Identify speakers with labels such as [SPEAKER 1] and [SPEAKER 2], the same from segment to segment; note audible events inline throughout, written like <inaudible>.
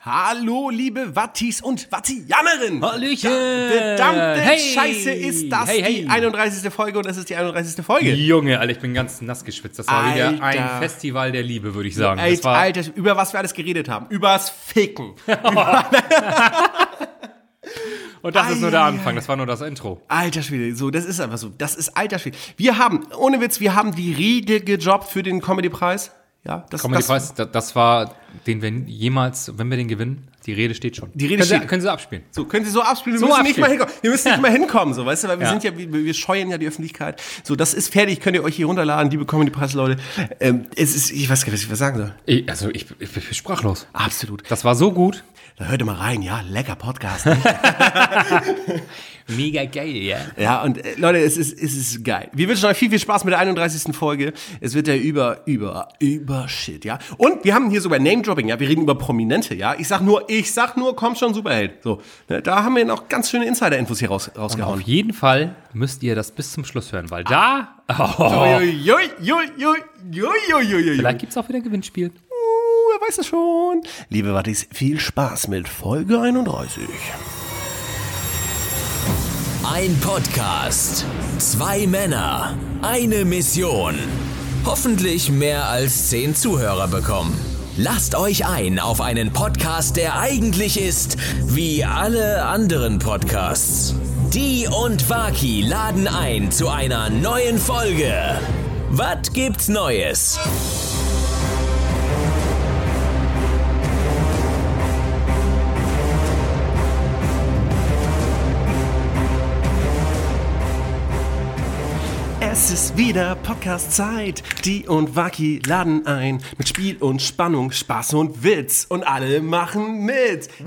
[SPEAKER 1] Hallo, liebe Wattis und Wattianerinnen!
[SPEAKER 2] Hallöchen!
[SPEAKER 1] Verdammte
[SPEAKER 2] Hey!
[SPEAKER 1] Scheiße, ist das
[SPEAKER 2] Hey, hey!
[SPEAKER 1] die 31. Folge und das ist die 31. Folge.
[SPEAKER 2] Junge, Alter, ich bin ganz nass geschwitzt. Das war
[SPEAKER 1] Alter.
[SPEAKER 2] wieder ein Festival der Liebe, würde ich sagen. Das
[SPEAKER 1] Alter,
[SPEAKER 2] war,
[SPEAKER 1] Alter, über was wir alles geredet haben. Übers
[SPEAKER 2] <laughs>
[SPEAKER 1] Ficken.
[SPEAKER 2] und das ist nur der
[SPEAKER 1] Eieiei.
[SPEAKER 2] Anfang, das war nur das Intro.
[SPEAKER 1] Alter Schwede, so, das ist einfach so. Das ist alter Schwede. Wir haben, ohne Witz, wir haben die Riege gejobbt für den Comedy-Preis. Ja, das,
[SPEAKER 2] Comedy
[SPEAKER 1] das,
[SPEAKER 2] Preis, das, das war, den wir jemals, wenn wir den gewinnen, die Rede steht schon.
[SPEAKER 1] Die Rede
[SPEAKER 2] können Sie,
[SPEAKER 1] steht.
[SPEAKER 2] können Sie abspielen.
[SPEAKER 1] So, können Sie so abspielen, wir
[SPEAKER 2] So
[SPEAKER 1] müssen nicht
[SPEAKER 2] abspielen.
[SPEAKER 1] mal hinkommen. Wir
[SPEAKER 2] <laughs>
[SPEAKER 1] müssen nicht mal hinkommen, so, weißt du, weil wir
[SPEAKER 2] Ja.
[SPEAKER 1] sind ja, wir, wir scheuen ja die Öffentlichkeit. So, das ist fertig, könnt ihr euch hier runterladen, die bekommen die Preise, Leute. Ähm, es ist, ich weiß gar nicht, was ich was sagen soll.
[SPEAKER 2] Ich, also, ich, ich, ich bin sprachlos.
[SPEAKER 1] Absolut.
[SPEAKER 2] Das war so gut.
[SPEAKER 1] Da hört ihr mal rein, ja, lecker Podcast. ne?
[SPEAKER 2] Mega geil, ja.
[SPEAKER 1] <laughs> ja, und äh, Leute, es ist, es ist geil. Wir wünschen euch viel, viel Spaß mit der 31. Folge. Es wird ja über, über, über Shit, ja. Und wir haben hier sogar Name-Dropping, ja. Wir reden über Prominente, ja. Ich sag nur, ich sag nur, komm schon, Superheld. So, ne, da haben wir noch ganz schöne Insider-Infos hier raus,
[SPEAKER 2] Auf
[SPEAKER 1] rausgehauen.
[SPEAKER 2] jeden Fall müsst ihr das bis zum Schluss hören, weil da,
[SPEAKER 1] Ah.
[SPEAKER 2] oh,
[SPEAKER 1] Uiuiui, uiuiui, uiuiui.
[SPEAKER 2] vielleicht gibt es auch wieder ein Gewinnspiel.
[SPEAKER 1] Uh, wer weiß das schon. Liebe Wattis, viel Spaß mit Folge 31.
[SPEAKER 3] Ein Podcast, zwei Männer, eine Mission. Hoffentlich mehr als zehn Zuhörer bekommen. Lasst euch ein auf einen Podcast, der eigentlich ist wie alle anderen Podcasts. Die und Waki laden ein zu einer neuen Folge. Was gibt's Neues?
[SPEAKER 1] Es ist wieder Podcast-Zeit. Die und Waki laden ein mit Spiel und Spannung, Spaß und Witz. Und alle machen mit. Hey!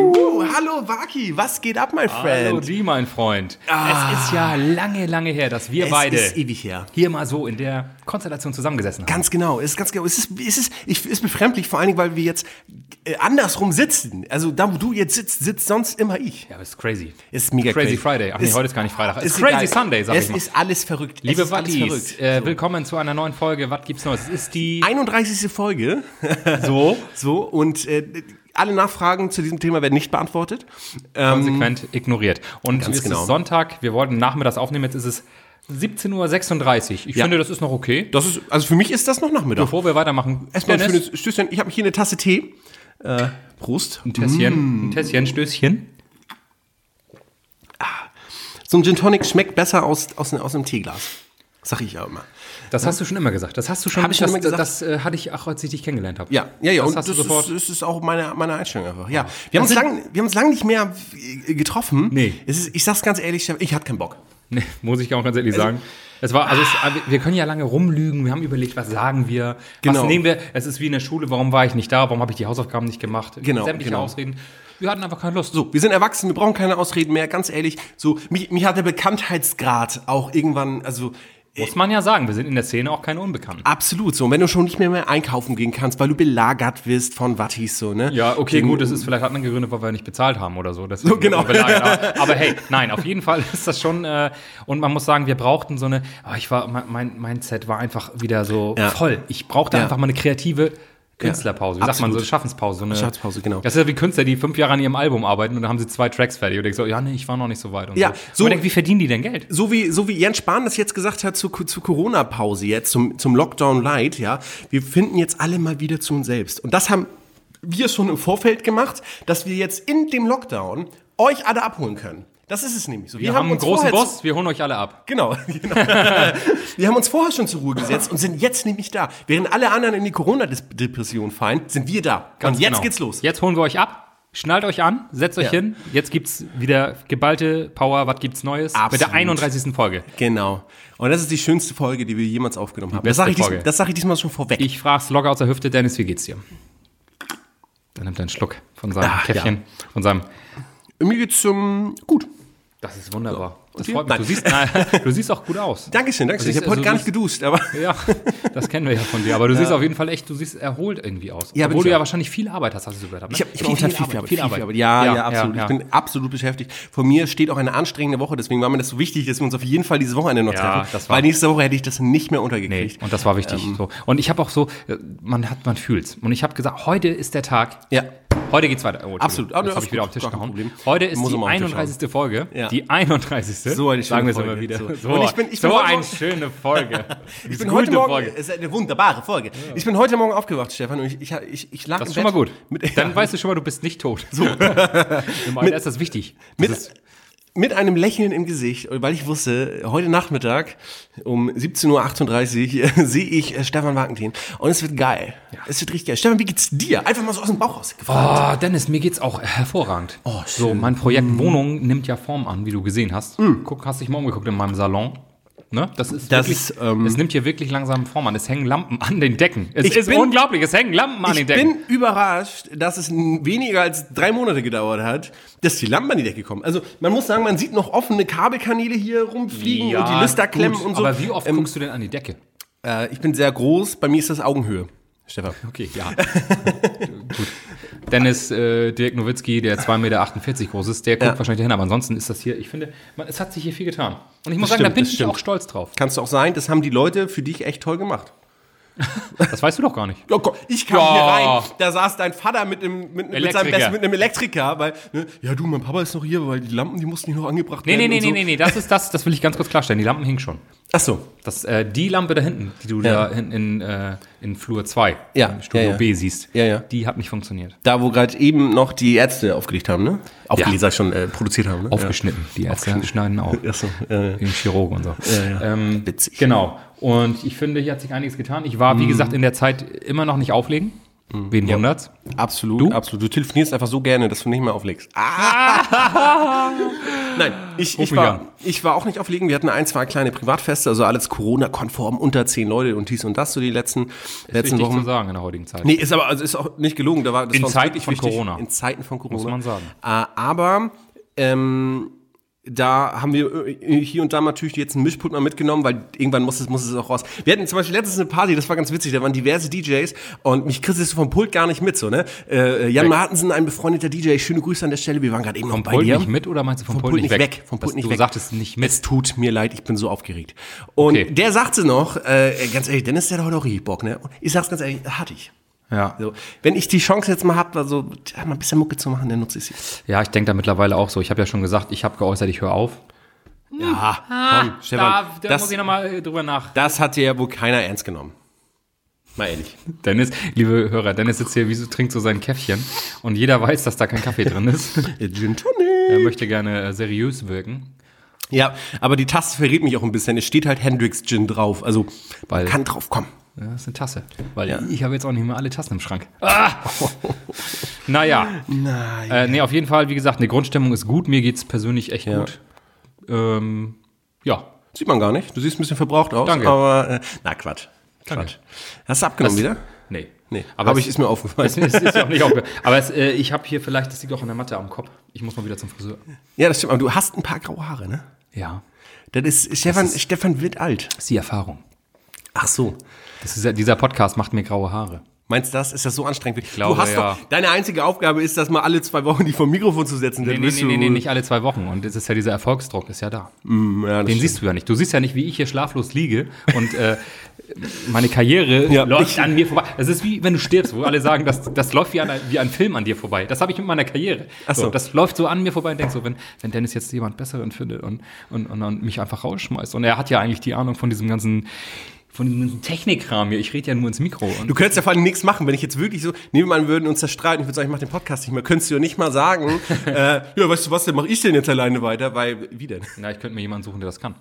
[SPEAKER 1] Woo! Hallo Waki, was geht ab, mein
[SPEAKER 2] Hallo,
[SPEAKER 1] Friend?
[SPEAKER 2] die, mein Freund. Es ist ja lange, lange her, dass wir beide
[SPEAKER 1] Ah. Es ist ewig her.
[SPEAKER 2] hier mal so in der Konstellation zusammengesessen haben.
[SPEAKER 1] Ganz genau, ist ganz genau. Es ist, es ist, ich, ist befremdlich, vor allen Dingen, weil wir jetzt äh, andersrum sitzen. Also da, wo du jetzt sitzt, sitzt sonst immer ich.
[SPEAKER 2] Ja, aber ist crazy.
[SPEAKER 1] Ist mega
[SPEAKER 2] Crazy
[SPEAKER 1] crazy.
[SPEAKER 2] Friday. Ach nee, heute ist gar nicht Freitag. Ist
[SPEAKER 1] egal.
[SPEAKER 2] Crazy Sunday, sag
[SPEAKER 1] es
[SPEAKER 2] ich mal.
[SPEAKER 1] ist alles verrückt. es
[SPEAKER 2] Liebe
[SPEAKER 1] ist alles
[SPEAKER 2] Wattis,
[SPEAKER 1] verrückt.
[SPEAKER 2] äh, willkommen zu einer neuen Folge. Was gibt's Neues? Es ist die
[SPEAKER 1] 31. Folge. <laughs>
[SPEAKER 2] so
[SPEAKER 1] So, und äh, alle Nachfragen zu diesem Thema werden nicht beantwortet.
[SPEAKER 2] konsequent ignoriert. Und es
[SPEAKER 1] genau.
[SPEAKER 2] ist Sonntag. Wir wollten nachmittags aufnehmen. Jetzt ist es 17.36 Uhr. Ich finde, das ist noch okay.
[SPEAKER 1] Das ist, also für mich ist das noch Nachmittag.
[SPEAKER 2] Bevor wir weitermachen,
[SPEAKER 1] Erstmal ein
[SPEAKER 2] Dennis,
[SPEAKER 1] schönes Stößchen. Ich habe hier eine Tasse Tee. Äh, Prost.
[SPEAKER 2] ein
[SPEAKER 1] Mm.
[SPEAKER 2] Tässchen, ein Tässchen, Stößchen.
[SPEAKER 1] So ein Gin Tonic schmeckt besser aus, aus, aus einem Teeglas. Sag ich ja immer.
[SPEAKER 2] Das hast du schon immer gesagt. Das hast du schon,
[SPEAKER 1] Hab ich schon
[SPEAKER 2] das,
[SPEAKER 1] immer gesagt.
[SPEAKER 2] Das, äh, hatte ich auch, als ich dich kennengelernt habe.
[SPEAKER 1] Ja, ja, ja.
[SPEAKER 2] Das
[SPEAKER 1] und
[SPEAKER 2] hast
[SPEAKER 1] das
[SPEAKER 2] du sofort.
[SPEAKER 1] Ist, das ist auch meine, meine Einstellung einfach. Ja. Wir haben, uns
[SPEAKER 2] sind-
[SPEAKER 1] lang, wir haben uns lang nicht mehr äh, getroffen.
[SPEAKER 2] Nee.
[SPEAKER 1] Es ist, ich sag's ganz ehrlich, Steff, ich hatte keinen Bock.
[SPEAKER 2] Nee, muss ich auch ganz ehrlich sagen. Es war, also
[SPEAKER 1] Ah.
[SPEAKER 2] es, wir können ja lange rumlügen, wir haben überlegt, was sagen wir,
[SPEAKER 1] Genau.
[SPEAKER 2] was nehmen wir. Es ist wie in der Schule, warum war ich nicht da, warum habe ich die Hausaufgaben nicht gemacht,
[SPEAKER 1] Genau,
[SPEAKER 2] sämtliche
[SPEAKER 1] genau.
[SPEAKER 2] Ausreden. Wir hatten einfach keine Lust.
[SPEAKER 1] So, wir sind erwachsen, wir brauchen keine Ausreden mehr, ganz ehrlich. So, mich, mich hat der Bekanntheitsgrad auch irgendwann, also
[SPEAKER 2] Muss man ja sagen, wir sind in der Szene auch keine Unbekannten.
[SPEAKER 1] absolut so. Und wenn du schon nicht mehr, mehr einkaufen gehen kannst, weil du belagert wirst von Wattis, so, ne?
[SPEAKER 2] Ja, okay,
[SPEAKER 1] Den-
[SPEAKER 2] gut, das ist vielleicht hat man gegründet, weil wir nicht bezahlt haben oder so. Das
[SPEAKER 1] <laughs>
[SPEAKER 2] ist
[SPEAKER 1] genau.
[SPEAKER 2] Aber, aber hey, nein, auf jeden Fall ist das schon. Äh, und man muss sagen, wir brauchten so eine. ah, ich war, mein- mein Mindset war einfach wieder so
[SPEAKER 1] Ja.
[SPEAKER 2] voll. Ich brauchte
[SPEAKER 1] Ja.
[SPEAKER 2] einfach mal eine kreative Künstlerpause. Wie sagt man so?
[SPEAKER 1] Absolut.
[SPEAKER 2] Eine Schaffenspause. So eine,
[SPEAKER 1] Schaffenspause, genau.
[SPEAKER 2] Das ist ja wie Künstler, die fünf Jahre an ihrem Album arbeiten und dann haben sie zwei Tracks fertig. Und ich so, ja, nee, ich war noch nicht so weit. Und
[SPEAKER 1] Ja,
[SPEAKER 2] so.
[SPEAKER 1] so-
[SPEAKER 2] so und ich denk, wie verdienen die denn Geld?
[SPEAKER 1] so wie, so wie Jens Spahn das jetzt gesagt hat zu, zu Corona-Pause jetzt, zum, zum Lockdown Light, ja, wir finden jetzt alle mal wieder zu uns selbst. Und das haben wir schon im Vorfeld gemacht, dass wir jetzt in dem Lockdown euch alle abholen können. Das ist es nämlich so.
[SPEAKER 2] Wir, haben, einen
[SPEAKER 1] uns
[SPEAKER 2] großen
[SPEAKER 1] vorher zu-
[SPEAKER 2] Boss, wir holen euch alle ab.
[SPEAKER 1] Genau. <laughs> genau. wir haben uns vorher schon zur Ruhe gesetzt und sind jetzt nämlich da. Während alle anderen in die Corona-Depression fallen, sind wir da. und jetzt
[SPEAKER 2] genau.
[SPEAKER 1] geht's los.
[SPEAKER 2] Jetzt holen wir euch ab. Schnallt euch an, setzt euch
[SPEAKER 1] Ja.
[SPEAKER 2] hin. Jetzt gibt's wieder geballte Power. Was gibt's Neues? Mit
[SPEAKER 1] Absolut.
[SPEAKER 2] der 31. Folge.
[SPEAKER 1] Genau. Und das ist die schönste Folge, die wir jemals aufgenommen haben. Das
[SPEAKER 2] beste
[SPEAKER 1] sage ich, dies,
[SPEAKER 2] Folge.
[SPEAKER 1] das sag ich diesmal schon vorweg.
[SPEAKER 2] Ich frag's locker aus der Hüfte, Dennis, wie geht's dir? Dann nimmt er einen Schluck von seinem
[SPEAKER 1] Ah,
[SPEAKER 2] Käffchen, von seinem.
[SPEAKER 1] Mir geht's ähm, gut.
[SPEAKER 2] Das ist wunderbar. Das
[SPEAKER 1] dir?
[SPEAKER 2] freut mich. Du
[SPEAKER 1] Nein.
[SPEAKER 2] siehst, nein, <laughs> du siehst auch gut aus.
[SPEAKER 1] Dankeschön, Dankeschön.
[SPEAKER 2] Also
[SPEAKER 1] ich habe heute
[SPEAKER 2] also
[SPEAKER 1] gar
[SPEAKER 2] du
[SPEAKER 1] nicht gedusst,
[SPEAKER 2] <laughs>
[SPEAKER 1] aber
[SPEAKER 2] Ja, das kennen wir ja von dir. Aber du siehst auf jeden Fall echt, du siehst erholt irgendwie aus.
[SPEAKER 1] Ja, bin
[SPEAKER 2] Obwohl
[SPEAKER 1] ich
[SPEAKER 2] du ja
[SPEAKER 1] auch.
[SPEAKER 2] wahrscheinlich viel Arbeit hast, hast du gehört. Ne?
[SPEAKER 1] ich habe ich hab auch viel, Arbeit, viel Arbeit. Ja, ja, absolut. Ich bin absolut beschäftigt. Von mir steht auch eine anstrengende Woche, deswegen war mir das so wichtig, dass wir uns auf jeden Fall dieses Wochenende noch
[SPEAKER 2] Ja,
[SPEAKER 1] treffen.
[SPEAKER 2] das war-
[SPEAKER 1] weil nächste Woche hätte ich das nicht mehr
[SPEAKER 2] Nee,
[SPEAKER 1] untergekriegt.
[SPEAKER 2] und das war
[SPEAKER 1] Ähm,
[SPEAKER 2] wichtig. so. Und ich habe auch so, äh, man hat, man fühlt's. Und ich habe gesagt, heute ist der Tag,
[SPEAKER 1] ja.
[SPEAKER 2] Heute geht's weiter. Oh, Entschuldigung.
[SPEAKER 1] Absolut. Ah,
[SPEAKER 2] Jetzt
[SPEAKER 1] nö,
[SPEAKER 2] habe
[SPEAKER 1] alles
[SPEAKER 2] ich wieder
[SPEAKER 1] gut.
[SPEAKER 2] auf den Tisch
[SPEAKER 1] Gar kein
[SPEAKER 2] gehauen.
[SPEAKER 1] Problem.
[SPEAKER 2] Heute ist
[SPEAKER 1] Muss
[SPEAKER 2] die
[SPEAKER 1] immer auf den Tisch hauen.
[SPEAKER 2] 31. Folge.
[SPEAKER 1] Ja.
[SPEAKER 2] Die 31.
[SPEAKER 1] So eine schöne
[SPEAKER 2] Sagen wir es
[SPEAKER 1] Folge.
[SPEAKER 2] immer wieder.
[SPEAKER 1] So.
[SPEAKER 2] So,
[SPEAKER 1] Und ich bin- ich
[SPEAKER 2] so
[SPEAKER 1] bin heute-
[SPEAKER 2] eine schöne
[SPEAKER 1] <laughs>
[SPEAKER 2] Folge.
[SPEAKER 1] Ich
[SPEAKER 2] Diese
[SPEAKER 1] bin heute
[SPEAKER 2] gute
[SPEAKER 1] Morgen,
[SPEAKER 2] Folge.
[SPEAKER 1] es ist eine wunderbare Folge. Ich bin heute Morgen aufgewacht, Stefan, und ich, ich, ich, ich lag
[SPEAKER 2] Das
[SPEAKER 1] im
[SPEAKER 2] ist schon mal
[SPEAKER 1] Bett
[SPEAKER 2] gut.
[SPEAKER 1] <laughs> Mit,
[SPEAKER 2] Dann weißt du schon mal, du bist nicht tot. So. <laughs> Im Alter ist das wichtig. Das
[SPEAKER 1] mit,
[SPEAKER 2] ist,
[SPEAKER 1] mit einem Lächeln im Gesicht, weil ich wusste, heute Nachmittag um 17.38 Uhr <laughs> sehe ich äh, Stefan Wagentin und es wird geil. Es wird richtig geil. Stefan, wie geht's dir? Einfach mal so aus dem Bauch raus.
[SPEAKER 2] oh, Dennis, mir geht's auch hervorragend.
[SPEAKER 1] Oh, schön. Hm.
[SPEAKER 2] so, mein Projekt Wohnung nimmt ja Form an, wie du gesehen hast. Guck, hast dich mal umgeguckt in meinem Salon. Ne? Das ist
[SPEAKER 1] Das
[SPEAKER 2] wirklich,
[SPEAKER 1] ist, ähm,
[SPEAKER 2] es nimmt hier wirklich langsam Form an. Es hängen Lampen an den Decken. Es
[SPEAKER 1] Ich
[SPEAKER 2] ist
[SPEAKER 1] bin-
[SPEAKER 2] unglaublich, es hängen Lampen an
[SPEAKER 1] Ich
[SPEAKER 2] den Decken.
[SPEAKER 1] bin überrascht, dass es n- weniger als drei Monate gedauert hat, dass die Lampen an die Decke kommen. Also man muss sagen, man sieht noch offene Kabelkanäle hier rumfliegen und die Lüster
[SPEAKER 2] gut,
[SPEAKER 1] klemmen und so.
[SPEAKER 2] Aber wie oft
[SPEAKER 1] Ähm,
[SPEAKER 2] guckst du denn an die Decke?
[SPEAKER 1] äh, ich bin sehr groß, bei mir ist das Augenhöhe. Stefan.
[SPEAKER 2] Okay, ja. <laughs> Gut. Dennis äh, Dirk Nowitzki, der 2,48 Meter groß ist, der guckt
[SPEAKER 1] Ja.
[SPEAKER 2] wahrscheinlich hin, aber ansonsten ist das hier, ich finde, man, es hat sich hier viel getan. Und ich muss
[SPEAKER 1] Das
[SPEAKER 2] sagen,
[SPEAKER 1] stimmt,
[SPEAKER 2] da bin
[SPEAKER 1] das
[SPEAKER 2] ich
[SPEAKER 1] stimmt.
[SPEAKER 2] auch stolz drauf.
[SPEAKER 1] Kannst du auch sein, das haben die Leute für dich echt toll gemacht.
[SPEAKER 2] Das weißt du doch gar nicht.
[SPEAKER 1] Ja, komm, ich kam
[SPEAKER 2] Ja.
[SPEAKER 1] hier rein, da saß dein Vater mit einem, mit, mit, seinem
[SPEAKER 2] Elektriker.
[SPEAKER 1] Besten, mit einem Elektriker, weil, ne, ja du, mein Papa ist noch hier, weil die Lampen, die mussten hier noch angebracht
[SPEAKER 2] Nee,
[SPEAKER 1] werden.
[SPEAKER 2] nee, nee,
[SPEAKER 1] und so.
[SPEAKER 2] nee, nee, nee, das ist das, das will ich ganz kurz klarstellen. Die Lampen hingen schon.
[SPEAKER 1] Ach so.
[SPEAKER 2] Das, äh, die Lampe da hinten, die du
[SPEAKER 1] Ja.
[SPEAKER 2] da hinten in, äh, in Flur 2,
[SPEAKER 1] Ja,
[SPEAKER 2] im Studio
[SPEAKER 1] ja, ja.
[SPEAKER 2] B siehst,
[SPEAKER 1] Ja, ja.
[SPEAKER 2] die hat nicht funktioniert.
[SPEAKER 1] Da, wo gerade eben noch die Ärzte aufgelegt haben, ne? Aufgelegt, sag ich schon, äh, produziert haben, ne?
[SPEAKER 2] Aufgeschnitten. Die Ärzte schneiden auch.
[SPEAKER 1] Ja. Ach so, äh,
[SPEAKER 2] Wegen Chirurgen und so.
[SPEAKER 1] ja.
[SPEAKER 2] Ähm,
[SPEAKER 1] Witzig.
[SPEAKER 2] Genau. Und ich finde, hier hat sich einiges getan. Ich war, wie
[SPEAKER 1] Mhm.
[SPEAKER 2] gesagt, in der Zeit immer noch nicht auflegen. Wen wundert's?
[SPEAKER 1] absolut, absolut. Du telefonierst einfach so gerne, dass du nicht mehr auflegst. Ah!
[SPEAKER 2] <laughs>
[SPEAKER 1] Nein, ich, ich,
[SPEAKER 2] mich
[SPEAKER 1] war,
[SPEAKER 2] an.
[SPEAKER 1] ich war auch nicht auflegen. Wir hatten ein, zwei kleine Privatfeste, also alles Corona-konform, unter zehn Leute und dies und das, so die letzten, letzten
[SPEAKER 2] Wichtig
[SPEAKER 1] Wochen.
[SPEAKER 2] zu sagen in der heutigen Zeit.
[SPEAKER 1] Nee, ist aber also ist auch nicht gelungen. Da war, das
[SPEAKER 2] In
[SPEAKER 1] war uns
[SPEAKER 2] Zeiten
[SPEAKER 1] wirklich
[SPEAKER 2] von Corona.
[SPEAKER 1] In Zeiten von Corona.
[SPEAKER 2] man sagen.
[SPEAKER 1] Äh, aber ähm, da haben wir äh, hier und da natürlich jetzt einen Mischpult mal mitgenommen, weil irgendwann muss es, muss es auch raus. Wir hatten zum Beispiel letztens eine Party, das war ganz witzig, da waren diverse DJs und mich kriegst du vom Pult gar nicht mit, so, ne? Äh, Jan Martensen, ein befreundeter DJ, schöne Grüße an der Stelle, wir waren gerade eben noch
[SPEAKER 2] Vom
[SPEAKER 1] bei
[SPEAKER 2] Pult
[SPEAKER 1] dir.
[SPEAKER 2] nicht mit oder meinst du vom,
[SPEAKER 1] Pult nicht weg, vom
[SPEAKER 2] Vom
[SPEAKER 1] Pult
[SPEAKER 2] Pult
[SPEAKER 1] nicht
[SPEAKER 2] du
[SPEAKER 1] weg.
[SPEAKER 2] sagtest nicht
[SPEAKER 1] Es
[SPEAKER 2] mit.
[SPEAKER 1] tut mir leid, ich bin so aufgeregt. Und
[SPEAKER 2] Okay.
[SPEAKER 1] der sagte noch, äh, ganz ehrlich, Dennis, der hat heute auch richtig Bock, ne? Und ich sag's ganz ehrlich, hatte ich.
[SPEAKER 2] Ja,
[SPEAKER 1] So, Also, wenn ich die Chance jetzt mal habe, also tja, mal ein bisschen Mucke zu machen, dann nutze ich sie.
[SPEAKER 2] ja ich denke da mittlerweile auch so. Ich habe ja schon gesagt, ich habe geäußert, ich höre auf.
[SPEAKER 1] Ja, komm, das,
[SPEAKER 2] nochmal äh, drüber nach.
[SPEAKER 1] das hat dir ja wohl keiner ernst genommen. Mal ehrlich. <laughs>
[SPEAKER 2] Dennis, liebe Hörer, Dennis sitzt hier, wie so, trinkt so sein Käffchen und jeder weiß, dass da kein Kaffee drin ist.
[SPEAKER 1] <laughs> Gin
[SPEAKER 2] Er
[SPEAKER 1] Tonic.
[SPEAKER 2] möchte gerne äh, seriös wirken.
[SPEAKER 1] Ja, aber die Taste verrät mich auch ein bisschen. Es steht halt Hendrix Gin drauf. Also,
[SPEAKER 2] Weil-
[SPEAKER 1] man kann drauf kommen.
[SPEAKER 2] Ja, das ist eine Tasse. Weil
[SPEAKER 1] Ja.
[SPEAKER 2] ich habe jetzt auch nicht mehr alle Tassen im Schrank. Ah! naja.
[SPEAKER 1] Nein.
[SPEAKER 2] Äh, nee, auf jeden Fall, wie gesagt, eine Grundstimmung ist gut. Mir geht es persönlich echt gut. Ähm, ja.
[SPEAKER 1] Äh, Sieht man gar nicht. Du siehst ein bisschen verbraucht aus.
[SPEAKER 2] Danke.
[SPEAKER 1] Aber, äh, na, Quatsch.
[SPEAKER 2] Danke.
[SPEAKER 1] Quatsch. Hast du abgenommen wieder?
[SPEAKER 2] Nee.
[SPEAKER 1] Nee.
[SPEAKER 2] Aber
[SPEAKER 1] Hab
[SPEAKER 2] es-
[SPEAKER 1] ich, ist mir aufgefallen.
[SPEAKER 2] Es ist, ist ja auch nicht aufgehört. Aber es, äh, ich habe hier vielleicht, das liegt auch an der Matte am Kopf. Ich muss mal wieder zum Friseur.
[SPEAKER 1] <laughs> ja, das stimmt. Aber du hast ein paar graue Haare, ne?
[SPEAKER 2] Ja.
[SPEAKER 1] Das ist, Stefan, Stefan wird alt.
[SPEAKER 2] Das ist die Erfahrung.
[SPEAKER 1] Ach so.
[SPEAKER 2] Das ist, ja- dieser Podcast macht mir graue Haare.
[SPEAKER 1] Meinst du das? Ist das so anstrengend? Ich
[SPEAKER 2] glaube,
[SPEAKER 1] du hast
[SPEAKER 2] ja.
[SPEAKER 1] doch, deine einzige Aufgabe ist, das mal alle zwei Wochen die vom Mikrofon zu setzen.
[SPEAKER 2] Nee,
[SPEAKER 1] Dann
[SPEAKER 2] nee,
[SPEAKER 1] bist
[SPEAKER 2] nee, nee,
[SPEAKER 1] du,
[SPEAKER 2] nee, nicht alle zwei Wochen. Und es ist ja dieser Erfolgsdruck, ist ja da.
[SPEAKER 1] Ja, das
[SPEAKER 2] Den siehst du ja nicht. Du siehst ja nicht, wie ich hier schlaflos liege und äh, meine Karriere
[SPEAKER 1] <laughs> Ja,
[SPEAKER 2] läuft
[SPEAKER 1] ich-
[SPEAKER 2] an mir vorbei. Das ist wie wenn du stirbst, wo alle sagen, das, das läuft wie, an, wie ein Film an dir vorbei. Das habe ich mit meiner Karriere.
[SPEAKER 1] Ach so.
[SPEAKER 2] So, das läuft so an mir vorbei und denkst so, wenn, wenn Dennis jetzt jemand Besseren findet und, und, und, und mich einfach rausschmeißt. Und er hat ja eigentlich die Ahnung von diesem ganzen, von diesem ganzen Technikkram hier. Ich rede ja nur ins Mikro. Und
[SPEAKER 1] Du könntest ja vor allem nichts machen, wenn ich jetzt wirklich so, nehmen wir an, wir würden uns zerstreiten, ich würde sagen, ich mache den Podcast nicht mehr, könntest du ja nicht mal
[SPEAKER 2] <laughs>
[SPEAKER 1] sagen, äh, ja, weißt du was, dann mache ich den jetzt alleine weiter, weil, wie denn?
[SPEAKER 2] na, ich könnte mir jemanden suchen, der das kann.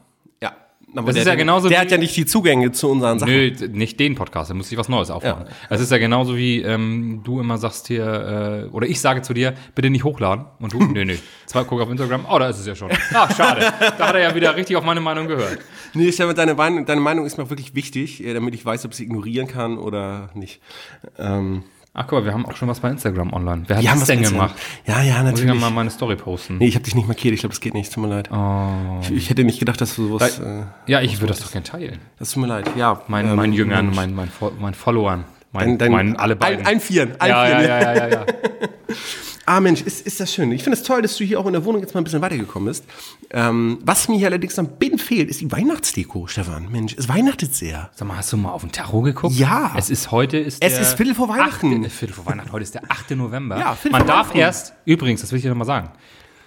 [SPEAKER 1] Ja. Aber
[SPEAKER 2] Das
[SPEAKER 1] der,
[SPEAKER 2] ist ja
[SPEAKER 1] hat
[SPEAKER 2] genauso
[SPEAKER 1] der
[SPEAKER 2] wie-
[SPEAKER 1] hat ja nicht die Zugänge zu unseren Sachen.
[SPEAKER 2] Nö, d- nicht den Podcast, da muss ich was Neues aufmachen.
[SPEAKER 1] Ja.
[SPEAKER 2] Es ist ja genauso wie ähm, du immer sagst hier, äh, oder ich sage zu dir, bitte nicht hochladen. Und <laughs> du, nö, nö. Zwei guck auf Instagram, oh, da ist es ja schon. Ach, schade. Da hat er ja wieder richtig auf meine Meinung gehört.
[SPEAKER 1] Nee, Stefan, deine, Meinung- deine Meinung ist mir auch wirklich wichtig, äh, damit ich weiß, ob ich sie ignorieren kann oder nicht. Ähm,
[SPEAKER 2] Ach guck mal, wir haben auch schon was bei Instagram online. Wer hat
[SPEAKER 1] die haben
[SPEAKER 2] das
[SPEAKER 1] was
[SPEAKER 2] denn
[SPEAKER 1] ganz-
[SPEAKER 2] gemacht?
[SPEAKER 1] Ja, ja,
[SPEAKER 2] Muss ich ja
[SPEAKER 1] natürlich.
[SPEAKER 2] mal meine Story posten.
[SPEAKER 1] Nee, ich habe dich nicht markiert, ich glaube, das geht nicht, tut mir leid.
[SPEAKER 2] Oh.
[SPEAKER 1] Ich, ich hätte nicht gedacht, dass du sowas... Äh,
[SPEAKER 2] Ja, ich würde das doch gerne teilen.
[SPEAKER 1] Das tut mir leid, ja.
[SPEAKER 2] Mein,
[SPEAKER 1] Ähm,
[SPEAKER 2] mein Jüngern,
[SPEAKER 1] Mensch.
[SPEAKER 2] mein, mein, Fo- mein Followern, mein,
[SPEAKER 1] Dein- dein-
[SPEAKER 2] mein alle beiden.
[SPEAKER 1] Ein, ein Vieren, ein
[SPEAKER 2] ja, ja,
[SPEAKER 1] Vieren.
[SPEAKER 2] ja, ja, ja, ja.
[SPEAKER 1] Ah Mensch, ist, ist das schön. Ich finde es toll, dass du hier auch in der Wohnung jetzt mal ein bisschen weitergekommen bist. Ähm, was mir hier allerdings am Bin fehlt, ist die Weihnachtsdeko, Stefan. Mensch, es weihnachtet sehr.
[SPEAKER 2] Sag mal, hast du mal auf den Tarot geguckt?
[SPEAKER 1] Ja.
[SPEAKER 2] Es ist heute ist
[SPEAKER 1] Es
[SPEAKER 2] der
[SPEAKER 1] ist Viertel vor Weihnachten.
[SPEAKER 2] Achte, äh, Viertel vor Weihnachten. Heute ist der 8. November.
[SPEAKER 1] Ja, Viertel
[SPEAKER 2] Man
[SPEAKER 1] vor
[SPEAKER 2] darf
[SPEAKER 1] Weihnachten.
[SPEAKER 2] erst, übrigens, das will ich dir nochmal sagen,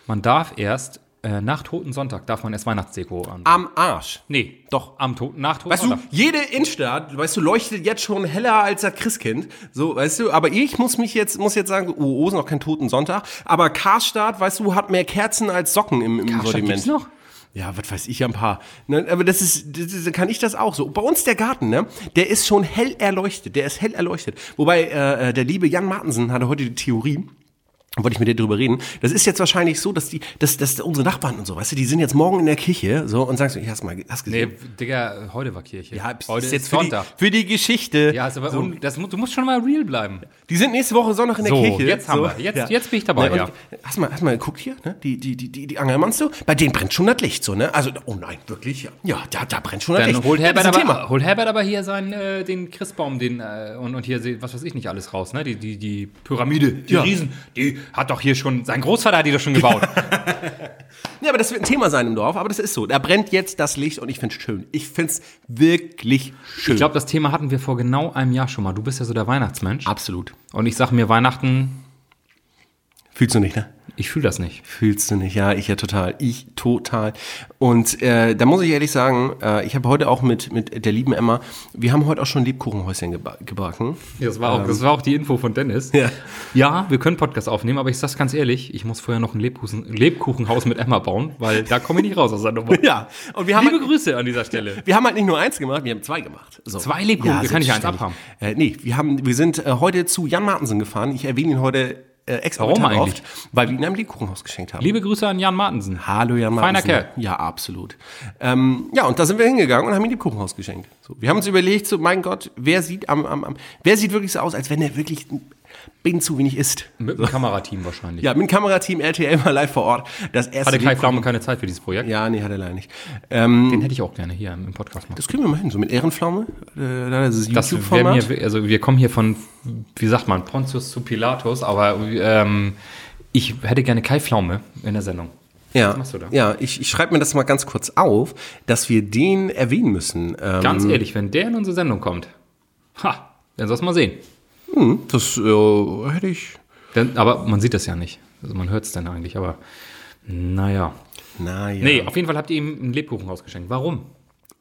[SPEAKER 2] man darf erst äh, nach Toten Sonntag darf man erst Weihnachtsdeko an.
[SPEAKER 1] Am Arsch.
[SPEAKER 2] nee, doch, am Toten, nach Toten
[SPEAKER 1] Ah. Weißt du,
[SPEAKER 2] Sonntag.
[SPEAKER 1] jede Innenstadt, weißt du, leuchtet jetzt schon heller als das Christkind. So, weißt du, aber ich muss mich jetzt, muss jetzt sagen, oh, oh, ist noch kein Toten Sonntag. Aber Karstadt, weißt du, hat mehr Kerzen als Socken im, im
[SPEAKER 2] Karstadt
[SPEAKER 1] Sortiment.
[SPEAKER 2] gibt's noch?
[SPEAKER 1] Ja, was weiß ich, ein paar. Ne, aber das ist, das ist, kann ich das auch so. Bei uns der Garten, ne, der ist schon hell erleuchtet. Der ist hell erleuchtet. Wobei, äh, äh, der liebe Jan Martensen hatte heute die Theorie, wollte ich mit dir drüber reden. Das ist jetzt wahrscheinlich so, dass die, dass, dass unsere Nachbarn und so, weißt du, die sind jetzt morgen in der Kirche so und sagen so, ich hast mal, hast gesehen.
[SPEAKER 2] Nee, Digga, heute war Kirche.
[SPEAKER 1] Ja, bis-
[SPEAKER 2] heute
[SPEAKER 1] ist
[SPEAKER 2] ist,
[SPEAKER 1] jetzt für die,
[SPEAKER 2] Sonntag.
[SPEAKER 1] für die Geschichte.
[SPEAKER 2] Ja, ist aber un, das, mu- du musst schon mal real bleiben.
[SPEAKER 1] Die sind nächste Woche Sonntag in der
[SPEAKER 2] So,
[SPEAKER 1] Kirche.
[SPEAKER 2] jetzt haben wir. Jetzt- jetzt bin ich dabei,
[SPEAKER 1] Ne, und
[SPEAKER 2] ja.
[SPEAKER 1] Hast mal, hast mal geguckt hier, ne? Die, die, die, die, die Angel meinst du? Bei denen brennt schon das Licht so, ne? Also, oh nein, wirklich, ja. Ja, da, da brennt schon das
[SPEAKER 2] Dann
[SPEAKER 1] Licht.
[SPEAKER 2] holt
[SPEAKER 1] Ja, das
[SPEAKER 2] Herbert,
[SPEAKER 1] ist ein
[SPEAKER 2] aber, holt Herbert aber hier seinen, äh, den Christbaum den, äh, und, und hier, se- was weiß ich nicht, alles raus. Ne? Die, die, die Pyramide, die
[SPEAKER 1] Ja.
[SPEAKER 2] Riesen, die hat doch hier schon, sein Großvater hat die doch schon <laughs> gebaut.
[SPEAKER 1] Ja, aber das wird ein Thema sein im Dorf, aber das ist so. Da brennt jetzt das Licht und ich find's schön. Ich find's wirklich schön.
[SPEAKER 2] ich glaube, das Thema hatten wir vor genau einem Jahr schon mal. Du bist ja so der Weihnachtsmensch.
[SPEAKER 1] absolut.
[SPEAKER 2] Und ich sag mir, Weihnachten,
[SPEAKER 1] Fühlst du nicht, ne?
[SPEAKER 2] ich fühle das nicht.
[SPEAKER 1] Fühlst du nicht? Ja, ich ja total. Ich total. Und äh, da muss ich ehrlich sagen, äh, ich habe heute auch mit, mit der lieben Emma, wir haben heute auch schon Lebkuchenhäuschen geba gebacken.
[SPEAKER 2] Das war, auch, Äh, das war auch die Info von Dennis.
[SPEAKER 1] Ja.
[SPEAKER 2] ja, wir können Podcast aufnehmen, aber ich sag's ganz ehrlich, ich muss vorher noch ein Lebkuchen, Lebkuchenhaus mit Emma bauen, weil da komme ich nicht raus aus der Nummer.
[SPEAKER 1] Ja, und wir haben,
[SPEAKER 2] <laughs> Liebe
[SPEAKER 1] halt,
[SPEAKER 2] Grüße an dieser Stelle.
[SPEAKER 1] wir haben halt nicht nur eins gemacht, wir haben zwei gemacht. So.
[SPEAKER 2] Zwei Lebkuchen, da kann ich ja eins
[SPEAKER 1] selbstverständlich. Äh, nee, wir, haben, wir sind äh, heute zu Jan Martensen gefahren. Ich erwähne ihn heute äh, extra
[SPEAKER 2] Warum
[SPEAKER 1] total
[SPEAKER 2] eigentlich?
[SPEAKER 1] weil wir ihn einem Lebkuchenhaus geschenkt haben.
[SPEAKER 2] Liebe Grüße an Jan Martensen.
[SPEAKER 1] Hallo Jan Martensen.
[SPEAKER 2] Feiner Kerl.
[SPEAKER 1] Ja, absolut. Ähm, ja, und da sind wir hingegangen und haben ihm Lebkuchenhaus geschenkt. So, wir haben uns überlegt, so, mein Gott, wer sieht, am, am, am, wer sieht wirklich so aus, als wenn er wirklich ein bisschen zu wenig isst?
[SPEAKER 2] Mit dem Kamerateam wahrscheinlich.
[SPEAKER 1] Ja, mit dem Kamerateam RTL mal live vor Ort. Das erste
[SPEAKER 2] Hatte Kai
[SPEAKER 1] Lebkuchen-
[SPEAKER 2] Pflaume keine Zeit für dieses Projekt.
[SPEAKER 1] Ja, nee, hat er leider nicht.
[SPEAKER 2] Den hätte ich auch gerne hier im im Podcast machen.
[SPEAKER 1] Das kriegen wir mal hin, so mit Ehrenpflaume. Äh, das ist
[SPEAKER 2] Das wär
[SPEAKER 1] YouTube-Format.
[SPEAKER 2] mir, also wir kommen hier von, wie sagt man, Pontius zu Pilatus, aber ähm, ich hätte gerne Kai Pflaume in der Sendung.
[SPEAKER 1] Ja,
[SPEAKER 2] Was machst du da?
[SPEAKER 1] ja ich, ich schreibe mir das mal ganz kurz auf, dass wir den erwähnen müssen. Ähm,
[SPEAKER 2] Ganz ehrlich, wenn der in unsere Sendung kommt, ha, dann soll's mal sehen.
[SPEAKER 1] das äh, hätte ich.
[SPEAKER 2] Dann, aber man sieht das ja nicht. Also man hört's dann eigentlich, aber naja.
[SPEAKER 1] Naja.
[SPEAKER 2] Nee, auf jeden Fall habt ihr ihm einen Lebkuchenhaus geschenkt. Warum?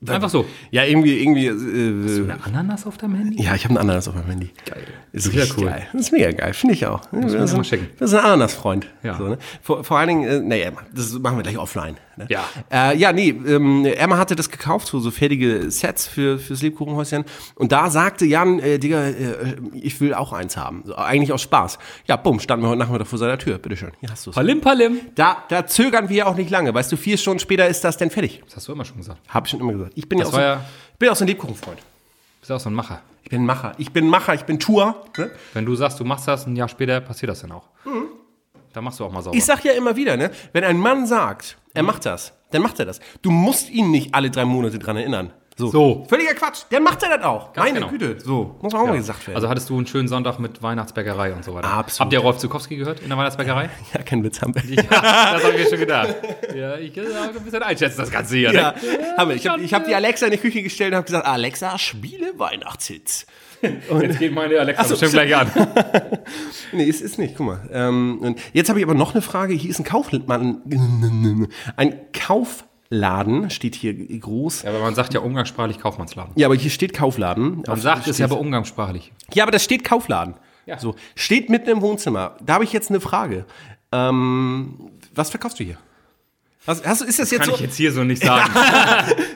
[SPEAKER 2] Einfach so.
[SPEAKER 1] Ja, irgendwie, irgendwie. Äh,
[SPEAKER 2] Eine Ananas auf deinem Handy?
[SPEAKER 1] ja, ich habe einen Ananas auf meinem Handy.
[SPEAKER 2] Geil.
[SPEAKER 1] Ist
[SPEAKER 2] Sehr
[SPEAKER 1] richtig
[SPEAKER 2] cool.
[SPEAKER 1] geil. Das ist mega geil, finde ich auch.
[SPEAKER 2] mir
[SPEAKER 1] Das
[SPEAKER 2] mal schicken.
[SPEAKER 1] ist ein Ananas-Freund.
[SPEAKER 2] Ja.
[SPEAKER 1] So, ne? vor, vor allen Dingen, äh, naja, das machen wir gleich offline. Ne?
[SPEAKER 2] Ja.
[SPEAKER 1] Äh, ja, nee, ähm, Emma hatte das gekauft, so, so fertige Sets für, fürs Lebkuchenhäuschen. Und da sagte Jan, äh, Digga, äh, ich will auch eins haben. So, eigentlich aus Spaß. Ja, bumm, standen wir heute Nachmittag vor seiner Tür. Bitteschön, hier hast du es.
[SPEAKER 2] Palim, palim.
[SPEAKER 1] Da, da zögern wir auch nicht lange. Weißt du, vier Stunden später ist das denn fertig.
[SPEAKER 2] Das hast du immer schon gesagt.
[SPEAKER 1] Habe ich schon immer gesagt. Ich bin ja
[SPEAKER 2] Das
[SPEAKER 1] auch so,
[SPEAKER 2] war ja-
[SPEAKER 1] ich bin auch so ein Lebkuchenfreund.
[SPEAKER 2] Bist auch so ein Macher.
[SPEAKER 1] Ich bin Macher. Ich bin Macher. Ich bin Tour. Ne?
[SPEAKER 2] Wenn du sagst, du machst das, ein Jahr später passiert das dann auch.
[SPEAKER 1] Mhm.
[SPEAKER 2] Da machst du auch mal sauber.
[SPEAKER 1] Ich sag ja immer wieder, ne, wenn ein Mann sagt, er macht das, dann macht er das. Du musst ihn nicht alle drei Monate dran erinnern. So.
[SPEAKER 2] So.
[SPEAKER 1] Völliger Quatsch. Dann macht er das auch. Meine
[SPEAKER 2] genau.
[SPEAKER 1] Güte. So. Muss auch mal gesagt werden.
[SPEAKER 2] also hattest du einen schönen Sonntag mit Weihnachtsbäckerei und so weiter.
[SPEAKER 1] Absolut.
[SPEAKER 2] Habt ihr Rolf Zukowski gehört in der Weihnachtsbäckerei?
[SPEAKER 1] <laughs> ja, kein Witz haben wir.
[SPEAKER 2] <laughs> Ja, das habe ich mir schon gedacht. Ja, ich kann auch ein bisschen einschätzen, das Ganze hier.
[SPEAKER 1] Ja,
[SPEAKER 2] Ne?
[SPEAKER 1] haben wir. Ich habe ich hab die Alexa in die Küche gestellt und habe gesagt, Alexa, spiele Weihnachtshits.
[SPEAKER 2] Jetzt geht meine Alexa
[SPEAKER 1] Also, <laughs>
[SPEAKER 2] bestimmt gleich an.
[SPEAKER 1] Nee, es ist nicht, guck mal. Ähm, und jetzt habe ich aber noch eine Frage. Hier ist ein Kaufmann. Ein <laughs> Kaufladen steht hier groß.
[SPEAKER 2] Ja, aber man sagt ja umgangssprachlich Kaufmannsladen.
[SPEAKER 1] Ja, aber hier steht Kaufladen.
[SPEAKER 2] Man sagt es ja aber umgangssprachlich.
[SPEAKER 1] Ja, aber das steht Kaufladen.
[SPEAKER 2] Ja.
[SPEAKER 1] So, steht mitten im Wohnzimmer. Da habe ich jetzt eine Frage. Ähm, was verkaufst du hier? Was, hast, du- ist das jetzt
[SPEAKER 2] Kann
[SPEAKER 1] so,
[SPEAKER 2] ich jetzt hier so nicht sagen.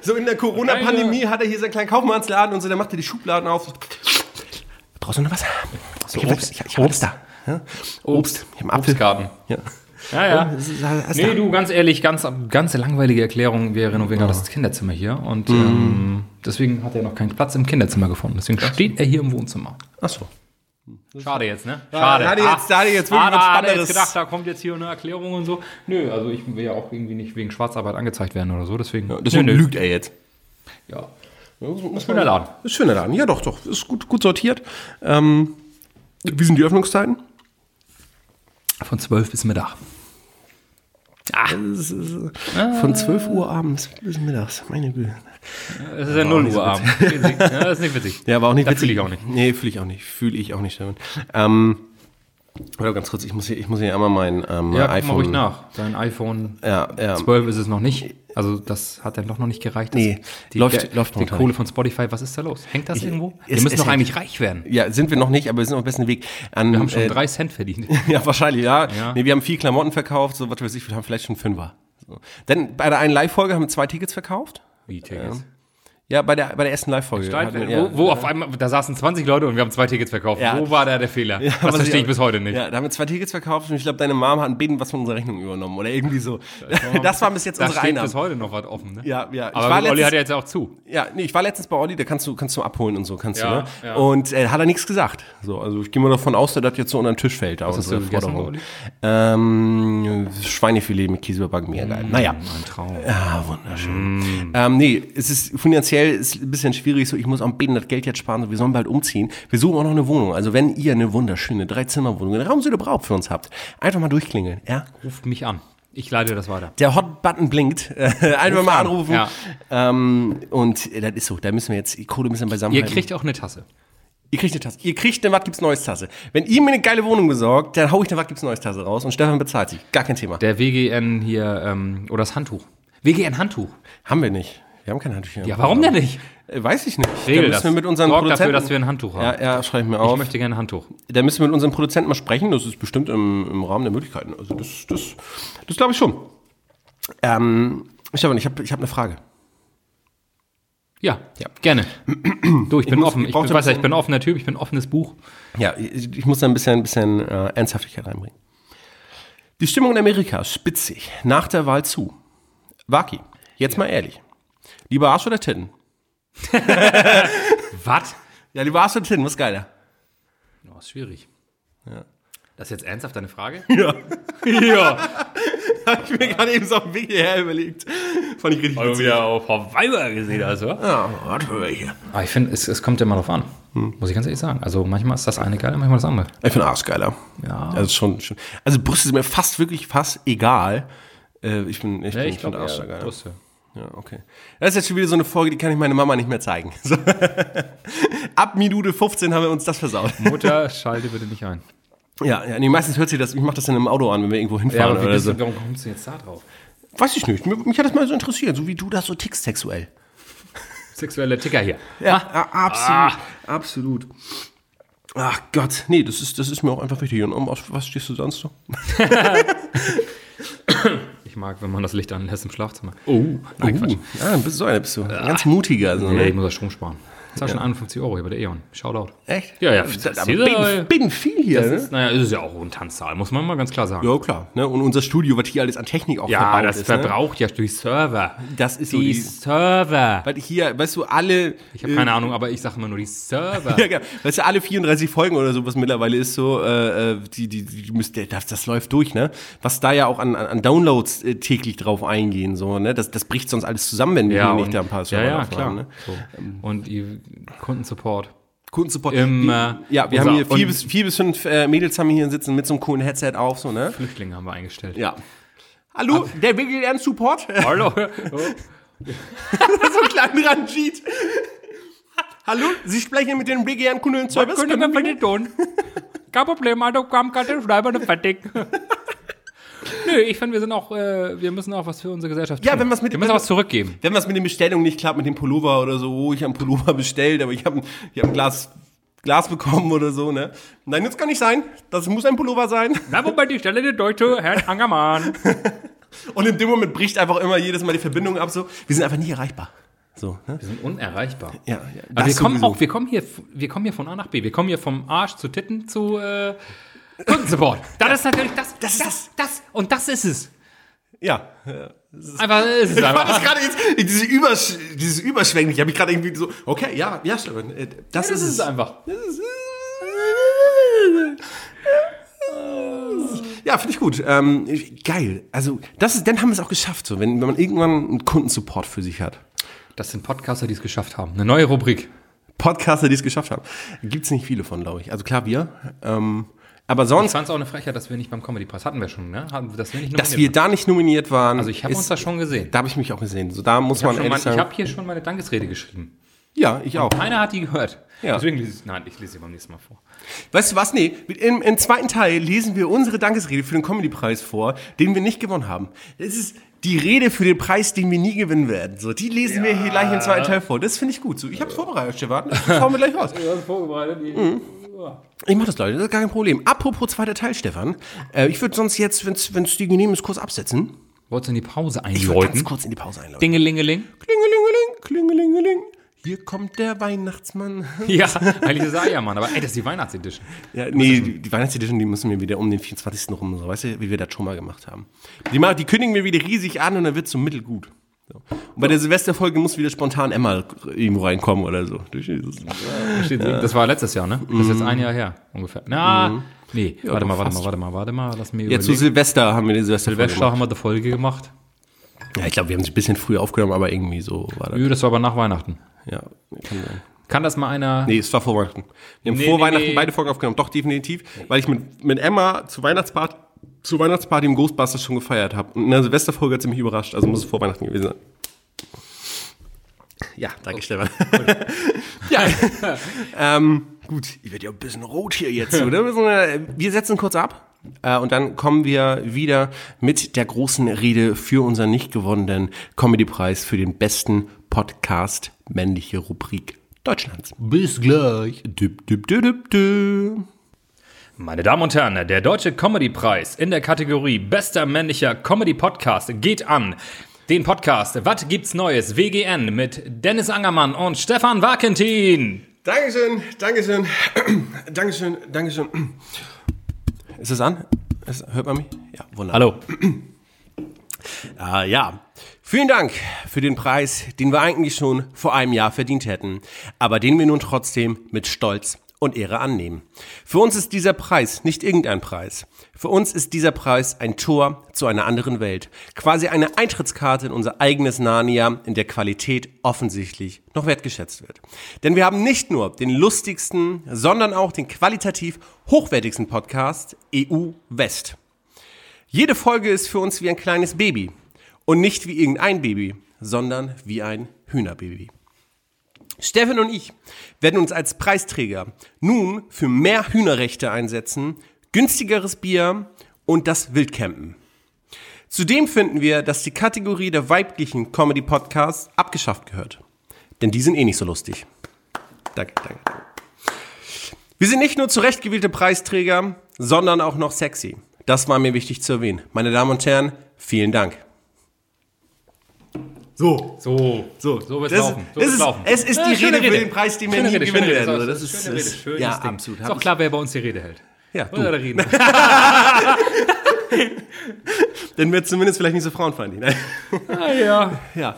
[SPEAKER 1] so in der Corona-Pandemie hat er hier seinen kleinen Kaufmannsladen und so, der machte die Schubladen auf. Brauchst du noch was? So, ich hab,
[SPEAKER 2] Obst.
[SPEAKER 1] ich hab, ich hab alles da. Ja? Obst. Ich hab einen Apfel.
[SPEAKER 2] Obstgarten.
[SPEAKER 1] Ja.
[SPEAKER 2] Ja, ja.
[SPEAKER 1] Das ist alles da.
[SPEAKER 2] Nee, du, ganz ehrlich, ganz, ganz langweilige Erklärung. Wir renovieren
[SPEAKER 1] Ah.
[SPEAKER 2] gerade das Kinderzimmer hier und
[SPEAKER 1] Mhm.
[SPEAKER 2] ähm, deswegen hat er noch keinen Platz im Kinderzimmer gefunden. Deswegen steht er hier im Wohnzimmer.
[SPEAKER 1] Ach so.
[SPEAKER 2] Schade jetzt, ne?
[SPEAKER 1] da hatte jetzt- da hatte jetzt wirklich
[SPEAKER 2] Ah,
[SPEAKER 1] was
[SPEAKER 2] da hatte jetzt
[SPEAKER 1] Spannendes.
[SPEAKER 2] gedacht, da kommt jetzt hier eine Erklärung und so. Nö, also ich will ja auch irgendwie nicht wegen Schwarzarbeit angezeigt werden oder so, deswegen. Ja,
[SPEAKER 1] Deswegen lügt er jetzt.
[SPEAKER 2] Ja.
[SPEAKER 1] Schöner
[SPEAKER 2] Laden.
[SPEAKER 1] Ist schöner Laden. Ja, doch, doch. Ist gut, gut sortiert. Ähm, wie sind die Öffnungszeiten?
[SPEAKER 2] Von 12 bis Mittag. Ah.
[SPEAKER 1] Das ist, äh, Von 12 Uhr abends bis mittags, meine Güte.
[SPEAKER 2] Das ist ja 0 Uhr abends. Ja, das ist nicht witzig.
[SPEAKER 1] <laughs> Ja, war auch nicht
[SPEAKER 2] Das fühle ich auch nicht.
[SPEAKER 1] Nee, fühle ich auch nicht. Fühle ich auch nicht, Stefan. Ähm, warte ganz kurz, ich muss hier, ich muss hier einmal mein ähm,
[SPEAKER 2] Ja, guck mal
[SPEAKER 1] iPhone...
[SPEAKER 2] ruhig nach. Dein iPhone
[SPEAKER 1] Ja, ja.
[SPEAKER 2] 12 ist es noch nicht. Also das hat dann doch noch nicht gereicht. Das-
[SPEAKER 1] Ähm, Nee,
[SPEAKER 2] die,
[SPEAKER 1] läuft-
[SPEAKER 2] der,
[SPEAKER 1] läuft
[SPEAKER 2] die
[SPEAKER 1] runter.
[SPEAKER 2] Kohle von Spotify, was ist da los? Hängt das irgendwo? Wir
[SPEAKER 1] es-
[SPEAKER 2] müssen
[SPEAKER 1] es
[SPEAKER 2] doch
[SPEAKER 1] hängt.
[SPEAKER 2] eigentlich reich werden.
[SPEAKER 1] Ja, sind wir noch nicht, aber wir sind auf dem besten Weg. An,
[SPEAKER 2] Wir haben schon
[SPEAKER 1] äh,
[SPEAKER 2] drei
[SPEAKER 1] <laughs>
[SPEAKER 2] Cent verdient.
[SPEAKER 1] Ja, wahrscheinlich, ja.
[SPEAKER 2] Ja.
[SPEAKER 1] Nee, wir haben viel Klamotten verkauft, so was weiß ich, wir haben vielleicht schon Fünfer. So. Denn bei der einen Live-Folge haben wir zwei Tickets verkauft.
[SPEAKER 2] Wie Tickets?
[SPEAKER 1] Ja, bei der, bei der ersten Live-Folge.
[SPEAKER 2] Steinfeld,
[SPEAKER 1] Ja.
[SPEAKER 2] äh,
[SPEAKER 1] <laughs>
[SPEAKER 2] wo, wo auf einmal, da saßen 20 Leute und wir haben zwei Tickets verkauft.
[SPEAKER 1] Ja.
[SPEAKER 2] Wo war da der Fehler?
[SPEAKER 1] <laughs> Ja,
[SPEAKER 2] das
[SPEAKER 1] was
[SPEAKER 2] verstehe ich bis heute nicht.
[SPEAKER 1] Ja, da haben wir zwei Tickets verkauft und ich glaube, deine Mom hat ein bisschen was von unserer Rechnung übernommen oder irgendwie so. <laughs> Das war bis jetzt
[SPEAKER 2] da
[SPEAKER 1] unsere
[SPEAKER 2] steht bis
[SPEAKER 1] Einnahmen.
[SPEAKER 2] heute noch was offen. Ne?
[SPEAKER 1] Ja, ja. Ich
[SPEAKER 2] Aber
[SPEAKER 1] war
[SPEAKER 2] mit Olli
[SPEAKER 1] letztens-
[SPEAKER 2] hat ja jetzt auch zu.
[SPEAKER 1] Ja, nee, ich war letztens bei Olli, da kannst du, kannst du abholen und so, kannst du,
[SPEAKER 2] Ja,
[SPEAKER 1] ne?
[SPEAKER 2] ja.
[SPEAKER 1] Und äh, hat er nichts gesagt. So, also ich gehe mal davon aus, dass das jetzt so unter den Tisch fällt. Was
[SPEAKER 2] hast du gegessen, Olli?
[SPEAKER 1] Ähm, Schweinefilet mit Käseüberbacken, mega
[SPEAKER 2] Mm.
[SPEAKER 1] geil. Naja.
[SPEAKER 2] Ein Traum.
[SPEAKER 1] Ah, wunderschön.
[SPEAKER 2] Mm.
[SPEAKER 1] Ähm, nee, es ist finanziell ist ein bisschen schwierig, so ich muss am Beten das Geld jetzt sparen, so wir sollen bald umziehen. Wir suchen auch noch eine Wohnung. Also wenn ihr eine wunderschöne Dreizimmerwohnung in Raumsüde Braub für uns habt, einfach mal durchklingeln, ja?
[SPEAKER 2] Ruft mich an. Ich leite das weiter.
[SPEAKER 1] Der Hot-Button blinkt. <laughs> einfach mal
[SPEAKER 2] an.
[SPEAKER 1] anrufen.
[SPEAKER 2] Ja.
[SPEAKER 1] Ähm, und äh, das ist so, da müssen wir jetzt die Kohle ein bisschen beisammen
[SPEAKER 2] Ihr
[SPEAKER 1] halten.
[SPEAKER 2] kriegt auch eine Tasse.
[SPEAKER 1] Ihr kriegt eine Tasse. Ihr kriegt eine Was gibt's Neues Tasse. Wenn ihr mir eine geile Wohnung besorgt, dann hau ich eine Was gibt's Neues Tasse raus und Stefan bezahlt sie. Gar kein Thema.
[SPEAKER 2] Der WGN hier, ähm, oder das Handtuch. WGN Handtuch.
[SPEAKER 1] haben wir nicht. Wir haben keine Handtücher.
[SPEAKER 2] Ja, warum denn nicht?
[SPEAKER 1] Äh, Weiß ich nicht.
[SPEAKER 2] Regel
[SPEAKER 1] da müssen
[SPEAKER 2] das.
[SPEAKER 1] wir mit unseren
[SPEAKER 2] Sorg
[SPEAKER 1] Produzenten.
[SPEAKER 2] dafür, dass wir ein Handtuch haben.
[SPEAKER 1] ja, ja, schreib ich mir
[SPEAKER 2] Ich
[SPEAKER 1] auf.
[SPEAKER 2] möchte gerne ein Handtuch.
[SPEAKER 1] Da müssen wir mit unseren Produzenten mal sprechen. Das ist bestimmt im, im Rahmen der Möglichkeiten. Also das, das, das glaube ich schon. Ähm, Stefan, ich habe ich hab eine Frage.
[SPEAKER 2] Ja,
[SPEAKER 1] Ja.
[SPEAKER 2] gerne. du, ich bin
[SPEAKER 1] muss-
[SPEAKER 2] offen.
[SPEAKER 1] ich
[SPEAKER 2] Ich
[SPEAKER 1] brauch
[SPEAKER 2] bin,
[SPEAKER 1] so ein
[SPEAKER 2] weiß ja, ich
[SPEAKER 1] bisschen-
[SPEAKER 2] bin ein offener Typ, ich bin ein offenes Buch.
[SPEAKER 1] Ja, ich, ich muss da ein bisschen, ein bisschen äh, Ernsthaftigkeit reinbringen. Die Stimmung in Amerika ist spitzig. Nach der Wahl zu. Waki, jetzt mal ehrlich. Lieber Arsch oder Titten?
[SPEAKER 2] Was?
[SPEAKER 1] Ja, lieber Arsch oder Titten, was ist geiler? <laughs>
[SPEAKER 2] Oh, ist schwierig. Das ist jetzt ernsthaft deine Frage? <laughs> Ja. ja.
[SPEAKER 1] Hab ich mir gerade eben so auf dem Weg hierher überlegt. Fand ich richtig
[SPEAKER 2] Weil du wieder auf Frau Weiber gesehen also. hast, oder?
[SPEAKER 1] Ja, was für welche?
[SPEAKER 2] Aber Ah, ich finde, es, es kommt immer drauf an. Muss ich ganz ehrlich sagen. Also manchmal ist das eine geil, manchmal das andere.
[SPEAKER 1] Ich finde Arsch geiler.
[SPEAKER 2] Ja.
[SPEAKER 1] Also schon, schon. Also Brust ist mir fast wirklich fast egal. Äh, ich bin, ich, bin, ich
[SPEAKER 2] glaub,
[SPEAKER 1] finde Arsch
[SPEAKER 2] ja,
[SPEAKER 1] da geiler.
[SPEAKER 2] Brüste.
[SPEAKER 1] Ja, okay. Das ist jetzt schon wieder so eine Folge, die kann ich meiner Mama nicht mehr zeigen. <laughs> So. Ab Minute 15 haben wir uns das versaut.
[SPEAKER 2] <laughs> Mutter, schalte bitte nicht ein.
[SPEAKER 1] Ja, ja, nee, meistens hört sie das, ich mache das dann im Auto an, wenn wir irgendwo hinfahren oder so.
[SPEAKER 2] warum kommst du jetzt da drauf?
[SPEAKER 1] Weiß ich nicht, mich mich hat das mal so interessiert, so wie du das so tickst sexuell.
[SPEAKER 2] Sexueller Ticker hier.
[SPEAKER 1] Ja, a- absolut,
[SPEAKER 2] Ah.
[SPEAKER 1] absolut. Ach Gott, nee, das ist, das ist mir auch einfach wichtig. Und um, auf was stehst du sonst so?
[SPEAKER 2] Ich mag, wenn man das Licht anlässt im Schlafzimmer. Oh, nein, Quatsch.
[SPEAKER 1] Hm,
[SPEAKER 2] Ah.
[SPEAKER 1] ja, bist du so einer, bist du. Ein Ganz mutiger. So,
[SPEAKER 2] Nee,
[SPEAKER 1] ne?
[SPEAKER 2] ich muss das Strom sparen. Das war schon 51 Euro hier bei der E.ON. Shoutout.
[SPEAKER 1] Echt?
[SPEAKER 2] Ja, ja.
[SPEAKER 1] Da, da
[SPEAKER 2] Siehst du,
[SPEAKER 1] bin, bin viel hier,
[SPEAKER 2] Das
[SPEAKER 1] ne?
[SPEAKER 2] ist, naja, ist es ja auch ein Tanzsaal, muss man mal ganz klar sagen.
[SPEAKER 1] Ja, klar. Ne? Und unser Studio, was hier alles an Technik auch verbaut ist. Ne? Hm.
[SPEAKER 2] verbraucht ja durch Server.
[SPEAKER 1] Das ist so die,
[SPEAKER 2] Die Server.
[SPEAKER 1] weil hier, weißt du, alle,
[SPEAKER 2] Ich habe keine Ahnung, aber ich sage immer nur die Server.
[SPEAKER 1] Hm. <laughs> ja, genau. weißt du, alle 34 Folgen oder so, was mittlerweile ist so, äh, äh, die, die, die, müsst, der- das, das läuft durch, ne? Was da ja auch an, an an Downloads äh, täglich drauf eingehen, so, ne? Das, das bricht sonst alles zusammen, wenn wir hier nicht da ein paar
[SPEAKER 2] ja,
[SPEAKER 1] Server
[SPEAKER 2] ja,
[SPEAKER 1] drauf
[SPEAKER 2] klar.
[SPEAKER 1] haben, ne?
[SPEAKER 2] So. Und die Kundensupport.
[SPEAKER 1] Kundensupport.
[SPEAKER 2] Im, äh,
[SPEAKER 1] ja, wir
[SPEAKER 2] unser-
[SPEAKER 1] haben hier vier
[SPEAKER 2] und-
[SPEAKER 1] bis, vier bis fünf äh, Mädels haben hier sitzen mit so einem coolen Headset auf, so, ne?
[SPEAKER 2] Flüchtlinge haben wir eingestellt.
[SPEAKER 1] Ja. Hallo, der WGN Support. <laughs> so
[SPEAKER 2] Hallo.
[SPEAKER 1] ein kleiner Ranjit. Hallo, Sie sprechen mit dem WGN Kunden Service.
[SPEAKER 2] bitte tun? <laughs> Kein Problem, also Alter, kam gerade Schreiber eine
[SPEAKER 1] <laughs>
[SPEAKER 2] Fertig. Nö, ich finde, wir sind auch, äh, wir müssen auch was für unsere Gesellschaft tun.
[SPEAKER 1] Ja, wenn was mit-
[SPEAKER 2] wir müssen
[SPEAKER 1] wenn-
[SPEAKER 2] was zurückgeben.
[SPEAKER 1] Wenn was mit den Bestellungen nicht klappt, mit dem Pullover oder so, oh, ich habe einen Pullover <laughs> bestellt, aber ich habe ein, ich hab ein Glas, Glas bekommen oder so, ne? Nein, das kann nicht sein. Das muss ein Pullover sein. <laughs>
[SPEAKER 2] Na, wobei die Stelle der Deutsche, Herrn Angermann.
[SPEAKER 1] Und in dem Moment bricht einfach immer jedes Mal die Verbindung ab, so. Wir sind einfach nie erreichbar. So, ne?
[SPEAKER 2] Wir sind <laughs> unerreichbar.
[SPEAKER 1] Ja, ja.
[SPEAKER 2] Aber wir
[SPEAKER 1] das
[SPEAKER 2] kommen,
[SPEAKER 1] sowieso.
[SPEAKER 2] auch, wir, kommen hier, wir kommen hier von A nach B. Wir kommen hier vom Arsch zu Titten zu äh, Kundensupport. Das ist natürlich das, das,
[SPEAKER 1] ist
[SPEAKER 2] das, das. Und das ist es.
[SPEAKER 1] Ja. <laughs>
[SPEAKER 2] Einfach ist es
[SPEAKER 1] Ich war
[SPEAKER 2] einfach.
[SPEAKER 1] das gerade jetzt, diese Übersch dieses Überschwänglich, habe ich gerade irgendwie so, okay, ja, ja, Stefan, äh, das,
[SPEAKER 2] Das
[SPEAKER 1] ist
[SPEAKER 2] ist es
[SPEAKER 1] es.
[SPEAKER 2] einfach.
[SPEAKER 1] Ja, finde ich gut. Ähm, geil. Also, das ist, dann haben wir es auch geschafft, so, wenn, wenn man irgendwann einen Kundensupport für sich hat.
[SPEAKER 2] Das sind Podcaster, die es geschafft haben. Eine neue Rubrik.
[SPEAKER 1] Podcaster, die es geschafft haben. Gibt es nicht viele von, glaube ich. Also klar, wir. Ähm, Aber
[SPEAKER 2] Ich
[SPEAKER 1] sonst,
[SPEAKER 2] fand es auch eine Frechheit, dass wir nicht beim Comedy-Preis hatten wir schon, ne? Haben- Dass wir nicht
[SPEAKER 1] dass wir
[SPEAKER 2] nominiert
[SPEAKER 1] da nicht nominiert waren.
[SPEAKER 2] waren. Also ich habe
[SPEAKER 1] ist-
[SPEAKER 2] uns das schon gesehen.
[SPEAKER 1] Da habe ich mich auch gesehen. So, da muss
[SPEAKER 2] Ich
[SPEAKER 1] man
[SPEAKER 2] habe
[SPEAKER 1] ehrlich sagen.
[SPEAKER 2] hab hier schon meine Dankesrede geschrieben.
[SPEAKER 1] ja, ich auch.
[SPEAKER 2] Keiner hat die gehört.
[SPEAKER 1] Ja.
[SPEAKER 2] Deswegen lese ich, nein, ich lese sie beim nächsten Mal vor.
[SPEAKER 1] Weißt du was? Nee, im, im zweiten Teil lesen wir unsere Dankesrede für den Comedy-Preis vor, den wir nicht gewonnen haben. Das ist die Rede für den Preis, den wir nie gewinnen werden. So, die lesen wir hier gleich im zweiten Teil vor. Das finde ich gut. So, ich habe es vorbereitet, Stefan. Das hauen wir gleich raus.
[SPEAKER 2] Du hast vorbereitet.
[SPEAKER 1] Ich mache das, Leute. Das ist gar kein Problem. Apropos zweiter Teil, Stefan. Äh, ich würde sonst jetzt, wenn es die genehm ist, kurz absetzen.
[SPEAKER 2] Wolltest du in die Pause
[SPEAKER 1] Ich würde ganz
[SPEAKER 2] einläuten?
[SPEAKER 1] kurz in die Pause einladen.
[SPEAKER 2] Dingelingeling.
[SPEAKER 1] Klingelingeling, klingelingeling. Hier kommt der Weihnachtsmann.
[SPEAKER 2] Ja, eigentlich ist er Eiermann, aber ey, das ist die Weihnachts-Edition.
[SPEAKER 1] Ja, nee, die, die Weihnachtsedition, die müssen wir wieder um den 24. rum, so, weißt du, wie wir das schon mal gemacht haben. Die, ma- die kündigen wir wieder riesig an und dann wird's so mittelgut. So. Und bei der Silvesterfolge muss wieder spontan Emma irgendwo reinkommen oder so. Durch dieses-
[SPEAKER 2] Versteht ihr? Das war letztes Jahr, ne? Das ist jetzt ein
[SPEAKER 1] Mhm.
[SPEAKER 2] Jahr her, ungefähr. Na, nee, warte mal, warte mal, warte mal, warte mal, lass mir
[SPEAKER 1] Jetzt zu
[SPEAKER 2] überlegen.
[SPEAKER 1] Silvester haben wir die Silvesterfolge
[SPEAKER 2] Silvester
[SPEAKER 1] Silvester.
[SPEAKER 2] haben wir eine Folge gemacht.
[SPEAKER 1] gemacht. Ja, ich glaube, wir haben sie ein bisschen früher aufgenommen, aber irgendwie so war das.
[SPEAKER 2] Jö, das war aber nach Weihnachten.
[SPEAKER 1] Ja, kann sein.
[SPEAKER 2] Kann das mal einer...
[SPEAKER 1] Nee, es war vor Weihnachten. Wir haben
[SPEAKER 2] Nee,
[SPEAKER 1] vor
[SPEAKER 2] nee,
[SPEAKER 1] Weihnachten
[SPEAKER 2] nee.
[SPEAKER 1] beide Folgen aufgenommen. Doch, definitiv. Weil ich mit, mit Emma zu Weihnachtsparty, zu Weihnachtsparty im Ghostbusters schon gefeiert habe. Und in der Silvesterfolge hat sie mich überrascht. Also muss es vor Weihnachten gewesen sein. Ja, danke, Stefan. <laughs> ja. ähm, gut, ich werde ja ein bisschen rot hier jetzt. Oder? Wir sind, äh, Wir setzen kurz ab. Äh, Und dann kommen wir wieder mit der großen Rede für unseren nicht gewonnenen Comedy-Preis für den besten Podcast männliche Rubrik Deutschlands.
[SPEAKER 2] Bis gleich.
[SPEAKER 1] Düb, düb, düb, düb, düb.
[SPEAKER 2] Meine Damen und Herren, der Deutsche Comedy-Preis in der Kategorie Bester männlicher Comedy-Podcast geht an den Podcast Was gibt's Neues? WGN mit Dennis Angermann und Stefan Wakentin.
[SPEAKER 1] Dankeschön, Dankeschön, Dankeschön, Dankeschön. Ist es an? Ist, hört man mich? Ja, wunderbar.
[SPEAKER 2] Hallo.
[SPEAKER 1] Ah, ja. Vielen Dank für den Preis, den wir eigentlich schon vor einem Jahr verdient hätten, aber den wir nun trotzdem mit Stolz und Ehre annehmen. Für uns ist dieser Preis nicht irgendein Preis. Für uns ist dieser Preis ein Tor zu einer anderen Welt. Quasi eine Eintrittskarte in unser eigenes Narnia, in der Qualität offensichtlich noch wertgeschätzt wird. Denn wir haben nicht nur den lustigsten, sondern auch den qualitativ hochwertigsten Podcast EU West. Jede Folge ist für uns wie ein kleines Baby. Und nicht wie irgendein Baby, sondern wie ein Hühnerbaby. Steffen und ich werden uns als Preisträger nun für mehr Hühnerrechte einsetzen, günstigeres Bier und das Wildcampen. Zudem finden wir, dass die Kategorie der weiblichen Comedy-Podcasts abgeschafft gehört. Denn die sind eh nicht so lustig. Danke, danke, danke. Wir sind nicht nur zurecht gewählte Preisträger, sondern auch noch sexy. Das war mir wichtig zu erwähnen. Meine Damen und Herren, vielen Dank. So,
[SPEAKER 2] So,
[SPEAKER 1] so,
[SPEAKER 2] so wird's
[SPEAKER 1] das,
[SPEAKER 2] laufen. So
[SPEAKER 1] das
[SPEAKER 2] wird's
[SPEAKER 1] ist,
[SPEAKER 2] laufen.
[SPEAKER 1] Es ist
[SPEAKER 2] Ja,
[SPEAKER 1] die
[SPEAKER 2] schöne
[SPEAKER 1] Rede, für den Preis, den wir
[SPEAKER 2] Schöne
[SPEAKER 1] nie
[SPEAKER 2] Rede,
[SPEAKER 1] gewinnen
[SPEAKER 2] schöne Rede,
[SPEAKER 1] werden. Also,
[SPEAKER 2] so,
[SPEAKER 1] das ist,
[SPEAKER 2] schöne Rede,
[SPEAKER 1] das-
[SPEAKER 2] schönes
[SPEAKER 1] ja,
[SPEAKER 2] Ding.
[SPEAKER 1] absolut.
[SPEAKER 2] Ist
[SPEAKER 1] Hab
[SPEAKER 2] auch
[SPEAKER 1] ich-
[SPEAKER 2] klar, wer bei uns die Rede hält.
[SPEAKER 1] Ja,
[SPEAKER 2] Oder
[SPEAKER 1] du.
[SPEAKER 2] der Redner. <laughs>
[SPEAKER 1] Dann wird zumindest vielleicht nicht so frauenfeindlich. Nein.
[SPEAKER 2] Ah, ja.
[SPEAKER 1] <laughs> <laughs> Ja,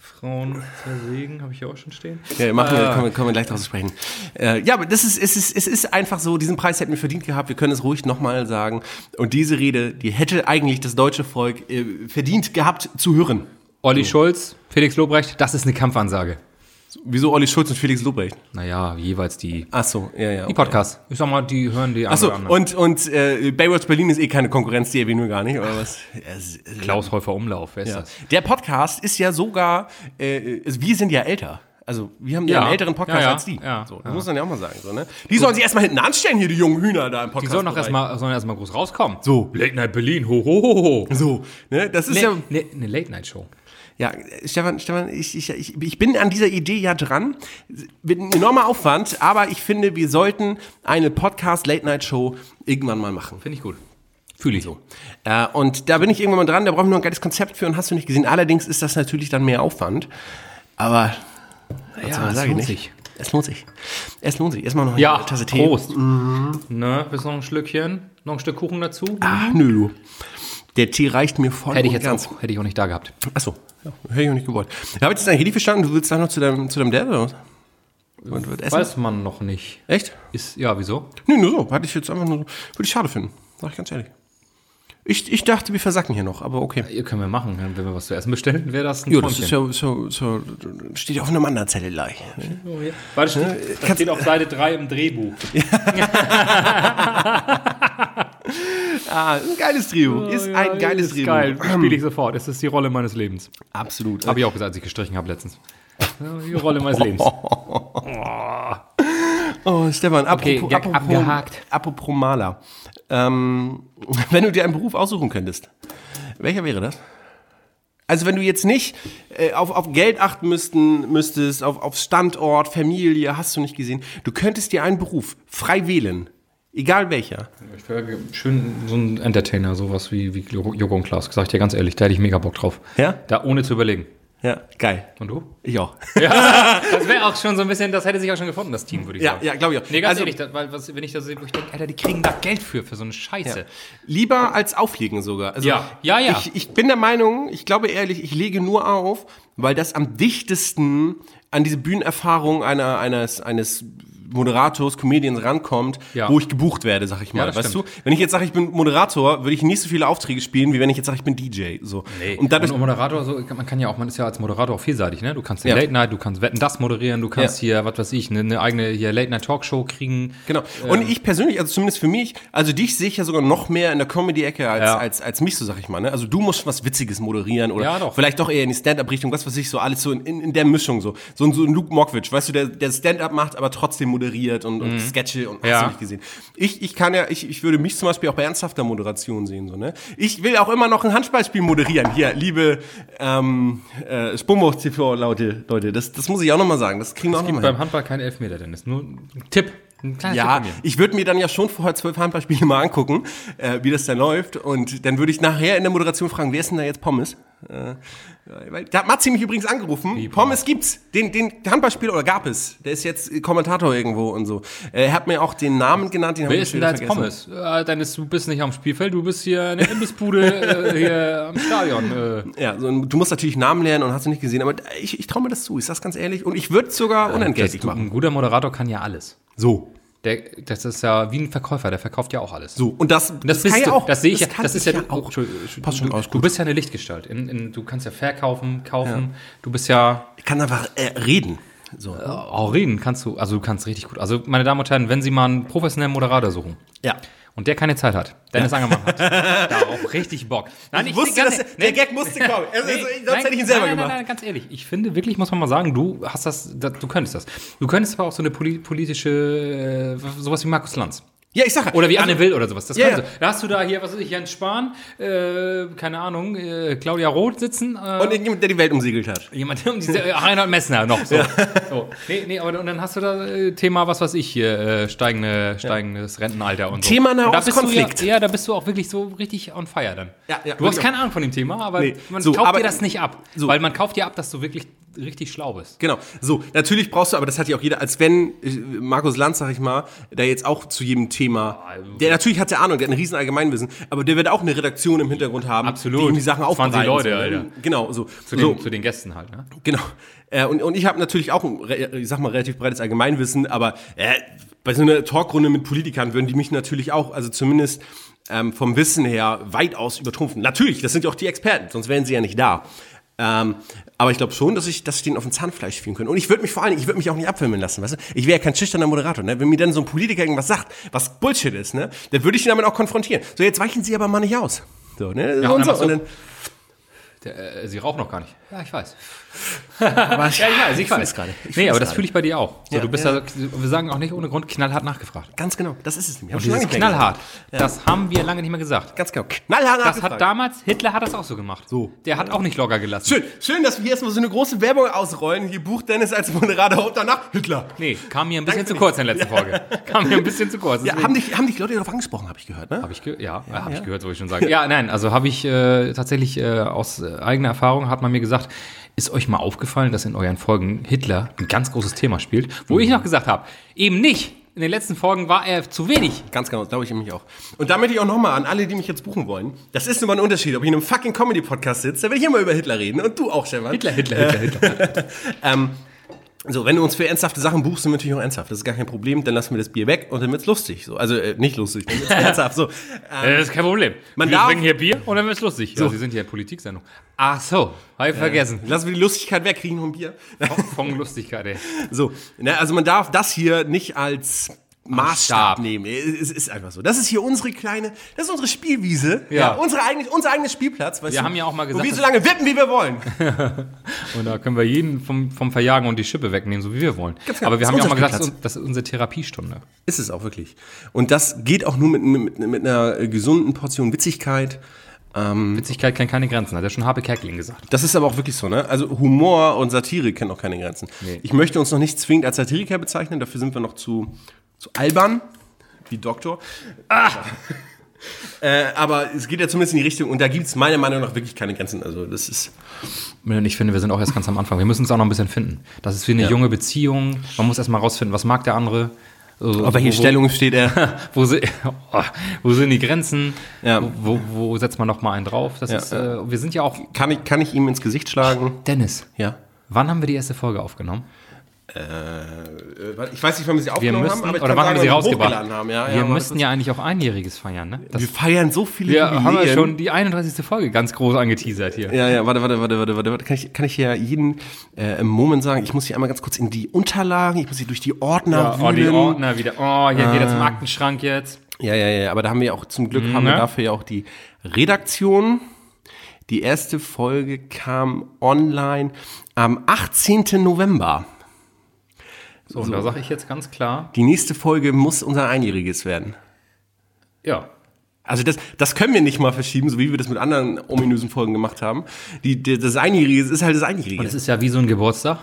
[SPEAKER 2] Frauen zersägen, habe ich hier auch schon stehen.
[SPEAKER 1] ja machen
[SPEAKER 2] Ah.
[SPEAKER 1] wir, kommen, wir- kommen wir gleich drauf zu sprechen. Äh, ja, aber das ist, es ist, es ist einfach so, diesen Preis hätten wir verdient gehabt, wir können es ruhig nochmal sagen. Und diese Rede, die hätte eigentlich das deutsche Volk äh, verdient gehabt zu hören.
[SPEAKER 2] Olli Schulz, Felix Lobrecht, das ist eine Kampfansage.
[SPEAKER 1] Wieso Olli Schulz und Felix Lobrecht?
[SPEAKER 2] Naja, jeweils die,
[SPEAKER 1] Ach so, ja, ja.
[SPEAKER 2] die Podcasts. Ich sag mal, die hören die
[SPEAKER 1] Achso,
[SPEAKER 2] anderen.
[SPEAKER 1] und, und äh, Baywatch Berlin ist eh keine Konkurrenz, die erwähnen wir gar nicht, oder was? Es-
[SPEAKER 2] Klaus Häufer Umlauf, wer ist
[SPEAKER 1] ja.
[SPEAKER 2] das?
[SPEAKER 1] Der Podcast ist ja sogar, äh, also wir sind ja älter. Also wir haben ja,
[SPEAKER 2] Ja.
[SPEAKER 1] einen älteren Podcast
[SPEAKER 2] Ja, ja.
[SPEAKER 1] als die.
[SPEAKER 2] Ja.
[SPEAKER 1] So, das muss man ja auch mal sagen. So, ne? Die sollen sich erstmal hinten anstellen, hier die jungen Hühner da im Podcast.
[SPEAKER 2] Die sollen doch
[SPEAKER 1] Bereich.
[SPEAKER 2] erstmal sollen erstmal groß rauskommen.
[SPEAKER 1] So.
[SPEAKER 2] Late Night Berlin, ho, ho, ho, ho.
[SPEAKER 1] So, ne? Das ist
[SPEAKER 2] Le-
[SPEAKER 1] ja.
[SPEAKER 2] le- Eine Late Night Show.
[SPEAKER 1] Ja, äh, Stefan, Stefan, ich, ich, ich, ich bin an dieser Idee ja dran. Mit einem enormen Aufwand, aber ich finde, wir sollten eine Podcast-Late-Night-Show irgendwann mal machen.
[SPEAKER 2] Finde ich gut. Fühle ich. So.
[SPEAKER 1] Äh, und da bin ich irgendwann mal dran, da brauchen wir noch ein geiles Konzept für und hast du nicht gesehen. Allerdings ist das natürlich dann mehr Aufwand. Aber
[SPEAKER 2] Ja,
[SPEAKER 1] sag
[SPEAKER 2] das
[SPEAKER 1] ich
[SPEAKER 2] lohnt
[SPEAKER 1] nicht.
[SPEAKER 2] sich.
[SPEAKER 1] es lohnt sich. Es lohnt sich. Erstmal noch eine
[SPEAKER 2] Ja,
[SPEAKER 1] Tasse Tee. Mhm.
[SPEAKER 2] Prost. Ne, willst du noch ein Schlückchen? Noch ein Stück Kuchen dazu?
[SPEAKER 1] Ah, nö, du. Der Tee reicht mir voll
[SPEAKER 2] hätte ich
[SPEAKER 1] und
[SPEAKER 2] jetzt auch, hätte ich auch nicht da gehabt.
[SPEAKER 1] Achso, ja, hätte ich auch nicht gewollt. Habe ich das eigentlich richtig verstanden? Du willst da noch zu deinem, zu deinem Dad oder was? Und wird essen?
[SPEAKER 2] Weiß man noch nicht.
[SPEAKER 1] Echt?
[SPEAKER 2] Ist, ja, wieso?
[SPEAKER 1] Nö, nur so. Hatte ich jetzt einfach nur so. Würde ich schade finden. Sag ich ganz ehrlich. Ich, ich dachte, wir versacken hier noch, aber okay.
[SPEAKER 2] Ihr können wir machen, wenn wir was zu essen bestellen, wäre das ein
[SPEAKER 1] Jo, das ist
[SPEAKER 2] Träumchen.
[SPEAKER 1] ja so, so, steht ja auf einem anderen Zettel gleich.
[SPEAKER 2] Warte, steht, das steht auf Seite 3 im Drehbuch.
[SPEAKER 1] Ah, ist ein geiles Trio. ist ein geiles Ähm.
[SPEAKER 2] Oh ist
[SPEAKER 1] Trio.
[SPEAKER 2] Geil, spiele ich sofort. Es ist die Rolle meines Lebens.
[SPEAKER 1] Absolut.
[SPEAKER 2] Habe ich auch gesagt, als ich gestrichen habe letztens. Die Rolle meines Lebens.
[SPEAKER 1] Oh, Stefan,
[SPEAKER 2] Okay,
[SPEAKER 1] apropos,
[SPEAKER 2] Gag
[SPEAKER 1] apropos,
[SPEAKER 2] abgehakt.
[SPEAKER 1] apropos Maler. Ähm, <laughs> wenn du dir einen Beruf aussuchen könntest, welcher wäre das? Also wenn du jetzt nicht äh, auf, auf Geld achten müssten, müsstest, auf, auf Standort, Familie, hast du nicht gesehen, du könntest dir einen Beruf frei wählen, egal welcher.
[SPEAKER 2] <laughs> Ich wäre schön so ein Entertainer, sowas wie, wie Joko und Klaas. Sag ich dir ganz ehrlich, da hätte ich mega Bock drauf.
[SPEAKER 1] Ja?
[SPEAKER 2] Da ohne zu überlegen.
[SPEAKER 1] Ja, geil.
[SPEAKER 2] Und <laughs> du?
[SPEAKER 1] Ich auch.
[SPEAKER 2] Das wäre auch schon so ein bisschen, das hätte sich auch schon gefunden, das Team, würde
[SPEAKER 1] <laughs>
[SPEAKER 2] ich
[SPEAKER 1] Ja,
[SPEAKER 2] sagen.
[SPEAKER 1] ja, glaube ich auch.
[SPEAKER 2] Nee, ganz
[SPEAKER 1] Also-
[SPEAKER 2] ehrlich, das, weil was, wenn ich das sehe, wo ich denke, Alter, die kriegen da Geld für, für so eine Scheiße.
[SPEAKER 1] Lieber als auflegen sogar. Also
[SPEAKER 2] Ja, ja, ja.
[SPEAKER 1] Ich, ich bin der Meinung, ich glaube ehrlich, ich lege nur auf, weil das am dichtesten an diese Bühnenerfahrung einer, eines, eines Moderators, Comedians rankommt,
[SPEAKER 2] Ja.
[SPEAKER 1] wo ich gebucht werde, sag ich mal.
[SPEAKER 2] das
[SPEAKER 1] weißt
[SPEAKER 2] stimmt.
[SPEAKER 1] du? Wenn ich jetzt sage, ich bin Moderator, würde ich nicht so viele Aufträge spielen, wie wenn ich jetzt sage, ich bin DJ. So. Und dadurch.
[SPEAKER 2] Moderator, so, man kann ja auch, man ist ja als Moderator auch vielseitig, ne? Du kannst eine
[SPEAKER 1] Ja.
[SPEAKER 2] Late Night, du kannst Wetten das moderieren, du kannst hier, was weiß ich, eine, eine eigene hier Late Night Talkshow kriegen.
[SPEAKER 1] Genau. Und ich persönlich, also zumindest für mich, also dich sehe ich ja sogar noch mehr in der Comedy-Ecke als,
[SPEAKER 2] Ja.
[SPEAKER 1] als, als mich, so sag ich mal. Ne? Also du musst was Witziges moderieren oder
[SPEAKER 2] Ja, doch.
[SPEAKER 1] vielleicht doch eher in die Stand-Up-Richtung, was weiß ich, so alles so in, in, in der Mischung so. So, ein- so ein Luke Mockridge, weißt du, der, der Stand-Up macht, aber trotzdem moderiert und, und Sketche und hast
[SPEAKER 2] Mhm. Ja.
[SPEAKER 1] du nicht gesehen. Ich, ich kann ja, ich, ich würde mich zum Beispiel auch bei ernsthafter Moderation sehen, so, ne? Ich will auch immer noch ein Handballspiel moderieren. Hier, liebe ähm, äh, TV-Leute, Leute, das, das muss ich auch nochmal sagen. Das kriegen wir auch nochmal
[SPEAKER 2] Beim Handball kein Elfmeter, Dennis. Nur ein Tipp. Ein kleiner
[SPEAKER 1] ja,
[SPEAKER 2] Tipp von mir.
[SPEAKER 1] ich würde mir dann ja schon vorher zwölf Handballspiele mal angucken, äh, wie das dann läuft. Und dann würde ich nachher in der Moderation fragen, wer ist denn da jetzt Pommes? Äh, weil, da hat Matzi mich übrigens angerufen. Pommes gibt's. Den, den Handballspieler, oder gab es. Der ist jetzt Kommentator irgendwo und so. Er hat mir auch den Namen genannt, den hab
[SPEAKER 2] Wer
[SPEAKER 1] ich
[SPEAKER 2] ist denn da
[SPEAKER 1] schon
[SPEAKER 2] jetzt
[SPEAKER 1] wieder vergessen.
[SPEAKER 2] Pommes? Äh, Dennis, du bist nicht am Spielfeld, du bist hier in
[SPEAKER 1] <laughs>
[SPEAKER 2] der Imbissbude äh, hier am Stadion. Äh.
[SPEAKER 1] Ja, so, ein- du musst natürlich Namen lernen und hast du nicht gesehen. Aber ich, ich traue mir das zu, ich sag's ganz ehrlich. Und ich würde sogar unentgeltlich
[SPEAKER 2] Das-
[SPEAKER 1] machen.
[SPEAKER 2] Ein guter Moderator kann ja alles.
[SPEAKER 1] So.
[SPEAKER 2] Der, das ist ja wie ein Verkäufer, der verkauft ja auch alles.
[SPEAKER 1] So. Und das,
[SPEAKER 2] Das, bist
[SPEAKER 1] kann
[SPEAKER 2] du.
[SPEAKER 1] ja auch.
[SPEAKER 2] Das sehe ich ja.
[SPEAKER 1] kann
[SPEAKER 2] Das ist ja,
[SPEAKER 1] auch. Passt schon
[SPEAKER 2] du,
[SPEAKER 1] alles
[SPEAKER 2] du
[SPEAKER 1] gut.
[SPEAKER 2] bist ja eine Lichtgestalt. In, in, du kannst ja verkaufen, kaufen. Du bist ja
[SPEAKER 1] Ich kann einfach äh, reden. So.
[SPEAKER 2] auch reden. Kannst du, also du kannst richtig gut. Also meine Damen und Herren, wenn Sie mal einen professionellen Moderator suchen
[SPEAKER 1] Ja.
[SPEAKER 2] und der keine Zeit hat, Dennis
[SPEAKER 1] <laughs>
[SPEAKER 2] Angermann hat darauf richtig Bock. Nein,
[SPEAKER 1] Ich Also wusste,
[SPEAKER 2] sehe
[SPEAKER 1] dass
[SPEAKER 2] ganz-
[SPEAKER 1] der,
[SPEAKER 2] nee,
[SPEAKER 1] der Gag musste
[SPEAKER 2] <laughs>
[SPEAKER 1] kommen. Also,
[SPEAKER 2] nee,
[SPEAKER 1] also, sonst
[SPEAKER 2] nein,
[SPEAKER 1] hätte ich ihn selber
[SPEAKER 2] nein, nein,
[SPEAKER 1] gemacht.
[SPEAKER 2] Nein, nein, ganz ehrlich. Ich finde wirklich, muss man mal sagen, du hast das, das du könntest das. Du könntest aber auch so eine poli politische, äh, sowas wie Markus Lanz.
[SPEAKER 1] Ja, ich sag halt, ja.
[SPEAKER 2] Oder wie Anne Will oder sowas. Das
[SPEAKER 1] Also, Ja,
[SPEAKER 2] kannst
[SPEAKER 1] ja.
[SPEAKER 2] du. Da hast du da hier, was weiß ich, Jens Spahn, äh, keine Ahnung, äh, Claudia Roth sitzen. Äh,
[SPEAKER 1] Und irgendjemand, der die Welt umsegelt hat.
[SPEAKER 2] jemand, <laughs> um diese, äh, Reinhard Messner noch. So. so. Nee, nee, aber und dann hast du da äh, Thema, was weiß ich, hier, äh, steigende, steigendes Rentenalter und so.
[SPEAKER 1] Thema
[SPEAKER 2] Und da
[SPEAKER 1] Nahost-
[SPEAKER 2] bist du
[SPEAKER 1] Konflikt.
[SPEAKER 2] Ja, ja, da bist du auch wirklich so richtig on fire dann.
[SPEAKER 1] Ja, ja,
[SPEAKER 2] du hast
[SPEAKER 1] wirklich
[SPEAKER 2] keine Ahnung von dem Thema, aber
[SPEAKER 1] Nee,
[SPEAKER 2] man
[SPEAKER 1] so,
[SPEAKER 2] kauft
[SPEAKER 1] aber-
[SPEAKER 2] dir das nicht ab.
[SPEAKER 1] so.
[SPEAKER 2] Weil man kauft dir ab, dass du wirklich richtig schlau bist.
[SPEAKER 1] Genau. So, natürlich brauchst du, aber das hat ja auch jeder, als wenn äh, Markus Lanz, sag ich mal, der jetzt auch zu jedem Thema, der natürlich hat der Ahnung, der hat ein riesen Allgemeinwissen, aber der wird auch eine Redaktion im Hintergrund haben,
[SPEAKER 2] Absolut.
[SPEAKER 1] die ihm die Sachen aufbereiten.
[SPEAKER 2] 20 Leute,
[SPEAKER 1] so, ne?
[SPEAKER 2] Alter.
[SPEAKER 1] Genau, so.
[SPEAKER 2] Zu,
[SPEAKER 1] so.
[SPEAKER 2] den, zu den Gästen halt, ne?
[SPEAKER 1] Genau. Äh, und, und ich habe natürlich auch ein, re- ich sag mal, relativ breites Allgemeinwissen, aber äh, bei so einer Talkrunde mit Politikern würden die mich natürlich auch, also zumindest ähm, vom Wissen her, weitaus übertrumpfen. Natürlich, das sind ja auch die Experten, sonst wären sie ja nicht da. Ähm, aber ich glaube schon, dass ich, dass ich denen auf dem Zahnfleisch fühlen könnte. Und ich würde mich vor allen Dingen, ich würde mich auch nicht abfilmen lassen, weißt du? Ich wäre ja kein schüchterner Moderator, ne? Wenn mir dann so ein Politiker irgendwas sagt, was Bullshit ist, ne? Dann würde ich ihn damit auch konfrontieren. So, jetzt weichen sie aber mal nicht aus. So, ne?
[SPEAKER 2] Ja,
[SPEAKER 1] und,
[SPEAKER 2] einfach
[SPEAKER 1] so.
[SPEAKER 2] so.
[SPEAKER 1] und dann,
[SPEAKER 2] Der, äh, sie rauchen noch gar nicht. Ja, ich weiß.
[SPEAKER 1] aber ich,
[SPEAKER 2] <laughs> Ja, ich weiß, ich
[SPEAKER 1] fühl's
[SPEAKER 2] weiß.
[SPEAKER 1] gerade. Ich
[SPEAKER 2] nee,
[SPEAKER 1] fühl's
[SPEAKER 2] aber das
[SPEAKER 1] gerade.
[SPEAKER 2] fühle ich bei dir auch. So,
[SPEAKER 1] Ja,
[SPEAKER 2] du bist ja.
[SPEAKER 1] ja.
[SPEAKER 2] wir sagen auch nicht ohne Grund, knallhart nachgefragt.
[SPEAKER 1] Ganz genau, das ist es nämlich. Hab schon
[SPEAKER 2] Dieses
[SPEAKER 1] lange nicht mehr
[SPEAKER 2] knallhart,
[SPEAKER 1] gesagt.
[SPEAKER 2] das haben wir lange nicht mehr gesagt.
[SPEAKER 1] Ganz genau. Knallhart
[SPEAKER 2] Das
[SPEAKER 1] nachgefragt.
[SPEAKER 2] hat damals, Hitler hat das auch so gemacht.
[SPEAKER 1] So.
[SPEAKER 2] Der hat auch nicht locker gelassen.
[SPEAKER 1] schön, schön, dass wir hier erstmal so eine große Werbung ausrollen. Hier bucht Dennis als Moderator und danach Hitler.
[SPEAKER 2] Nee, kam mir ein bisschen
[SPEAKER 1] Danke
[SPEAKER 2] zu kurz in der
[SPEAKER 1] <laughs>
[SPEAKER 2] letzten Folge. Kam mir ein bisschen zu kurz.
[SPEAKER 1] Ja, haben, dich, haben dich Leute darauf angesprochen, habe ich gehört, ne?
[SPEAKER 2] Hab ich ge ja, ja habe ich gehört, soll ich schon sagen. Ja, nein, also habe ich äh, tatsächlich äh, aus äh, eigener Erfahrung hat man mir gesagt, ist euch mal aufgefallen, dass in euren Folgen Hitler ein ganz großes Thema spielt,
[SPEAKER 1] Mhm.
[SPEAKER 2] wo ich noch gesagt habe, eben nicht. In den letzten Folgen war er zu wenig.
[SPEAKER 1] Ganz genau, das glaube ich nämlich auch. Und da möchte ich auch nochmal an alle, die mich jetzt buchen wollen. Das ist nun mal ein Unterschied, ob ich in einem fucking Comedy-Podcast sitze, da will ich immer über Hitler reden und du auch, Stefan.
[SPEAKER 2] Hitler, Hitler, Hitler, Hitler.
[SPEAKER 1] So, wenn du uns für ernsthafte Sachen buchst, sind wir natürlich auch ernsthaft. Das ist gar kein Problem, dann lassen wir das Bier weg und dann wird's lustig. So, also äh, nicht lustig, <laughs> dann wird's ernsthaft. So,
[SPEAKER 2] Äh, Das ist kein Problem.
[SPEAKER 1] Man
[SPEAKER 2] wir
[SPEAKER 1] darf-
[SPEAKER 2] trinken hier Bier und dann wird's lustig. So. Ja, Sie sind hier in der Politiksendung. Ach so, hab ich vergessen.
[SPEAKER 1] lassen wir die Lustigkeit weg, kriegen noch ein Bier.
[SPEAKER 2] Von Lustigkeit, ey.
[SPEAKER 1] So, ne, also man darf das hier nicht als Maßstab nehmen. Es ist einfach so. Das ist hier unsere kleine, das ist unsere Spielwiese. Ja. unsere eigene, unser eigenes Spielplatz. Weißt
[SPEAKER 2] Wir
[SPEAKER 1] du?
[SPEAKER 2] haben ja auch mal gesagt,
[SPEAKER 1] Und wir so
[SPEAKER 2] dass-
[SPEAKER 1] lange wippen, wie wir wollen.
[SPEAKER 2] Und da können wir jeden vom, vom Verjagen und die Schippe wegnehmen, so wie wir wollen.
[SPEAKER 1] genau.
[SPEAKER 2] Aber wir
[SPEAKER 1] Das
[SPEAKER 2] haben
[SPEAKER 1] ist
[SPEAKER 2] ja auch mal
[SPEAKER 1] unser
[SPEAKER 2] gesagt, das ist- das ist unsere Therapiestunde.
[SPEAKER 1] <laughs> Ist es auch wirklich. Und das geht auch nur mit, mit, mit einer äh, gesunden Portion Witzigkeit.
[SPEAKER 2] Witzigkeit kennt keine Grenzen, hat ja schon Habe Kerkeling gesagt.
[SPEAKER 1] Das ist aber auch wirklich so, ne? Also Humor und Satire kennen auch keine Grenzen. Ich möchte uns noch nicht zwingend als Satiriker bezeichnen, dafür sind wir noch zu, zu albern, wie Doktor.
[SPEAKER 2] <laughs>
[SPEAKER 1] Ah! Äh, aber es geht ja zumindest in die Richtung und da gibt es meiner Meinung nach wirklich keine Grenzen. Also das ist.
[SPEAKER 2] Und ich finde, wir sind auch erst ganz am Anfang. Wir müssen uns auch noch ein bisschen finden. Das ist wie eine junge Beziehung. Man muss erst mal rausfinden, was mag der andere. Also,
[SPEAKER 1] Auf welche
[SPEAKER 2] wo- wo-
[SPEAKER 1] Stellung steht er?
[SPEAKER 2] Wo, si- <laughs> oh, wo sind die Grenzen?
[SPEAKER 1] Ja.
[SPEAKER 2] Wo, wo setzt man noch mal einen drauf? Das ist, äh, wir sind ja auch.
[SPEAKER 1] <laughs> Kann ich, kann ich ihm ins Gesicht schlagen?
[SPEAKER 2] Dennis,
[SPEAKER 1] Ja.
[SPEAKER 2] wann haben wir die erste Folge aufgenommen?
[SPEAKER 1] Äh, Ich weiß nicht, wann wir sie
[SPEAKER 2] Wir
[SPEAKER 1] aufgenommen
[SPEAKER 2] müssen,
[SPEAKER 1] Genau, haben, aber ich
[SPEAKER 2] oder
[SPEAKER 1] kann
[SPEAKER 2] wann
[SPEAKER 1] sagen, wann
[SPEAKER 2] haben wir sie
[SPEAKER 1] wir sie
[SPEAKER 2] rausgebracht?
[SPEAKER 1] hochgeladen haben. Ja,
[SPEAKER 2] wir
[SPEAKER 1] ja, aber
[SPEAKER 2] müssten ja eigentlich auch Einjähriges feiern, ne?
[SPEAKER 1] das-
[SPEAKER 2] Das,
[SPEAKER 1] Wir feiern so viele
[SPEAKER 2] wir haben ja
[SPEAKER 1] Jubiläen.
[SPEAKER 2] schon die 31. Folge ganz groß angeteasert hier.
[SPEAKER 1] Ja, ja, warte, warte, warte, warte, warte, warte. Kann ich, kann ich hier jeden äh, im Moment sagen, ich muss hier einmal ganz kurz in die Unterlagen, ich muss hier durch die Ordner
[SPEAKER 2] Oh, die
[SPEAKER 1] wühlen. Ah.
[SPEAKER 2] Ordner wieder. Oh, hier geht er zum Aktenschrank jetzt.
[SPEAKER 1] Ja, ja, ja, aber da haben wir auch, zum Glück haben wir
[SPEAKER 2] ja.
[SPEAKER 1] dafür ja auch die Redaktion. Die erste Folge kam online am 18. November.
[SPEAKER 2] So, und da sage ich jetzt ganz klar,
[SPEAKER 1] Die nächste Folge muss unser Einjähriges werden.
[SPEAKER 2] ja.
[SPEAKER 1] Also das, das können wir nicht mal verschieben, so wie wir das mit anderen ominösen Folgen gemacht haben. Die, die, das Einjährige ist halt das Einjährige.
[SPEAKER 2] Das ist ja wie so ein Geburtstag.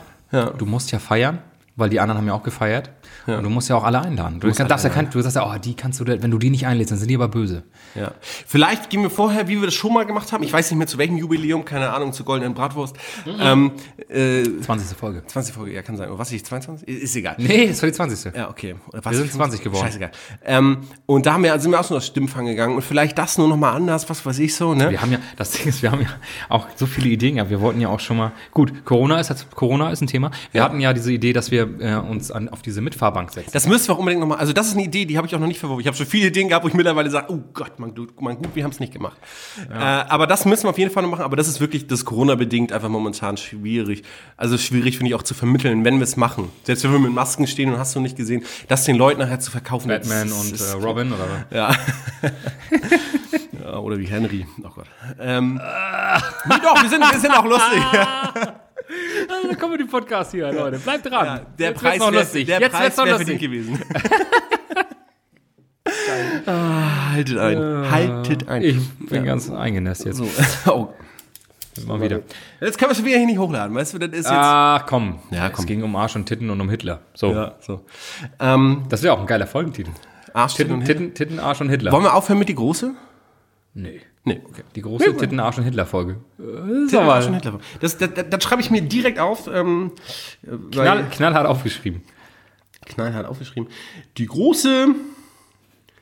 [SPEAKER 2] Du musst ja feiern, weil die anderen haben ja auch gefeiert. Und du musst ja auch alle einladen. Du, kann, darfst ja kein, du sagst ja, oh, die kannst du, wenn du die nicht einlädst, dann sind die aber böse.
[SPEAKER 1] Ja. Vielleicht gehen wir vorher, wie wir das schon mal gemacht haben, ich weiß nicht mehr zu welchem Jubiläum, keine Ahnung, zur goldenen Bratwurst. Ähm, äh,
[SPEAKER 2] 20. Folge.
[SPEAKER 1] 20 Folge, ja, kann sein. Oder was ich, 22? I- Ist egal.
[SPEAKER 2] Nee, das war die 20.
[SPEAKER 1] Ja, okay. Oder was,
[SPEAKER 2] Wir sind 20 geworden.
[SPEAKER 1] Scheißegal. Ähm, und da haben wir, sind wir auch so nach Stimmfang gegangen und vielleicht das nur nochmal anders, was weiß ich so, ne?
[SPEAKER 2] Wir haben ja, das Ding ist, wir haben ja auch so viele Ideen gehabt. Wir wollten ja auch schon mal, gut, Corona ist, jetzt- Corona ist ein Thema. Wir hatten ja diese Idee, dass wir äh, uns an, auf diese Mitfahrbank setzen.
[SPEAKER 1] Das müssen wir auch unbedingt nochmal, also das ist eine Idee, die habe ich auch noch nicht verworfen. Ich habe schon viele Ideen gehabt, wo ich mittlerweile sage, oh Gott, man, du- man gut, wir haben es nicht gemacht. Äh, aber das müssen wir auf jeden Fall noch machen, aber das ist wirklich, das ist Corona-bedingt einfach momentan schwierig. Also schwierig finde ich auch zu vermitteln, wenn wir es machen. Selbst wenn wir mit Masken stehen und hast du nicht gesehen, das den Leuten nachher zu verkaufen.
[SPEAKER 2] Batman
[SPEAKER 1] das
[SPEAKER 2] und
[SPEAKER 1] ist-
[SPEAKER 2] äh, Robin oder was?
[SPEAKER 1] <laughs> ja, Oder wie Henry, oh Gott. Ähm,
[SPEAKER 2] Ah.
[SPEAKER 1] nee, doch, wir sind, wir sind auch lustig.
[SPEAKER 2] Dann kommen wir den Podcast hier, Leute. Bleibt dran.
[SPEAKER 1] Der
[SPEAKER 2] Jetzt
[SPEAKER 1] Preis
[SPEAKER 2] wird's noch
[SPEAKER 1] wär-
[SPEAKER 2] lustig.
[SPEAKER 1] Der
[SPEAKER 2] Jetzt wird's
[SPEAKER 1] Preis
[SPEAKER 2] noch
[SPEAKER 1] wäre verdient
[SPEAKER 2] lustig. <laughs>
[SPEAKER 1] gewesen. ah, haltet ein, haltet ein.
[SPEAKER 2] Ich bin ganz eingenässt jetzt.
[SPEAKER 1] So. <laughs> Oh.
[SPEAKER 2] Mal wieder.
[SPEAKER 1] Jetzt können wir schon wieder hier nicht hochladen, weißt du? Das ist jetzt.
[SPEAKER 2] Ach komm.
[SPEAKER 1] Ja, komm.
[SPEAKER 2] Es ging um Arsch und Titten und um Hitler. So.
[SPEAKER 1] Ja, so. Ähm,
[SPEAKER 2] Das wäre auch ein geiler Folgentitel.
[SPEAKER 1] Arsch, Titten und
[SPEAKER 2] Titten,
[SPEAKER 1] Hitler.
[SPEAKER 2] Titten, Titten, Arsch und Hitler.
[SPEAKER 1] Wollen wir aufhören mit die große?
[SPEAKER 2] Nee.
[SPEAKER 1] Nee, okay.
[SPEAKER 2] Die große Titten, Arsch und Hitler-Folge. Äh, ist
[SPEAKER 1] Titten, Arsch und
[SPEAKER 2] aber
[SPEAKER 1] Hitler. Das, das, das, das schreibe ich mir direkt auf. Ähm, weil-
[SPEAKER 2] knall, knallhart aufgeschrieben.
[SPEAKER 1] knallhart aufgeschrieben. Die große,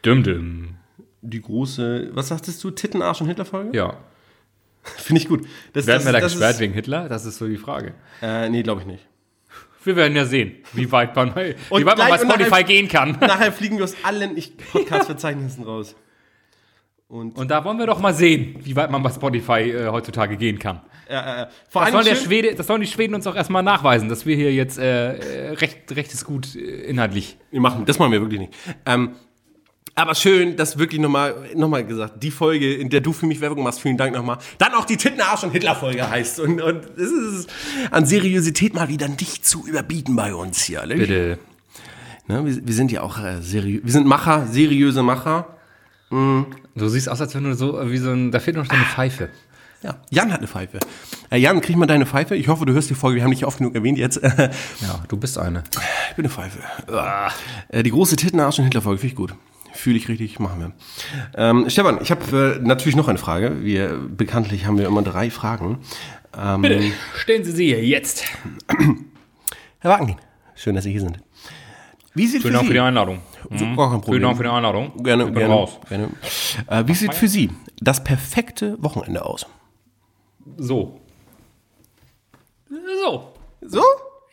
[SPEAKER 2] Düm, düm.
[SPEAKER 1] die große, was sagtest du? Titten, Arsch und Hitler-Folge?
[SPEAKER 2] Ja.
[SPEAKER 1] Finde ich gut. Das,
[SPEAKER 2] Werden wir da
[SPEAKER 1] das
[SPEAKER 2] gesperrt
[SPEAKER 1] ist,
[SPEAKER 2] wegen Hitler? Das ist so die Frage.
[SPEAKER 1] äh, Nee, glaube ich nicht.
[SPEAKER 2] Wir werden ja sehen, wie weit man, wie
[SPEAKER 1] Und
[SPEAKER 2] weit man bei
[SPEAKER 1] gleich- und
[SPEAKER 2] Spotify
[SPEAKER 1] nachher-
[SPEAKER 2] gehen kann.
[SPEAKER 1] Nachher fliegen wir aus allen Ich- <laughs> Podcast-Verzeichnissen raus.
[SPEAKER 2] Und da wollen wir doch mal sehen, wie weit man bei Spotify äh, heutzutage gehen kann.
[SPEAKER 1] Äh, äh, vor allem
[SPEAKER 2] Das sollen, der
[SPEAKER 1] schön-
[SPEAKER 2] Schwede, das sollen die Schweden uns auch erstmal nachweisen, dass wir hier jetzt äh, äh, recht, rechtes Gut äh, inhaltlich.
[SPEAKER 1] Wir machen, das machen wir wirklich nicht. Ähm, aber schön, dass wirklich nochmal noch mal gesagt, die Folge, in der du für mich Werbung machst, vielen Dank nochmal, dann auch die Tittenarsch- und Hitler-Folge heißt. Und, und es ist an Seriosität mal wieder nicht zu überbieten bei uns hier. Ne?
[SPEAKER 2] Bitte.
[SPEAKER 1] Ne, wir, wir sind ja auch äh, seriös, wir sind Macher, seriöse Macher.
[SPEAKER 2] Du siehst aus, als wenn du so äh, wie so ein. Da fehlt noch deine Pfeife.
[SPEAKER 1] Ja, Jan hat eine Pfeife. Äh, Jan, krieg mal deine Pfeife. Ich hoffe, du hörst die Folge, wir haben dich oft genug erwähnt jetzt. <laughs>
[SPEAKER 2] Ja, du bist eine.
[SPEAKER 1] Ich bin eine Pfeife. Ah. Äh, Die große Tittenarsch- und Hitlerfolge finde ich gut. Fühle ich richtig, machen wir. Ähm, Stefan, ich habe äh, natürlich noch eine Frage. Wir bekanntlich haben wir immer drei Fragen. Ähm,
[SPEAKER 2] Bitte, stellen Sie sie hier jetzt.
[SPEAKER 1] Herr Wagentin, schön, dass Sie hier sind. Wie sieht
[SPEAKER 2] Vielen
[SPEAKER 1] für
[SPEAKER 2] Dank
[SPEAKER 1] Sie
[SPEAKER 2] für die Einladung. Mhm.
[SPEAKER 1] So, gar kein
[SPEAKER 2] Vielen
[SPEAKER 1] Problem.
[SPEAKER 2] Dank für die Einladung.
[SPEAKER 1] gerne,
[SPEAKER 2] ich bin
[SPEAKER 1] gerne,
[SPEAKER 2] raus.
[SPEAKER 1] gerne. Äh, wie sieht für Sie das perfekte Wochenende aus?
[SPEAKER 2] So. So.
[SPEAKER 1] So?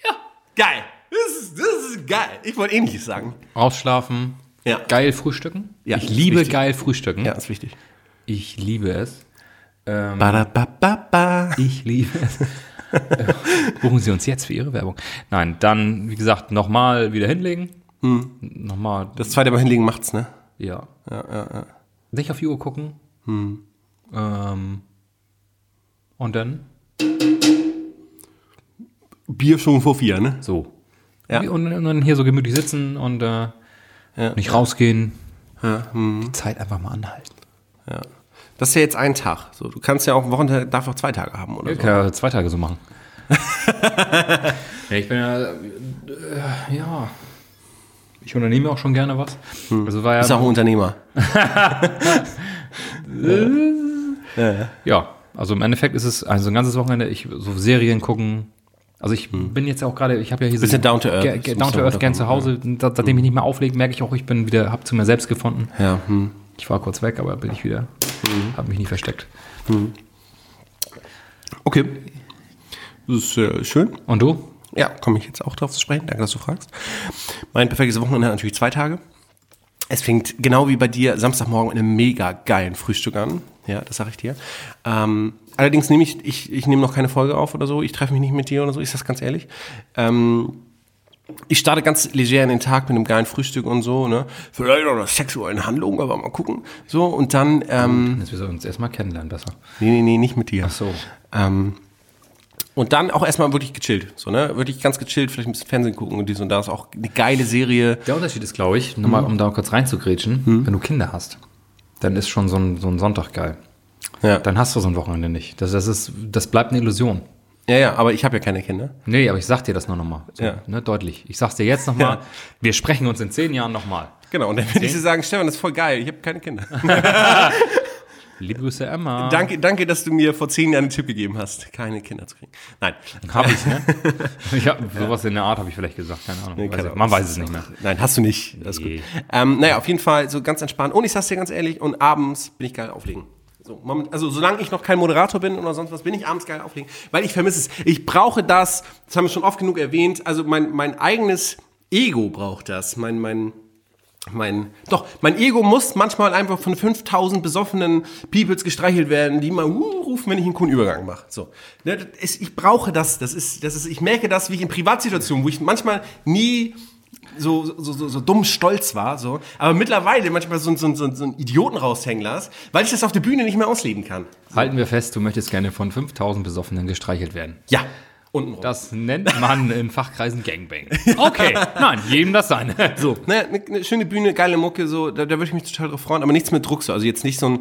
[SPEAKER 2] Ja.
[SPEAKER 1] Geil. Das ist, das ist geil. Ich wollte ähnliches sagen.
[SPEAKER 2] Ausschlafen.
[SPEAKER 1] Ja.
[SPEAKER 2] Geil frühstücken.
[SPEAKER 1] Ja,
[SPEAKER 2] ich
[SPEAKER 1] ist
[SPEAKER 2] liebe
[SPEAKER 1] wichtig.
[SPEAKER 2] geil frühstücken.
[SPEAKER 1] Ja, ist wichtig.
[SPEAKER 2] Ich liebe es. Ähm,
[SPEAKER 1] Badabababa.
[SPEAKER 2] Ich liebe es. <laughs> Buchen Sie uns jetzt für Ihre Werbung. Nein, dann, wie gesagt, nochmal wieder hinlegen. Nochmal,
[SPEAKER 1] Das zweite Mal hinlegen macht's, ne?
[SPEAKER 2] ja. Nicht auf die Uhr gucken. Ähm, und dann
[SPEAKER 1] Bier schon vor vier, ne?
[SPEAKER 2] so.
[SPEAKER 1] Ja.
[SPEAKER 2] Und, und dann hier so gemütlich sitzen und äh, nicht rausgehen. Die Zeit einfach mal anhalten.
[SPEAKER 1] Ja. Das ist ja jetzt ein Tag. So, du kannst ja auch am Wochenende, darf auch zwei Tage haben, oder?
[SPEAKER 2] Ich
[SPEAKER 1] So.
[SPEAKER 2] kann ja zwei Tage so machen. <laughs> ja, ich bin ja. Äh, ja. Ich unternehme auch schon gerne was. Also war ja.
[SPEAKER 1] Hm. Ist auch ein Unternehmer.
[SPEAKER 2] Ja, also im Endeffekt ist es also ein ganzes Wochenende, ich so Serien gucken. Also ich bin jetzt auch gerade, ich habe ja hier
[SPEAKER 1] Hm. Bisschen down to earth.
[SPEAKER 2] Ge-
[SPEAKER 1] Das
[SPEAKER 2] ge- down
[SPEAKER 1] muss
[SPEAKER 2] to
[SPEAKER 1] ja Hm.
[SPEAKER 2] earth gern zu Hause.
[SPEAKER 1] runterkommen,
[SPEAKER 2] Da- Seitdem ich nicht mehr auflege, merke ich auch, ich bin wieder, habe zu mir selbst gefunden.
[SPEAKER 1] Ja, hm.
[SPEAKER 2] Ich war kurz weg, aber bin ich wieder, habe mich nicht versteckt.
[SPEAKER 1] Okay. Das ist äh, schön.
[SPEAKER 2] Und du?
[SPEAKER 1] Ja, komme ich jetzt auch drauf zu sprechen. Danke, dass du fragst. Mein perfektes Wochenende hat natürlich zwei Tage. Es fängt genau wie bei dir Samstagmorgen mit einem mega geilen Frühstück an. Ja, das sage ich dir. Ähm, allerdings nehme ich, ich, ich nehme noch keine Folge auf oder so. Ich treffe mich nicht mit dir oder so. Ich sage ganz ehrlich. Ähm, ich starte ganz leger in den Tag mit einem geilen Frühstück und so. Ne? Vielleicht auch noch sexuellen Handlungen, aber mal gucken. So, und dann, ähm,
[SPEAKER 2] Jetzt wir sollen uns erstmal kennenlernen, besser.
[SPEAKER 1] nee, nee, nee, nicht mit dir.
[SPEAKER 2] Ach so.
[SPEAKER 1] Ähm, und dann auch erstmal wirklich gechillt. So, ne? Wirklich ganz gechillt, vielleicht ein bisschen Fernsehen gucken und dies und das. Auch eine geile Serie.
[SPEAKER 2] Der Unterschied ist, glaube ich, nochmal, um da kurz reinzugrätschen,
[SPEAKER 1] Hm?
[SPEAKER 2] wenn du Kinder hast, dann ist schon so ein, so ein Sonntag geil.
[SPEAKER 1] Ja,
[SPEAKER 2] Dann hast du so ein Wochenende nicht. Das, das, ist, das bleibt eine Illusion.
[SPEAKER 1] ja, ja aber ich habe ja keine Kinder.
[SPEAKER 2] Nee, aber ich sag dir das nur nochmal. So,
[SPEAKER 1] Ja.
[SPEAKER 2] ne, deutlich. Ich sag's dir jetzt nochmal.
[SPEAKER 1] Ja.
[SPEAKER 2] Wir sprechen uns in zehn Jahren nochmal.
[SPEAKER 1] Genau, und dann würde ich so sagen, Stefan, das ist voll geil, ich habe keine Kinder.
[SPEAKER 2] Liebe Grüße, Emma.
[SPEAKER 1] Danke, danke, dass du mir vor zehn Jahren einen Tipp gegeben hast, keine Kinder zu kriegen. Nein,
[SPEAKER 2] Hab ich,
[SPEAKER 1] <laughs>
[SPEAKER 2] ne? ich hab, sowas in der Art habe ich vielleicht gesagt, keine Ahnung. weiß
[SPEAKER 1] keine
[SPEAKER 2] ich-
[SPEAKER 1] Ahnung.
[SPEAKER 2] Man weiß es nicht mehr.
[SPEAKER 1] nein, hast du nicht. Das ist
[SPEAKER 2] Nee.
[SPEAKER 1] gut. Ähm, naja, auf jeden Fall so ganz entspannt. Und ich sag's dir ganz ehrlich, und abends bin ich geil auflegen. So, moment, also solange ich noch kein Moderator bin oder sonst was, bin ich abends geil auflegen, weil ich vermisse es. Ich brauche das, das haben wir schon oft genug erwähnt, also mein, mein eigenes Ego braucht das, mein, mein, mein, doch, mein Ego muss manchmal einfach von 5000 besoffenen Peoples gestreichelt werden, die mal uh, rufen, wenn ich einen coolen Übergang mache. So. Ne, das ist, ich brauche das, das ist, das ist, ich merke das, wie ich in Privatsituationen, wo ich manchmal nie so, so, so, so dumm stolz war, so, aber mittlerweile manchmal so, so, so, so einen Idioten raushängen lasse, weil ich das auf der Bühne nicht mehr ausleben kann.
[SPEAKER 2] Halten wir fest, du möchtest gerne von 5000 Besoffenen gestreichelt werden.
[SPEAKER 1] Ja, untenrum.
[SPEAKER 2] Das nennt man in Fachkreisen Gangbang. Okay, nein, jedem das seine. So.
[SPEAKER 1] Naja, eine ne schöne Bühne, geile Mucke, so, da, da würde ich mich total drauf freuen, aber nichts mit Druck, so. Also jetzt nicht so ein,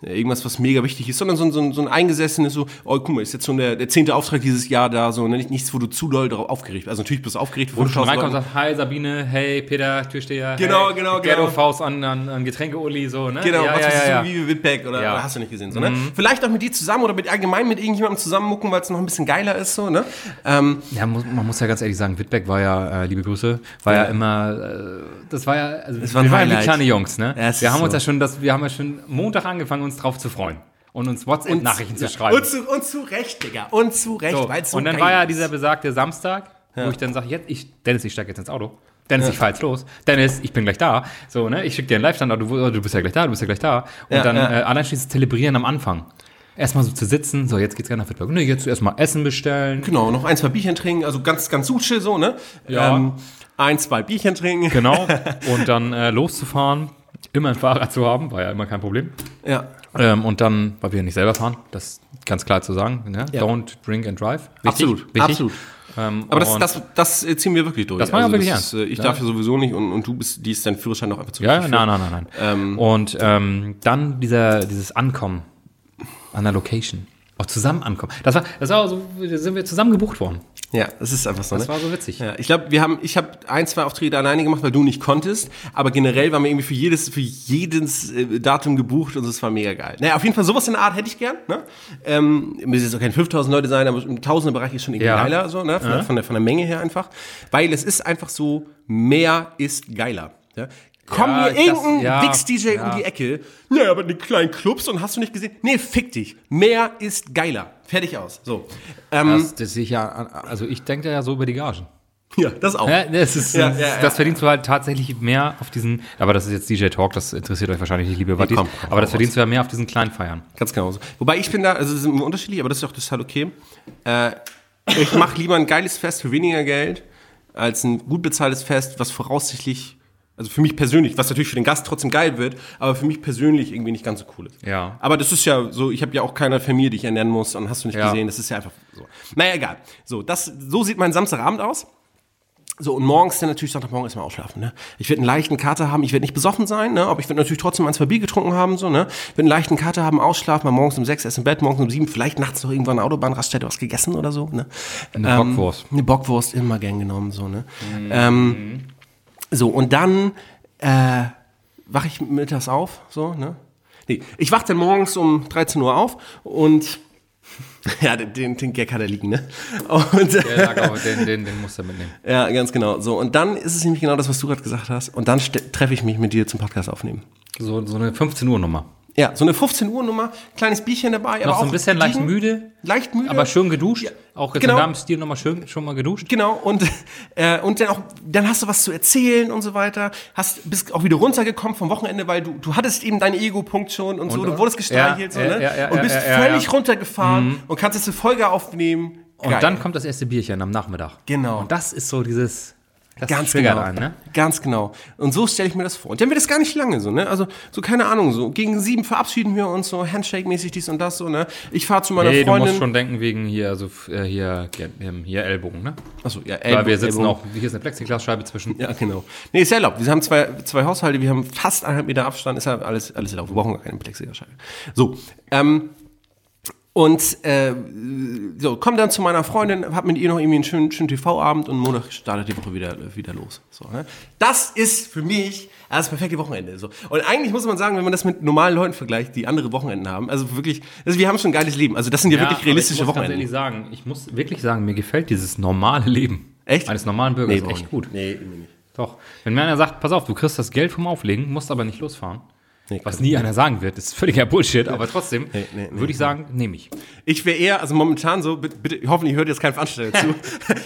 [SPEAKER 1] äh, irgendwas, was mega wichtig ist, sondern so ein, so ein, so ein eingesessenes, so, oh, guck mal, ist jetzt schon der, der zehnte Auftrag dieses Jahr da, so, ne? Nicht- nichts, wo du zu doll drauf aufgeregt bist. Also natürlich bist du aufgeregt, wo
[SPEAKER 2] Und schon reinkommst und sagst, hi Sabine, hey Peter, Türsteher.
[SPEAKER 1] Genau,
[SPEAKER 2] hey,
[SPEAKER 1] genau,
[SPEAKER 2] Ghetto
[SPEAKER 1] genau.
[SPEAKER 2] Faust an, an, an Getränke-Uli, so, ne?
[SPEAKER 1] Genau,
[SPEAKER 2] ja,
[SPEAKER 1] was
[SPEAKER 2] ja,
[SPEAKER 1] weiß ich,
[SPEAKER 2] ja, ja.
[SPEAKER 1] so wie Witback oder,
[SPEAKER 2] Ja. Mhm.
[SPEAKER 1] oder hast du nicht gesehen, so, ne? Vielleicht auch mit dir zusammen oder mit allgemein mit irgendjemandem zusammenmucken, weil es noch ein bisschen geiler ist, so, ne? Ähm,
[SPEAKER 2] Ja, muss, man muss ja ganz ehrlich sagen, Wittbeck war ja, äh, liebe Grüße, war ja, immer, äh, das war ja, also
[SPEAKER 1] war ein
[SPEAKER 2] wir waren ja wie
[SPEAKER 1] Highlight.
[SPEAKER 2] kleine Jungs, ne?
[SPEAKER 1] Ja, es
[SPEAKER 2] wir
[SPEAKER 1] ist
[SPEAKER 2] haben uns
[SPEAKER 1] so.
[SPEAKER 2] ja schon, das, wir haben ja schon Montag angefangen, uns drauf zu freuen und uns WhatsApp-Nachrichten zu
[SPEAKER 1] ja,
[SPEAKER 2] schreiben.
[SPEAKER 1] Und zu, und zu Recht, Digga. Und zu Recht,
[SPEAKER 2] so.
[SPEAKER 1] weil es so
[SPEAKER 2] und dann
[SPEAKER 1] geil
[SPEAKER 2] war ja
[SPEAKER 1] ist.
[SPEAKER 2] dieser besagte Samstag, wo ich dann sage, jetzt, ich, Dennis, ich steige jetzt ins Auto. Dennis, ich fahr jetzt los. Dennis, ich bin gleich da. So, ne? Ich schicke dir einen Live-Standard, du, du bist ja gleich da, du bist ja gleich da. Und
[SPEAKER 1] Ja,
[SPEAKER 2] dann
[SPEAKER 1] ja.
[SPEAKER 2] Äh, allein schon dieses Zelebrieren am Anfang. Erstmal so zu sitzen, so jetzt geht's gerne nach Wittbeck. Ne, jetzt erstmal Essen bestellen.
[SPEAKER 1] Genau, noch ein, zwei Bierchen trinken, also ganz, ganz suche, so, ne?
[SPEAKER 2] Ja.
[SPEAKER 1] ein, zwei Bierchen trinken.
[SPEAKER 2] Genau.
[SPEAKER 1] <laughs>
[SPEAKER 2] Und dann äh, loszufahren, immer ein Fahrrad zu haben, war ja immer kein Problem.
[SPEAKER 1] Ja.
[SPEAKER 2] Ähm, und dann, weil wir ja nicht selber fahren, das ist ganz klar zu sagen, ne? Don't drink and drive. Wichtig,
[SPEAKER 1] Absolut,
[SPEAKER 2] wichtig.
[SPEAKER 1] absolut.
[SPEAKER 2] Ähm,
[SPEAKER 1] Aber das,
[SPEAKER 2] und-
[SPEAKER 1] das, das äh, ziehen wir wirklich durch.
[SPEAKER 2] Das machen wir wirklich
[SPEAKER 1] das ist,
[SPEAKER 2] ernst.
[SPEAKER 1] äh, Ich
[SPEAKER 2] Ja.
[SPEAKER 1] darf ja sowieso nicht und, und du bist, die ist dein Führerschein noch einfach zu
[SPEAKER 2] Ja,
[SPEAKER 1] wichtig
[SPEAKER 2] nein,
[SPEAKER 1] für.
[SPEAKER 2] nein, nein, nein. und ähm, dann dieser, dieses Ankommen an der Location. Auch zusammen ankommen. Das war, das war so, da sind wir zusammen gebucht worden.
[SPEAKER 1] Ja, das ist einfach so.
[SPEAKER 2] Das
[SPEAKER 1] ne?
[SPEAKER 2] war so witzig.
[SPEAKER 1] Ja, ich glaube, wir haben, ich habe ein, zwei Auftritte alleine gemacht, weil du nicht konntest. Aber generell waren wir irgendwie für jedes, für jedes äh, Datum gebucht und es war mega geil. Naja, auf jeden Fall sowas in der Art hätte ich gern. Ne? Ähm, müssen jetzt auch keine 5000 Leute sein, aber im Tausender-Bereich ist schon irgendwie
[SPEAKER 2] Ja.
[SPEAKER 1] geiler, so, ne? von, der, von, der, von der Menge her einfach. Weil es ist einfach so, mehr ist geiler. Ja? Komm
[SPEAKER 2] Ja,
[SPEAKER 1] mir
[SPEAKER 2] das-
[SPEAKER 1] irgendein
[SPEAKER 2] ja,
[SPEAKER 1] Wix-DJ
[SPEAKER 2] ja.
[SPEAKER 1] um die Ecke. Naja, aber die kleinen Clubs und hast du nicht gesehen? Nee, fick dich. Mehr ist geiler. Fertig aus. So. Ähm,
[SPEAKER 2] Das, das ich ja, also ich denke ja so über die Gagen.
[SPEAKER 1] ja, das auch.
[SPEAKER 2] Ja, das, ist,
[SPEAKER 1] Ja, ja, ja.
[SPEAKER 2] das verdienst du halt tatsächlich mehr auf diesen, aber das ist jetzt DJ Talk, das interessiert euch wahrscheinlich nicht, liebe Wattis,
[SPEAKER 1] komm, komm,
[SPEAKER 2] aber das
[SPEAKER 1] komm,
[SPEAKER 2] verdienst du ja mehr auf diesen kleinen Feiern.
[SPEAKER 1] Ganz genau so. Wobei ich bin da, also sind wir unterschiedlich, aber das ist auch total okay. Äh, ich mache lieber ein geiles Fest für weniger Geld, als ein gut bezahltes Fest, was voraussichtlich, also für mich persönlich, was natürlich für den Gast trotzdem geil wird, aber für mich persönlich irgendwie nicht ganz so cool ist.
[SPEAKER 2] Ja.
[SPEAKER 1] Aber das ist ja so, ich habe ja auch keine Familie, die ich ernähren muss und hast du nicht
[SPEAKER 2] Ja.
[SPEAKER 1] gesehen, das ist ja einfach so. Naja, egal. So, das, so sieht mein Samstagabend aus. So, und morgens dann natürlich Sonntagmorgen erstmal ausschlafen, ne? Ich werde einen leichten Kater haben, ich werde nicht besoffen sein, ne? Aber ich werde natürlich trotzdem ein, zwei Bier getrunken haben, so, ne? Werde einen leichten Kater haben, ausschlafen, mal morgens um sechs erst im Bett, morgens um sieben, vielleicht nachts noch irgendwann eine Autobahnraststätte was gegessen oder so, ne?
[SPEAKER 2] Eine Bockwurst.
[SPEAKER 1] Eine Bockwurst immer gern genommen, so, ne?
[SPEAKER 2] Mhm.
[SPEAKER 1] Ähm, so, und dann, äh, wache ich mittags auf, so, ne? Nee, ich wache dann morgens um 13 Uhr auf und, <laughs> ja, den, den Gag hat er liegen, ne? Und,
[SPEAKER 2] Der lag auch, den, den, den muss er mitnehmen.
[SPEAKER 1] <laughs> ja, ganz genau. So, und dann ist es nämlich genau das, was du gerade gesagt hast. Und dann ste- treffe ich mich mit dir zum Podcast aufnehmen.
[SPEAKER 2] So, so eine 15 Uhr Nummer.
[SPEAKER 1] Ja, so eine 15 Uhr Nummer, kleines Bierchen dabei, aber
[SPEAKER 2] Noch
[SPEAKER 1] auch
[SPEAKER 2] so ein bisschen leicht
[SPEAKER 1] gediegen,
[SPEAKER 2] müde,
[SPEAKER 1] leicht müde.
[SPEAKER 2] aber schön geduscht. Auch jetzt
[SPEAKER 1] genau.
[SPEAKER 2] im Damenstil nochmal schön schon mal geduscht.
[SPEAKER 1] Genau, und, äh, und dann auch, dann hast du was zu erzählen und so weiter. Hast, bist auch wieder runtergekommen vom Wochenende, weil du, du hattest eben deinen Ego-Punkt schon und so, du wurdest gestreichelt so,
[SPEAKER 2] ja,
[SPEAKER 1] ne?
[SPEAKER 2] ja, ja,
[SPEAKER 1] und
[SPEAKER 2] ja,
[SPEAKER 1] bist
[SPEAKER 2] ja, ja,
[SPEAKER 1] völlig
[SPEAKER 2] ja. Mhm.
[SPEAKER 1] runtergefahren und kannst jetzt eine Folge aufnehmen.
[SPEAKER 2] Und dann kommt das erste Bierchen am Nachmittag.
[SPEAKER 1] Genau.
[SPEAKER 2] Und das ist so dieses. Das
[SPEAKER 1] Ganz
[SPEAKER 2] triggert
[SPEAKER 1] genau.
[SPEAKER 2] einen, ne?
[SPEAKER 1] Ganz genau. Und so stelle ich mir das vor. Und dann wird es gar nicht lange so, ne? Also, so keine Ahnung, so gegen sieben verabschieden wir uns so, Handshake-mäßig dies und das so, ne? Ich fahre zu meiner
[SPEAKER 2] Nee, du musst
[SPEAKER 1] Freundin.
[SPEAKER 2] schon denken wegen hier, also f- äh, hier, ähm, hier Ellbogen, ne?
[SPEAKER 1] Achso, ja,
[SPEAKER 2] Weil wir sitzen
[SPEAKER 1] Ellbogen.
[SPEAKER 2] auch, hier ist eine Plexiglasscheibe zwischen.
[SPEAKER 1] Ja, genau. Nee, ist ja erlaubt. Wir haben zwei, zwei Haushalte, wir haben fast eineinhalb Meter Abstand, ist ja alles, alles erlaubt. Wir brauchen keine Plexiglasscheibe. So, ähm, und äh, so, komm dann zu meiner Freundin, hab mit ihr noch irgendwie einen schönen, schönen TV-Abend und Montag startet die Woche wieder, wieder los. So, ne? Das ist für mich das perfekte Wochenende. So. Und eigentlich muss man sagen, wenn man das mit normalen Leuten vergleicht, die andere Wochenenden haben, also wirklich, also wir haben schon ein geiles Leben. Also das sind ja,
[SPEAKER 2] aber
[SPEAKER 1] wirklich realistische
[SPEAKER 2] ich muss Ganz
[SPEAKER 1] Wochenenden.
[SPEAKER 2] ehrlich sagen, ich muss wirklich sagen, mir gefällt dieses normale Leben
[SPEAKER 1] Echt?
[SPEAKER 2] eines normalen Bürgers
[SPEAKER 1] brauch ich
[SPEAKER 2] echt
[SPEAKER 1] nicht.
[SPEAKER 2] gut.
[SPEAKER 1] Nee, irgendwie nicht.
[SPEAKER 2] Doch. Wenn mir einer sagt, pass auf, du kriegst das Geld vom Auflegen, musst aber nicht losfahren.
[SPEAKER 1] Nee,
[SPEAKER 2] Was nie einer sagen wird, ist völliger Bullshit, aber trotzdem
[SPEAKER 1] Nee, nee, nee,
[SPEAKER 2] würde ich sagen, nehme ich.
[SPEAKER 1] Ich wäre eher, also momentan so, bitte, bitte hoffentlich hört jetzt kein Veranstalter zu.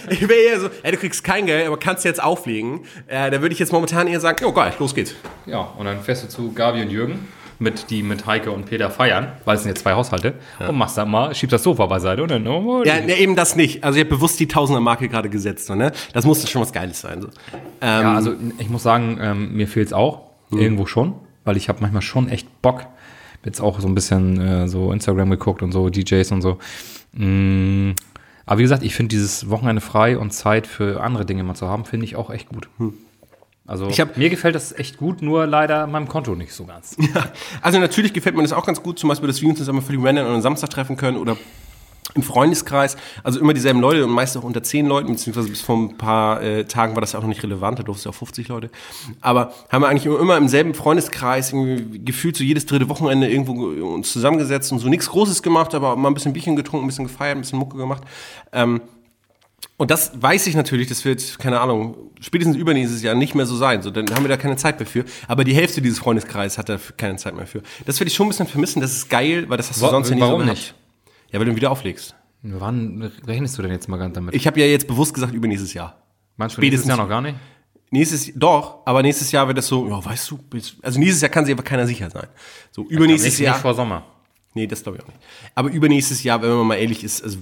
[SPEAKER 1] ich wäre eher so, ey, du kriegst kein Geld, aber kannst jetzt auflegen. Äh, da würde ich jetzt momentan eher sagen, oh geil, los geht's.
[SPEAKER 2] Ja, und dann fährst du zu Gabi und Jürgen, mit, die mit Heike und Peter feiern, weil es sind jetzt zwei Haushalte, und machst dann mal, schiebst das Sofa beiseite und dann. Oh,
[SPEAKER 1] Ja, ne, eben das nicht. Also ich habe bewusst die Tausender-Marke gerade gesetzt. So, ne? Das muss schon was Geiles sein. So. Ähm, Mhm.
[SPEAKER 2] Ja, also ich muss sagen, ähm, mir fehlt es auch irgendwo schon, weil ich habe manchmal schon echt Bock. Hab Jetzt auch so ein bisschen äh, so Instagram geguckt und so DJs und so. Mm, aber wie gesagt, ich finde dieses Wochenende frei und Zeit für andere Dinge mal zu haben, finde ich auch echt gut. Also
[SPEAKER 1] Hm. Ich hab-
[SPEAKER 2] mir gefällt das echt gut, nur leider meinem Konto nicht so
[SPEAKER 1] <laughs>
[SPEAKER 2] ganz.
[SPEAKER 1] Also natürlich gefällt mir das auch ganz gut, zum Beispiel, dass wir uns jetzt einmal völlig random an einem Samstag treffen können oder im Freundeskreis, also immer dieselben Leute und meist auch unter zehn Leuten, beziehungsweise bis vor ein paar äh, Tagen war das ja auch noch nicht relevant, da durften ja auch 50 Leute. Aber haben wir eigentlich immer im selben Freundeskreis irgendwie gefühlt so jedes dritte Wochenende irgendwo ge- uns zusammengesetzt und so nichts Großes gemacht, aber mal ein bisschen Bierchen getrunken, ein bisschen gefeiert, ein bisschen Mucke gemacht. Ähm, und das weiß ich natürlich, das wird, keine Ahnung, spätestens übernächstes Jahr nicht mehr so sein. So, dann haben wir da keine Zeit mehr für. Aber die Hälfte dieses Freundeskreises hat da f- keine Zeit mehr für. Das werde ich schon ein bisschen vermissen, das ist geil, weil das hast du sonst ja nie so
[SPEAKER 2] Warum
[SPEAKER 1] gehabt.
[SPEAKER 2] nicht?
[SPEAKER 1] Ja, weil du wieder auflegst.
[SPEAKER 2] Wann rechnest du denn jetzt mal ganz damit?
[SPEAKER 1] Ich habe ja jetzt bewusst gesagt, übernächstes Jahr.
[SPEAKER 2] Meinst du
[SPEAKER 1] spätestens-
[SPEAKER 2] nächstes Jahr noch gar nicht?
[SPEAKER 1] Nächstes, doch, aber nächstes Jahr wird das so, ja, weißt du, bis- also nächstes Jahr kann sich aber keiner sicher sein. So, übernächstes
[SPEAKER 2] Nicht-
[SPEAKER 1] Jahr.
[SPEAKER 2] Nicht vor Sommer.
[SPEAKER 1] nee, das glaube ich auch nicht. Aber übernächstes Jahr, wenn man mal ehrlich ist, also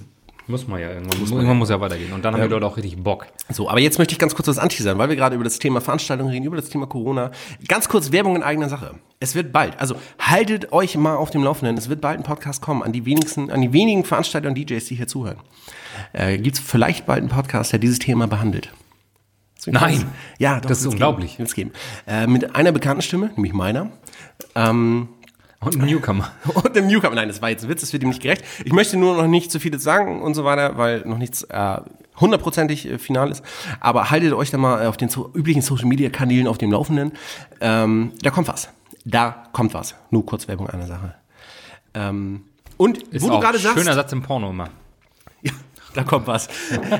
[SPEAKER 2] Muss man ja irgendwann. Muss irgendwann muss ja weitergehen. Und dann haben die Leute auch richtig Bock.
[SPEAKER 1] So, aber jetzt möchte ich ganz kurz was anti sein, weil wir gerade über das Thema Veranstaltungen reden, über das Thema Corona. Ganz kurz Werbung in eigener Sache. Es wird bald, also haltet euch mal auf dem Laufenden. Es wird bald ein Podcast kommen an die wenigsten, an die wenigen Veranstalter und DJs, die hier zuhören. Äh, Gibt es vielleicht bald einen Podcast, der dieses Thema behandelt? Deswegen
[SPEAKER 2] Nein.
[SPEAKER 1] kann's- ja, doch,
[SPEAKER 2] Das ist
[SPEAKER 1] wird's
[SPEAKER 2] unglaublich.
[SPEAKER 1] Geben, wird's geben. Äh, mit einer bekannten Stimme, nämlich meiner. Ähm,
[SPEAKER 2] Und ein <laughs> Newcomer.
[SPEAKER 1] und dem Newcomer. Nein, das war jetzt ein Witz, das wird ihm nicht gerecht. Ich möchte nur noch nicht zu viel sagen und so weiter, weil noch nichts äh, hundertprozentig äh, final ist. Aber haltet euch dann mal äh, auf den so üblichen Social Media Kanälen auf dem Laufenden. Ähm, da kommt was. Da kommt was. Nur kurz Werbung einer Sache. Ähm, und
[SPEAKER 2] Ist
[SPEAKER 1] wo
[SPEAKER 2] auch
[SPEAKER 1] du gerade sagst,
[SPEAKER 2] Schöner Satz im Porno immer.
[SPEAKER 1] ja, da kommt was.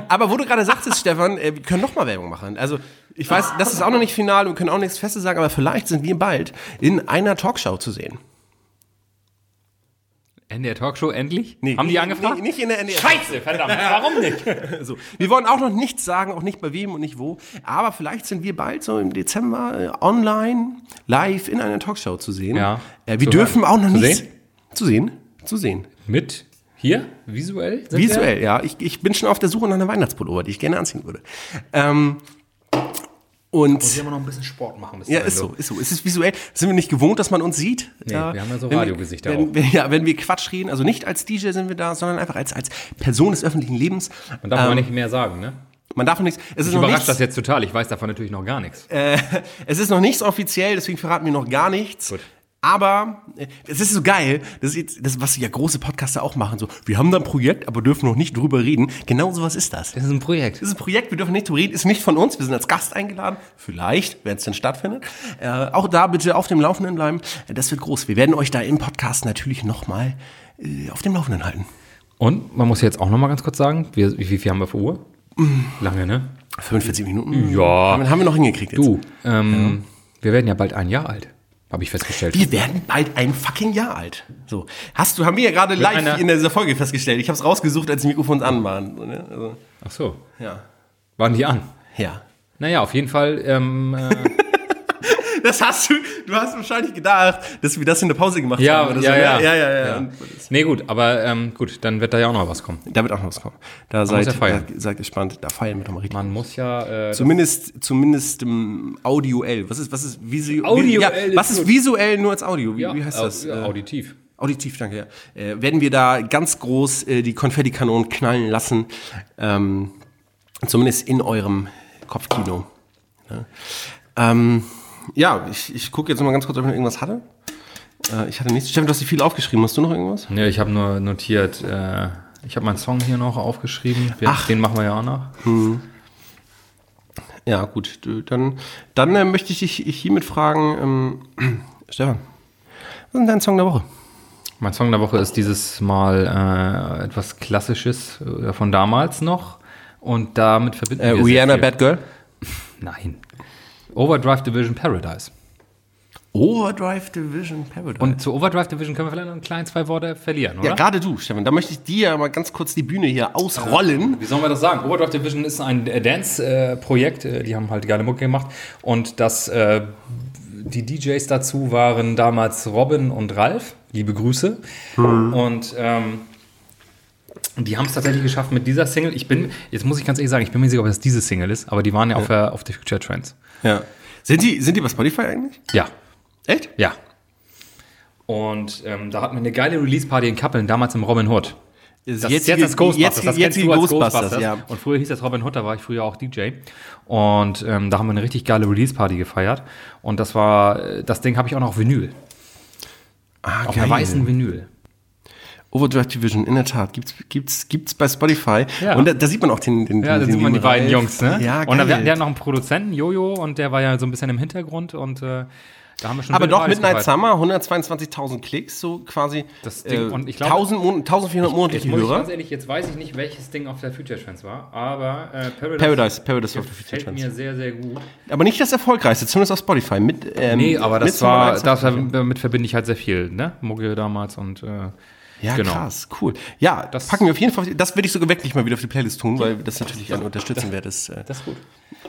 [SPEAKER 1] Aber wo du gerade sagtest, Stefan, äh, wir können nochmal Werbung machen. Also, ich weiß, das ist auch noch nicht final, wir können auch nichts Festes sagen, aber vielleicht sind wir bald in einer Talkshow zu sehen.
[SPEAKER 2] NDR Talkshow, endlich?
[SPEAKER 1] Nee,
[SPEAKER 2] Haben die
[SPEAKER 1] nicht-
[SPEAKER 2] angefragt?
[SPEAKER 1] Nee, nicht in der NDR.
[SPEAKER 2] Scheiße, verdammt, warum nicht?
[SPEAKER 1] <laughs> So, wir wollen auch noch nichts sagen, auch nicht bei wem und nicht wo, aber vielleicht sind wir bald so im Dezember äh, online, live in einer Talkshow zu sehen.
[SPEAKER 2] Ja.
[SPEAKER 1] Äh, wir
[SPEAKER 2] Zu
[SPEAKER 1] dürfen
[SPEAKER 2] hören.
[SPEAKER 1] auch noch
[SPEAKER 2] Zu
[SPEAKER 1] nichts
[SPEAKER 2] sehen?
[SPEAKER 1] zu sehen, zu sehen.
[SPEAKER 2] Mit Hier? Visuell? sind wir?
[SPEAKER 1] Visuell, ja. Ich, ich bin schon auf der Suche nach einer Weihnachtspullover, die ich gerne anziehen würde. Ähm,
[SPEAKER 2] Muss ich
[SPEAKER 1] und
[SPEAKER 2] immer noch ein bisschen Sport machen. bis
[SPEAKER 1] ja,
[SPEAKER 2] dahin,
[SPEAKER 1] ist
[SPEAKER 2] du.
[SPEAKER 1] so, ist so. Es ist visuell. Sind wir nicht gewohnt, dass man uns sieht?
[SPEAKER 2] Nee, wir haben ja so
[SPEAKER 1] wenn wir-
[SPEAKER 2] Radiogesichter
[SPEAKER 1] wenn,
[SPEAKER 2] auch.
[SPEAKER 1] wir- Ja, wenn wir Quatsch reden, also nicht als DJ sind wir da, sondern einfach als, als Person des öffentlichen Lebens. Äh,
[SPEAKER 2] Man darf aber nicht mehr sagen, ne?
[SPEAKER 1] Man darf Ähm, noch nichts. Es ist
[SPEAKER 2] Ich
[SPEAKER 1] noch
[SPEAKER 2] überrascht
[SPEAKER 1] nichts,
[SPEAKER 2] das jetzt total. Ich weiß davon natürlich noch gar nichts.
[SPEAKER 1] es ist noch nichts offiziell, deswegen verraten wir noch gar nichts.
[SPEAKER 2] Gut.
[SPEAKER 1] Aber äh, es ist so geil, das ist jetzt, das, was ja große Podcaster auch machen. So, wir haben da ein Projekt, aber dürfen noch nicht drüber reden. Genau sowas ist das.
[SPEAKER 2] das ist ein Projekt.
[SPEAKER 1] Das ist ein Projekt, wir dürfen nicht drüber reden, ist nicht von uns, wir sind als Gast eingeladen, vielleicht, wenn es denn stattfindet. Äh, auch da bitte auf dem Laufenden bleiben, Äh, das wird groß. Wir werden euch da im Podcast natürlich nochmal äh, auf dem Laufenden halten.
[SPEAKER 2] Und man muss jetzt auch noch mal ganz kurz sagen, wir, wie, wie viel haben wir für Uhr? Lange, ne?
[SPEAKER 1] 45 Minuten?
[SPEAKER 2] Mm, Ja.
[SPEAKER 1] Damit haben wir noch hingekriegt jetzt.
[SPEAKER 2] Du, ähm, wir werden ja bald ein Jahr alt, habe ich festgestellt.
[SPEAKER 1] Wir werden bald ein fucking Jahr alt. So. Hast du, haben wir ja gerade live
[SPEAKER 2] einer-
[SPEAKER 1] in dieser Folge festgestellt. Ich habe es rausgesucht, als die Mikrofons an waren. So, ne? Also,
[SPEAKER 2] Ach so,
[SPEAKER 1] ja.
[SPEAKER 2] waren die an?
[SPEAKER 1] Ja.
[SPEAKER 2] Naja, auf jeden Fall, ähm, äh,
[SPEAKER 1] <laughs> Das hast du, du hast wahrscheinlich gedacht, dass wir das in der Pause gemacht
[SPEAKER 2] Ja,
[SPEAKER 1] haben. oder
[SPEAKER 2] ja,
[SPEAKER 1] so. ne?
[SPEAKER 2] ja.
[SPEAKER 1] ja, ja, ja. ja.
[SPEAKER 2] nee gut, aber ähm, gut, dann wird da ja auch noch was kommen.
[SPEAKER 1] Da wird auch noch was kommen. Da seid,
[SPEAKER 2] muss ja feiern.
[SPEAKER 1] da, seid gespannt. Da feiern wir doch mal richtig.
[SPEAKER 2] Man muss ja, äh,
[SPEAKER 1] Zumindest, zumindest ähm, audioell. Was ist, was ist visuell?
[SPEAKER 2] Audioell
[SPEAKER 1] ja,
[SPEAKER 2] ist
[SPEAKER 1] was ist
[SPEAKER 2] gut.
[SPEAKER 1] visuell nur als Audio? Wie,
[SPEAKER 2] ja,
[SPEAKER 1] wie heißt
[SPEAKER 2] au-
[SPEAKER 1] das?
[SPEAKER 2] ja,
[SPEAKER 1] Äh,
[SPEAKER 2] auditiv.
[SPEAKER 1] Auditiv, danke, ja. Äh, werden wir da ganz groß äh, die Konfettikanonen knallen lassen. Ähm, zumindest in eurem Kopfkino. Ja, ähm, ja ich, ich gucke jetzt noch mal ganz kurz, ob ich noch irgendwas hatte. Äh, ich hatte nichts. Steffen, du hast dir viel aufgeschrieben. Hast du noch irgendwas?
[SPEAKER 2] Ja, ich habe nur notiert, äh, ich habe meinen Song hier noch aufgeschrieben, wir, den machen wir ja auch noch.
[SPEAKER 1] Ja, gut. Du, Dann, dann äh, möchte ich dich ich hiermit fragen, ähm,
[SPEAKER 2] <clears throat>
[SPEAKER 1] Stefan, was ist denn dein Song der Woche?
[SPEAKER 2] Mein Song der Woche ist dieses Mal äh, etwas Klassisches äh, von damals noch. Und damit
[SPEAKER 1] Äh,
[SPEAKER 2] verbinden wir. sehr viel.
[SPEAKER 1] Girl.
[SPEAKER 2] Nein. Overdrive Division Paradise.
[SPEAKER 1] Overdrive Division Paradise.
[SPEAKER 2] Und zu Overdrive Division können wir vielleicht noch ein klein zwei Worte verlieren, oder?
[SPEAKER 1] ja, gerade du, Stefan. Da möchte ich dir ja mal ganz kurz die Bühne hier ausrollen.
[SPEAKER 2] Wie sollen wir das sagen? Overdrive Division ist ein äh, Dance-Projekt. Äh, die haben halt geile Mucke gemacht. Und das, äh, die DJs dazu waren damals Robin und Ralf. Liebe Grüße. Und ähm, die haben es tatsächlich geschafft mit dieser Single. Ich bin, jetzt muss ich ganz ehrlich sagen, ich bin mir nicht sicher, ob das diese Single ist, aber die waren ja, Auf, der, auf der Future Trends.
[SPEAKER 1] Ja. Sind die, sind die bei Spotify eigentlich?
[SPEAKER 2] Ja,
[SPEAKER 1] Echt?
[SPEAKER 2] ja. Und ähm, da hatten wir eine geile Release-Party in Kappeln, damals im Robin Hood. Das jetzt, ist jetzt das Ghostbusters.
[SPEAKER 1] Jetzt,
[SPEAKER 2] das
[SPEAKER 1] jetzt
[SPEAKER 2] kennst
[SPEAKER 1] die
[SPEAKER 2] du als
[SPEAKER 1] Ghostbusters, ja.
[SPEAKER 2] Und früher hieß das Robin Hood, da war ich früher auch DJ. Und ähm, da haben wir eine richtig geile Release-Party gefeiert. Und das war, äh, das Ding habe ich auch noch auf Vinyl.
[SPEAKER 1] Ah,
[SPEAKER 2] Auf einer weißen Vinyl.
[SPEAKER 1] Overdrive Division, in der Tat. Gibt's, gibt's, gibt's bei Spotify.
[SPEAKER 2] Ja.
[SPEAKER 1] Und da, da sieht man auch den, den
[SPEAKER 2] Ja, da
[SPEAKER 1] den
[SPEAKER 2] sieht man die
[SPEAKER 1] lieben
[SPEAKER 2] beiden
[SPEAKER 1] Ralf.
[SPEAKER 2] Jungs, ne?
[SPEAKER 1] Ja,
[SPEAKER 2] und dann wir
[SPEAKER 1] geil.
[SPEAKER 2] hatten ja noch einen Produzenten, Jojo, und der war ja so ein bisschen im Hintergrund. Und äh, da haben wir schon
[SPEAKER 1] Aber
[SPEAKER 2] wilde
[SPEAKER 1] doch,
[SPEAKER 2] Partys
[SPEAKER 1] Midnight
[SPEAKER 2] gefeiert.
[SPEAKER 1] Summer, 122.000 Klicks, so quasi.
[SPEAKER 2] Das Ding, und ich glaube-
[SPEAKER 1] 1000, Mon- 1400
[SPEAKER 2] Jetzt
[SPEAKER 1] monatliche
[SPEAKER 2] muss ich
[SPEAKER 1] Hörer.
[SPEAKER 2] ganz ehrlich, jetzt weiß ich nicht, welches Ding auf der Future Trends war, aber äh, Paradise,
[SPEAKER 1] Paradise, Paradise of the Future
[SPEAKER 2] gefällt
[SPEAKER 1] Trends.
[SPEAKER 2] mir sehr, sehr gut.
[SPEAKER 1] Aber nicht das erfolgreichste, zumindest auf Spotify. Mit, ähm,
[SPEAKER 2] Nee, aber das
[SPEAKER 1] Midsommar
[SPEAKER 2] war,
[SPEAKER 1] Nights-
[SPEAKER 2] das, damit verbinde ich halt sehr viel, ne? Muggel damals und äh,
[SPEAKER 1] Ja,
[SPEAKER 2] genau.
[SPEAKER 1] krass, cool. Ja,
[SPEAKER 2] Das-
[SPEAKER 1] packen wir auf jeden Fall, auf die- das würde ich sogar wirklich mal wieder auf die Playlist tun, weil das natürlich ein unterstützenwertes äh,
[SPEAKER 2] Das ist gut.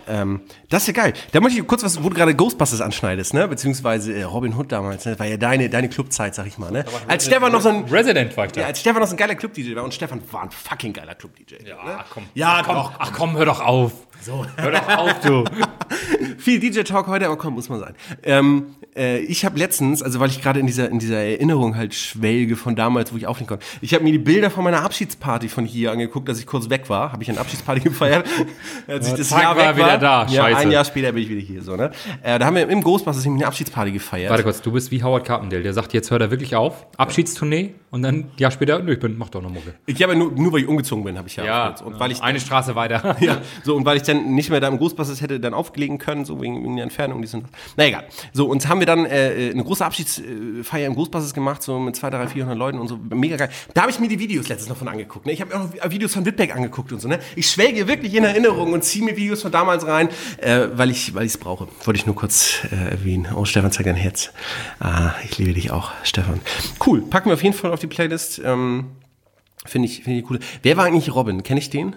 [SPEAKER 1] Ähm, das ist ja geil. Da möchte ich kurz was, wo du gerade Ghostbusters anschneidest, ne? Beziehungsweise äh, Robin Hood damals, ne? Das war ja deine, deine Clubzeit, sag ich mal, ne? Als Stefan noch so ein.
[SPEAKER 2] Resident war ich da.
[SPEAKER 1] Ja, als Stefan noch so ein geiler Club-DJ war und Stefan war ein fucking geiler Club-DJ.
[SPEAKER 2] ach komm.
[SPEAKER 1] Ja,
[SPEAKER 2] ach, komm,
[SPEAKER 1] doch.
[SPEAKER 2] Ach komm, hör doch auf. Hör doch auf, du.
[SPEAKER 1] Viel DJ-Talk heute, aber komm, muss man sein. Ähm, äh, ich habe letztens, also weil ich gerade in dieser, in dieser Erinnerung halt schwelge von damals, wo ich aufnehmen konnte, ich habe mir die Bilder von meiner Abschiedsparty von hier angeguckt, als ich kurz weg war, habe ich eine Abschiedsparty <laughs> gefeiert, als ich das
[SPEAKER 2] zack,
[SPEAKER 1] Jahr
[SPEAKER 2] Äh, war
[SPEAKER 1] weg
[SPEAKER 2] er wieder da,
[SPEAKER 1] Ja, ein
[SPEAKER 2] scheiße.
[SPEAKER 1] Jahr später bin ich wieder hier, so, ne? Äh, da haben wir im Großbusters nämlich eine Abschiedsparty gefeiert.
[SPEAKER 2] <laughs> Warte kurz, du bist wie Howard Carpendale, der sagt, jetzt hört er wirklich auf, Abschiedstournee und dann ein Jahr später, nö, ich bin, mach doch noch Mucke.
[SPEAKER 1] Ich habe ja nur, nur weil ich umgezogen bin, habe ich ja. aufgehört. und weil ich
[SPEAKER 2] eine
[SPEAKER 1] <laughs>
[SPEAKER 2] Straße weiter.
[SPEAKER 1] ja, so und weil ich dann nicht mehr da im Großbusters hätte dann aufgelegen können, so wegen, wegen der Entfernung, dies und das. Na egal. So und haben wir dann äh, eine große Abschiedsfeier im Großbusters gemacht, so mit 200, 300, 400 Leuten und so, mega geil. Da habe ich mir die Videos letztens noch von angeguckt, ne? Ich habe auch noch Videos von Wittbeck angeguckt und so, ne? Ich schwelge wirklich in Erinnerung und ziehe mir Videos von damals rein, äh, weil ich weil ich es brauche. Wollte ich nur kurz äh, erwähnen. Oh, Stefan zeigt dein Herz. Ah, ich liebe dich auch, Stefan. Cool, packen wir auf jeden Fall auf die Playlist. Ähm, Finde ich, finde ich cool. Wer war eigentlich Robin? Kenne ich den?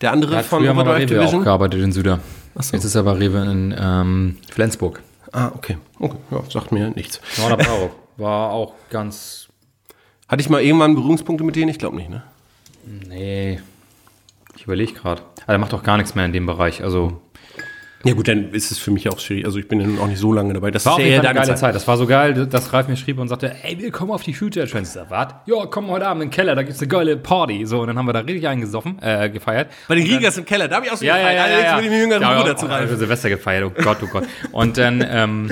[SPEAKER 1] Der andere
[SPEAKER 2] Hat
[SPEAKER 1] von
[SPEAKER 2] früher mal bei
[SPEAKER 1] Overdrive
[SPEAKER 2] Rewe auch
[SPEAKER 1] Division?
[SPEAKER 2] gearbeitet in Süder. Jetzt ist er bei Rewe in ähm, Flensburg.
[SPEAKER 1] Ah, okay. okay. Ja, sagt mir nichts.
[SPEAKER 2] 900 Euro. War auch ganz
[SPEAKER 1] Hatte ich mal irgendwann Berührungspunkte mit denen? Ich glaube nicht, ne?
[SPEAKER 2] Nee. Ich überlege gerade. Aber der macht doch gar nichts mehr in dem Bereich. Also
[SPEAKER 1] Ja gut, dann ist es für mich auch schwierig. Also ich bin ja nun auch nicht so lange dabei. Das
[SPEAKER 2] war auf
[SPEAKER 1] ist ja eher
[SPEAKER 2] jeden Fall eine
[SPEAKER 1] deine
[SPEAKER 2] geile
[SPEAKER 1] Zeit.
[SPEAKER 2] Zeit. Das war so geil, dass Ralf mir schrieb und sagte, ey, willkommen auf die Future Trends. Ich sag, was? Ja, komm heute Abend in den Keller, da gibt's eine geile Party. So, und dann haben wir da richtig eingesoffen, äh, gefeiert.
[SPEAKER 1] Bei den Riegers im Keller, da habe ich auch so
[SPEAKER 2] Ja, ja,
[SPEAKER 1] gefeiert.
[SPEAKER 2] ja, ja,
[SPEAKER 1] Jetzt
[SPEAKER 2] ja.
[SPEAKER 1] mit dem jüngeren
[SPEAKER 2] ja,
[SPEAKER 1] Bruder
[SPEAKER 2] ja,
[SPEAKER 1] zu
[SPEAKER 2] ja,
[SPEAKER 1] reisen.
[SPEAKER 2] für Silvester gefeiert, oh Gott, oh Gott. Und dann ähm,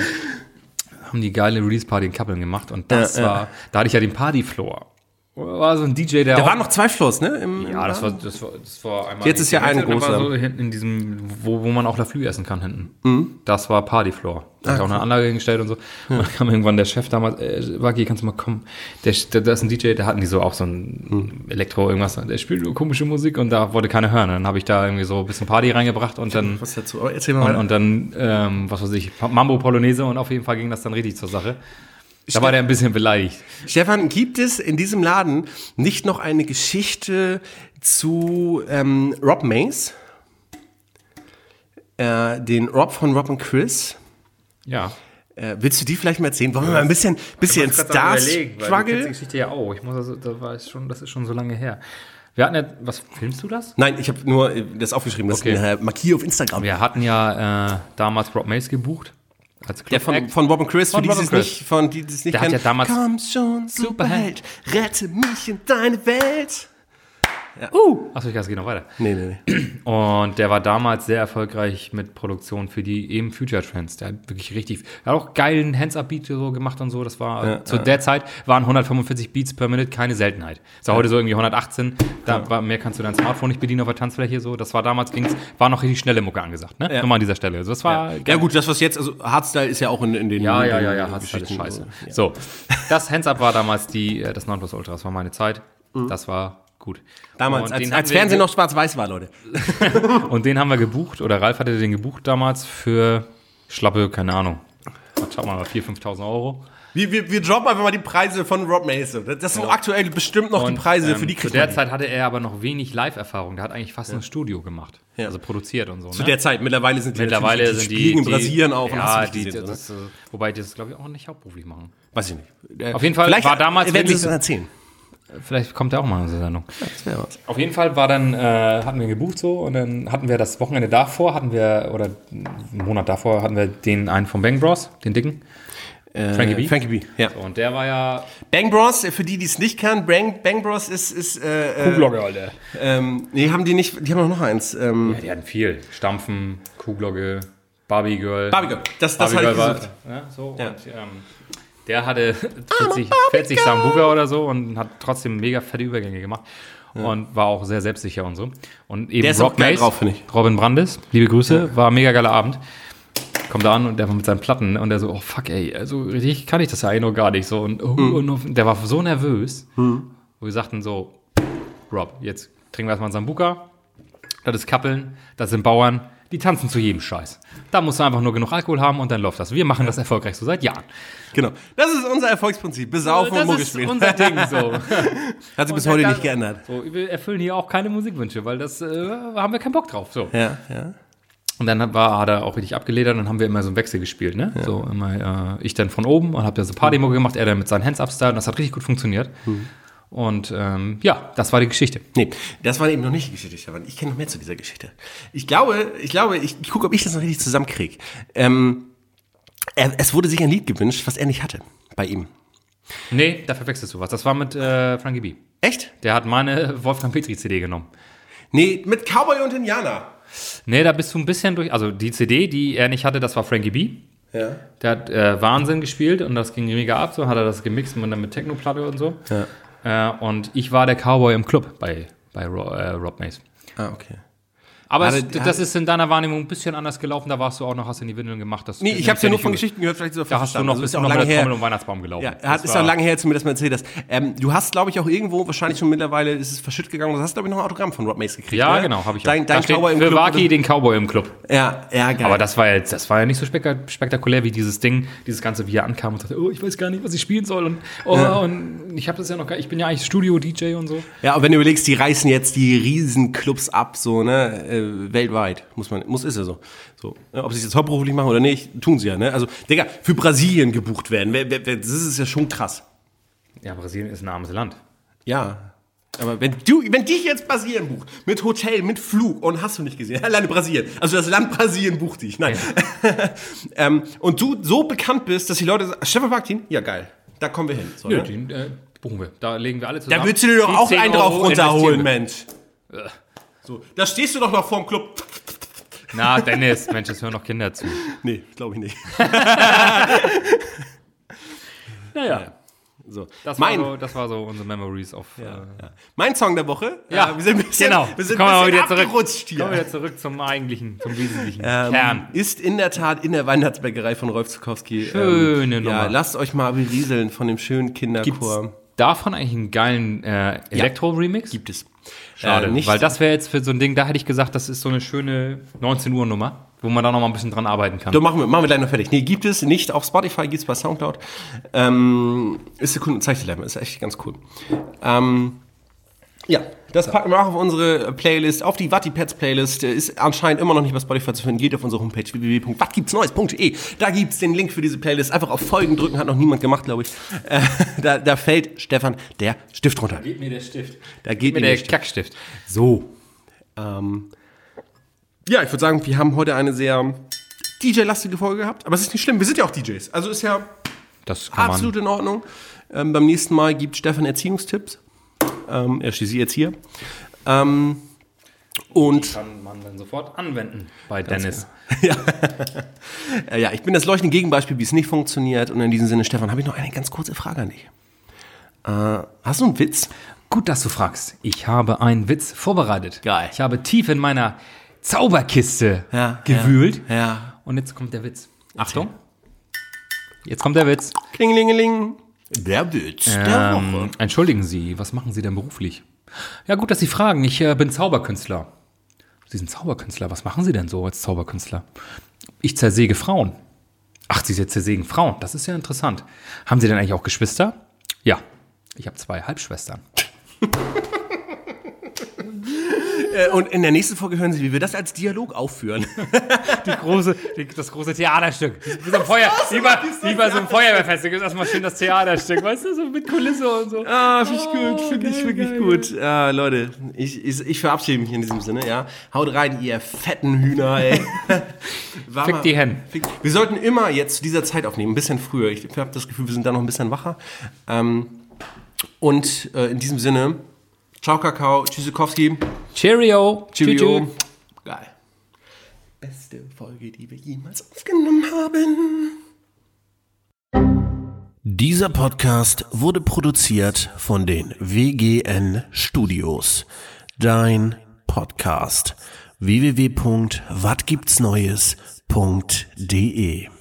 [SPEAKER 2] haben die geile Release-Party in Kappeln gemacht und das
[SPEAKER 1] Ja, ja.
[SPEAKER 2] war, da hatte ich ja den Party-Floor. War so ein DJ, der
[SPEAKER 1] Da
[SPEAKER 2] auch-
[SPEAKER 1] waren noch zwei Floors, ne? Im,
[SPEAKER 2] ja, das war, das war, das war einmal.
[SPEAKER 1] Jetzt ist ja ein
[SPEAKER 2] Und dann war
[SPEAKER 1] großer.
[SPEAKER 2] So hinten in diesem, wo, wo man auch Laflü essen kann hinten.
[SPEAKER 1] Mhm.
[SPEAKER 2] Das war Partyfloor. Da
[SPEAKER 1] Ah,
[SPEAKER 2] hat auch eine Anlage hingestellt und so. Und dann kam irgendwann der Chef damals, äh, Waki, kannst du mal kommen? Der, der, da ist ein DJ, da hatten die so auch so
[SPEAKER 1] Mhm.
[SPEAKER 2] ein Elektro irgendwas. Der spielt nur komische Musik und da wollte keiner hören. Und dann habe ich da irgendwie so ein bisschen Party reingebracht und dann.
[SPEAKER 1] Was dazu? Aber erzähl mal.
[SPEAKER 2] Und,
[SPEAKER 1] weiter.
[SPEAKER 2] und dann, ähm, was weiß ich, Mambo Polonaise und auf jeden Fall ging das dann richtig zur Sache. Da war der ein bisschen beleidigt.
[SPEAKER 1] Stefan, gibt es in diesem Laden nicht noch eine Geschichte zu ähm, Rob Mays? Äh, den Rob von Rob und Chris?
[SPEAKER 2] Ja.
[SPEAKER 1] Äh, willst du die vielleicht mal erzählen? Wollen wir mal ein bisschen, bisschen Stars-Struggle?
[SPEAKER 2] Geschichte ja auch. Ich muss also, da war ich schon, das ist schon so lange her. Wir hatten ja, was filmst du das?
[SPEAKER 1] Nein, ich habe nur äh, das aufgeschrieben. Das
[SPEAKER 2] Okay.
[SPEAKER 1] äh, markiere auf Instagram.
[SPEAKER 2] Wir hatten ja äh, damals Rob Mays gebucht als Club Äh,
[SPEAKER 1] Der Äh, von, von Bob und Chris,
[SPEAKER 2] Von
[SPEAKER 1] für die,
[SPEAKER 2] Bob
[SPEAKER 1] die
[SPEAKER 2] und
[SPEAKER 1] es
[SPEAKER 2] Chris.
[SPEAKER 1] nicht, von die, die es nicht
[SPEAKER 2] Der hat
[SPEAKER 1] kennen.
[SPEAKER 2] ja damals-
[SPEAKER 1] Komm schon, Superheld, rette mich in deine Welt. Ja. Uh.
[SPEAKER 2] Achso, ich glaube, es geht noch weiter.
[SPEAKER 1] Nee, nee, nee.
[SPEAKER 2] Und der war damals sehr erfolgreich mit Produktionen für die eben Future Trends. Der hat wirklich richtig, er hat auch geilen Hands-Up-Beat so gemacht und so. Das war, zu der Zeit waren 145 Beats per Minute keine Seltenheit. Ist ja heute so irgendwie 118. Da war, mehr kannst du dein Smartphone nicht bedienen auf der Tanzfläche. So, das war damals, ging's, war noch richtig schnelle Mucke angesagt, ne? Nochmal an dieser Stelle. Also, das war
[SPEAKER 1] Ja gut, das was jetzt, also Hardstyle ist ja auch in, in den
[SPEAKER 2] Ja,
[SPEAKER 1] in
[SPEAKER 2] ja,
[SPEAKER 1] den
[SPEAKER 2] ja, ja, hat's alles
[SPEAKER 1] Geschichten.
[SPEAKER 2] scheiße. So, das Hands Up war damals die, äh, das Nonplusultra, das war meine Zeit. Das war gut.
[SPEAKER 1] Mhm. Damals,
[SPEAKER 2] Und
[SPEAKER 1] als,
[SPEAKER 2] den
[SPEAKER 1] als
[SPEAKER 2] haben wir-
[SPEAKER 1] Fernsehen noch schwarz-weiß war, Leute.
[SPEAKER 2] Und den haben wir gebucht, oder Ralf hatte den gebucht damals für schlappe, keine Ahnung. Was Schaut mal, 4.000, 5.000 Euro.
[SPEAKER 1] Wir, wir, wir droppen einfach mal die Preise von Rob Mason. Das sind aktuell bestimmt noch
[SPEAKER 2] Genau. Und,
[SPEAKER 1] die Preise,
[SPEAKER 2] ähm,
[SPEAKER 1] für die
[SPEAKER 2] Zu
[SPEAKER 1] kriegt
[SPEAKER 2] der
[SPEAKER 1] man die.
[SPEAKER 2] Zeit hatte er aber noch wenig Live-Erfahrung. Der hat eigentlich fast ein Studio gemacht. Also produziert und so.
[SPEAKER 1] Zu der Zeit, mittlerweile sind die
[SPEAKER 2] Mittlerweile
[SPEAKER 1] natürlich-
[SPEAKER 2] sind die.
[SPEAKER 1] fliegen in
[SPEAKER 2] die-
[SPEAKER 1] Brasilien auf und
[SPEAKER 2] ja,
[SPEAKER 1] hast du
[SPEAKER 2] die,
[SPEAKER 1] nicht gesehen,
[SPEAKER 2] das, äh, Wobei die das, glaube ich, auch nicht hauptberuflich machen.
[SPEAKER 1] oder? Weiß ich nicht. Äh,
[SPEAKER 2] Auf jeden Fall
[SPEAKER 1] vielleicht
[SPEAKER 2] war damals
[SPEAKER 1] werden sie es
[SPEAKER 2] wirklich-
[SPEAKER 1] erzählen.
[SPEAKER 2] Vielleicht kommt er auch mal in unsere Sendung.
[SPEAKER 1] Das wäre was.
[SPEAKER 2] Auf jeden Fall war dann, äh, hatten wir ihn gebucht so und dann hatten wir das Wochenende davor, hatten wir, oder einen Monat davor hatten wir den einen von Bang Bros, den dicken. Frankie B.
[SPEAKER 1] Äh, Frankie B. Ja.
[SPEAKER 2] So, und der war ja
[SPEAKER 1] Bang Bros, äh, für die, die es nicht kennen, Bang, Bang Bros ist, ist äh, äh,
[SPEAKER 2] Kuhglocke, Alter.
[SPEAKER 1] ähm, nee, haben die nicht, die haben auch noch eins. Ähm,
[SPEAKER 2] Ja, die hatten viel. Stampfen, Kuhglocke, Barbie Girl.
[SPEAKER 1] Barbie Girl. Das, das
[SPEAKER 2] Barbie
[SPEAKER 1] habe ich
[SPEAKER 2] Girl
[SPEAKER 1] gesucht.
[SPEAKER 2] war, ne, so, und, ähm, der hatte <laughs> 40, 40 Sambuga oder so und hat trotzdem mega fette Übergänge gemacht. Und war auch sehr selbstsicher und so. Und eben
[SPEAKER 1] Der ist auch geil drauf, finde ich.
[SPEAKER 2] Robin Brandes, liebe Grüße, war ein mega geiler Abend. Kommt da an und der war mit seinen Platten und der so, oh fuck ey, also richtig kann ich das ja eigentlich noch gar nicht so. Und, oh,
[SPEAKER 1] Hm.
[SPEAKER 2] und auf- der war so nervös, wo wir sagten so, Rob, jetzt trinken wir erstmal einen Sambuka, das ist Kappeln, das sind Bauern, die tanzen zu jedem Scheiß. Da musst du einfach nur genug Alkohol haben und dann läuft das. Wir machen das erfolgreich so seit Jahren.
[SPEAKER 1] Genau. Das ist unser Erfolgsprinzip. Besaufen und Mucke
[SPEAKER 2] Äh, das ist
[SPEAKER 1] spielen.
[SPEAKER 2] unser Ding so.
[SPEAKER 1] Hat sich bis heute nicht geändert.
[SPEAKER 2] So, wir erfüllen hier auch keine Musikwünsche, weil das äh, haben wir keinen Bock drauf. So.
[SPEAKER 1] Ja, ja.
[SPEAKER 2] Und dann war, hat er auch richtig abgeledert und dann haben wir immer so einen Wechsel gespielt, ne? So immer, äh, ich dann von oben und hab da so Partymucke gemacht, er dann mit seinen Hands-Up-Style und das hat richtig gut funktioniert. Und ähm, ja, das war die Geschichte.
[SPEAKER 1] Nee, das war eben noch nicht die Geschichte, Stefan. Ich kenne noch mehr zu dieser Geschichte. Ich glaube, ich glaube, ich, ich gucke, ob ich das noch richtig zusammenkriege. Ähm, er, es wurde sich ein Lied gewünscht, was er nicht hatte bei ihm.
[SPEAKER 2] Nee, da verwechselst du was. Das war mit äh, Frankie B.
[SPEAKER 1] Echt?
[SPEAKER 2] Der hat meine Wolfgang Petri CD genommen.
[SPEAKER 1] Nee, mit Cowboy und Indianer.
[SPEAKER 2] Nee, da bist du ein bisschen durch. Also die CD, die er nicht hatte, das war Frankie B.
[SPEAKER 1] Ja.
[SPEAKER 2] Der hat äh, Wahnsinn gespielt und das ging mega ab. So hat er das gemixt und dann mit Technoplatte und so. Äh, und ich war der Cowboy im Club bei, bei Ro äh, Rob Mays.
[SPEAKER 1] Ah, okay.
[SPEAKER 2] Aber
[SPEAKER 1] Hatte-
[SPEAKER 2] es, das
[SPEAKER 1] hatte-
[SPEAKER 2] ist in deiner Wahrnehmung ein bisschen anders gelaufen. Da warst du auch noch, hast du in die Windeln gemacht. Dass
[SPEAKER 1] Nee, ich habe es ja nur von
[SPEAKER 2] nicht-
[SPEAKER 1] Geschichten gehört, vielleicht ist es
[SPEAKER 2] Da hast du noch, bist
[SPEAKER 1] ist
[SPEAKER 2] du
[SPEAKER 1] auch
[SPEAKER 2] noch mit
[SPEAKER 1] lange
[SPEAKER 2] der Trommel
[SPEAKER 1] her.
[SPEAKER 2] um Weihnachtsbaum gelaufen.
[SPEAKER 1] Ja,
[SPEAKER 2] Das
[SPEAKER 1] hat, ist
[SPEAKER 2] war-
[SPEAKER 1] auch lange her, zumindest mal erzählt hast. Ähm, du hast, glaube ich, auch irgendwo, wahrscheinlich schon mittlerweile, ist es verschütt gegangen, du hast, glaube ich, noch ein Autogramm von Rob Mace gekriegt.
[SPEAKER 2] Ja,
[SPEAKER 1] oder?
[SPEAKER 2] genau, habe ich
[SPEAKER 1] ne? Dein,
[SPEAKER 2] Da
[SPEAKER 1] dein
[SPEAKER 2] steht
[SPEAKER 1] Cowboy im
[SPEAKER 2] für
[SPEAKER 1] Club.
[SPEAKER 2] Waki den Cowboy im Club.
[SPEAKER 1] Ja, ja, geil.
[SPEAKER 2] Aber das war, ja, das war ja nicht so spek- spektakulär wie dieses Ding, dieses Ganze, wie er ankam und sagte, oh, ich weiß gar nicht, was ich spielen soll. Und, oh, und ich habe das ja noch gar ich bin ja eigentlich Studio-DJ und so.
[SPEAKER 1] Ja, und wenn du überlegst, die reißen jetzt die Riesenclubs ab, so, ne, äh, weltweit, muss man, muss, ist ja so. so ne, ob sie es jetzt hauptberuflich machen oder nicht, tun sie ja, ne. Also, Digga, für Brasilien gebucht werden, wer, wer, wer, das ist ja schon krass.
[SPEAKER 2] Ja, Brasilien ist ein armes Land.
[SPEAKER 1] Ja. Aber wenn du, wenn dich jetzt Brasilien bucht, mit Hotel, mit Flug und hast du nicht gesehen, <laughs> alleine Brasilien, also das Land Brasilien bucht dich, nein. <laughs> ähm, und du so bekannt bist, dass die Leute sagen, Stefan Martin, ja geil, da kommen wir hin. So,
[SPEAKER 2] Nö,
[SPEAKER 1] ne?
[SPEAKER 2] den äh, buchen wir. Da legen wir alle zusammen.
[SPEAKER 1] Da würdest du dir doch
[SPEAKER 2] Die
[SPEAKER 1] auch
[SPEAKER 2] 10
[SPEAKER 1] einen
[SPEAKER 2] Euro
[SPEAKER 1] drauf runterholen,
[SPEAKER 2] investieren wir.
[SPEAKER 1] Mensch. So, da stehst du doch noch vorm Club.
[SPEAKER 2] Na, Dennis, Mensch, es hören noch Kinder zu.
[SPEAKER 1] Nee, glaube
[SPEAKER 2] <laughs>
[SPEAKER 1] ich nicht.
[SPEAKER 2] Naja.
[SPEAKER 1] So.
[SPEAKER 2] Das war,
[SPEAKER 1] mein,
[SPEAKER 2] so, das war so unsere Memories of. äh,
[SPEAKER 1] ja. mein Song der Woche.
[SPEAKER 2] Ja,
[SPEAKER 1] äh, wir sind ein bisschen,
[SPEAKER 2] genau.
[SPEAKER 1] wir sind
[SPEAKER 2] Kommen
[SPEAKER 1] ein
[SPEAKER 2] wir
[SPEAKER 1] bisschen
[SPEAKER 2] wieder zurück.
[SPEAKER 1] abgerutscht hier.
[SPEAKER 2] Kommen wir wieder zurück zum eigentlichen, zum wesentlichen
[SPEAKER 1] Ähm,
[SPEAKER 2] Kern.
[SPEAKER 1] Ist in der Tat in der Weihnachtsbäckerei von Rolf Zukowski.
[SPEAKER 2] Schöne
[SPEAKER 1] ähm, Ja,
[SPEAKER 2] Nummer.
[SPEAKER 1] lasst euch mal berieseln von dem schönen
[SPEAKER 2] Gibt's
[SPEAKER 1] Kinderchor.
[SPEAKER 2] davon eigentlich einen geilen äh, Elektro-Remix?
[SPEAKER 1] Gibt es.
[SPEAKER 2] Schade,
[SPEAKER 1] Äh, nicht,
[SPEAKER 2] weil das wäre jetzt für so ein Ding, da hätte ich gesagt, das ist so eine schöne 19 Uhr Nummer, wo man da noch mal ein bisschen dran arbeiten kann.
[SPEAKER 1] So, machen wir, machen wir gleich noch fertig. Nee, gibt es nicht. Auf Spotify gibt es bei Soundcloud. Ähm, ist Sekunden, zeig dir gleich mal. Ist echt ganz cool. Ähm, ja, das packen wir auch auf unsere Playlist, auf die Wattipads-Playlist. Äh, Ist anscheinend immer noch nicht bei Spotify zu finden. Geht auf unsere Homepage www.wattgibtsneues.de. Da gibt es den Link für diese Playlist. Einfach auf Folgen drücken, hat noch niemand gemacht, glaube ich. Äh, <laughs> da, da fällt Stefan der Stift runter.
[SPEAKER 2] Gib mir der Stift.
[SPEAKER 1] Da geht
[SPEAKER 2] Mit
[SPEAKER 1] mir
[SPEAKER 2] der
[SPEAKER 1] der Stift.
[SPEAKER 2] Kackstift. So.
[SPEAKER 1] Ähm, ja, ich würde sagen, wir haben heute eine sehr DJ-lastige Folge gehabt. Aber es ist nicht schlimm, wir sind ja auch DJs. Also ist ja
[SPEAKER 2] Das kann
[SPEAKER 1] absolut in Ordnung. Ähm, beim nächsten Mal gibt Stefan Erziehungstipps. Ähm, er schießt sie jetzt hier. Ähm, und
[SPEAKER 2] man, kann man dann sofort anwenden bei Dennis.
[SPEAKER 1] äh, ja, ich bin das leuchtende Gegenbeispiel, wie es nicht funktioniert. Und in diesem Sinne, Stefan, habe ich noch eine ganz kurze Frage an dich. Äh, hast du einen Witz?
[SPEAKER 2] Gut, dass du fragst. Ich habe einen Witz vorbereitet.
[SPEAKER 1] Geil.
[SPEAKER 2] Ich habe tief in meiner Zauberkiste
[SPEAKER 1] Ja,
[SPEAKER 2] gewühlt.
[SPEAKER 1] ja, ja.
[SPEAKER 2] Und jetzt kommt der Witz. Achtung. Jetzt kommt der Witz.
[SPEAKER 1] Klingelingeling. Der Witz der Woche.
[SPEAKER 2] Ähm, entschuldigen Sie, was machen Sie denn beruflich? Ja, gut, dass Sie fragen. Ich äh, bin Zauberkünstler. Sie sind Zauberkünstler. Was machen Sie denn so als Zauberkünstler? Ich zersäge Frauen. Ach, Sie zersägen Frauen. Das ist ja interessant. Haben Sie denn eigentlich auch Geschwister? Ja, ich habe zwei Halbschwestern.
[SPEAKER 1] Äh, und in der nächsten Folge hören Sie, wie wir das als Dialog aufführen.
[SPEAKER 2] Große, das große Theaterstück. Wie, so ein Feuer, wie, bei, wie bei so einem Feuerwehrfest. Da gibt es erstmal schön das Theaterstück. Weißt du, so mit Kulisse und so.
[SPEAKER 1] Ah, finde ich
[SPEAKER 2] Oh,
[SPEAKER 1] gut, finde ich wirklich gut. Ah, Leute, ich, ich, ich verabschiede mich in diesem Sinne, ja. Haut rein, ihr fetten Hühner,
[SPEAKER 2] <laughs>
[SPEAKER 1] ey. War
[SPEAKER 2] Fick
[SPEAKER 1] mal-
[SPEAKER 2] die Hen.
[SPEAKER 1] Fick- Wir sollten immer jetzt zu dieser Zeit aufnehmen, ein bisschen früher. Ich habe das Gefühl, wir sind da noch ein bisschen wacher. Ähm, und äh, in diesem Sinne, ciao Kakao, Tschüssikowski,
[SPEAKER 2] Cheerio.
[SPEAKER 1] Cheerio.
[SPEAKER 2] Tschüss.
[SPEAKER 1] Geil. Beste Folge, die wir jemals aufgenommen haben.
[SPEAKER 4] Dieser Podcast wurde produziert von den WGN Studios. Dein Podcast. www.watgibtsneues.de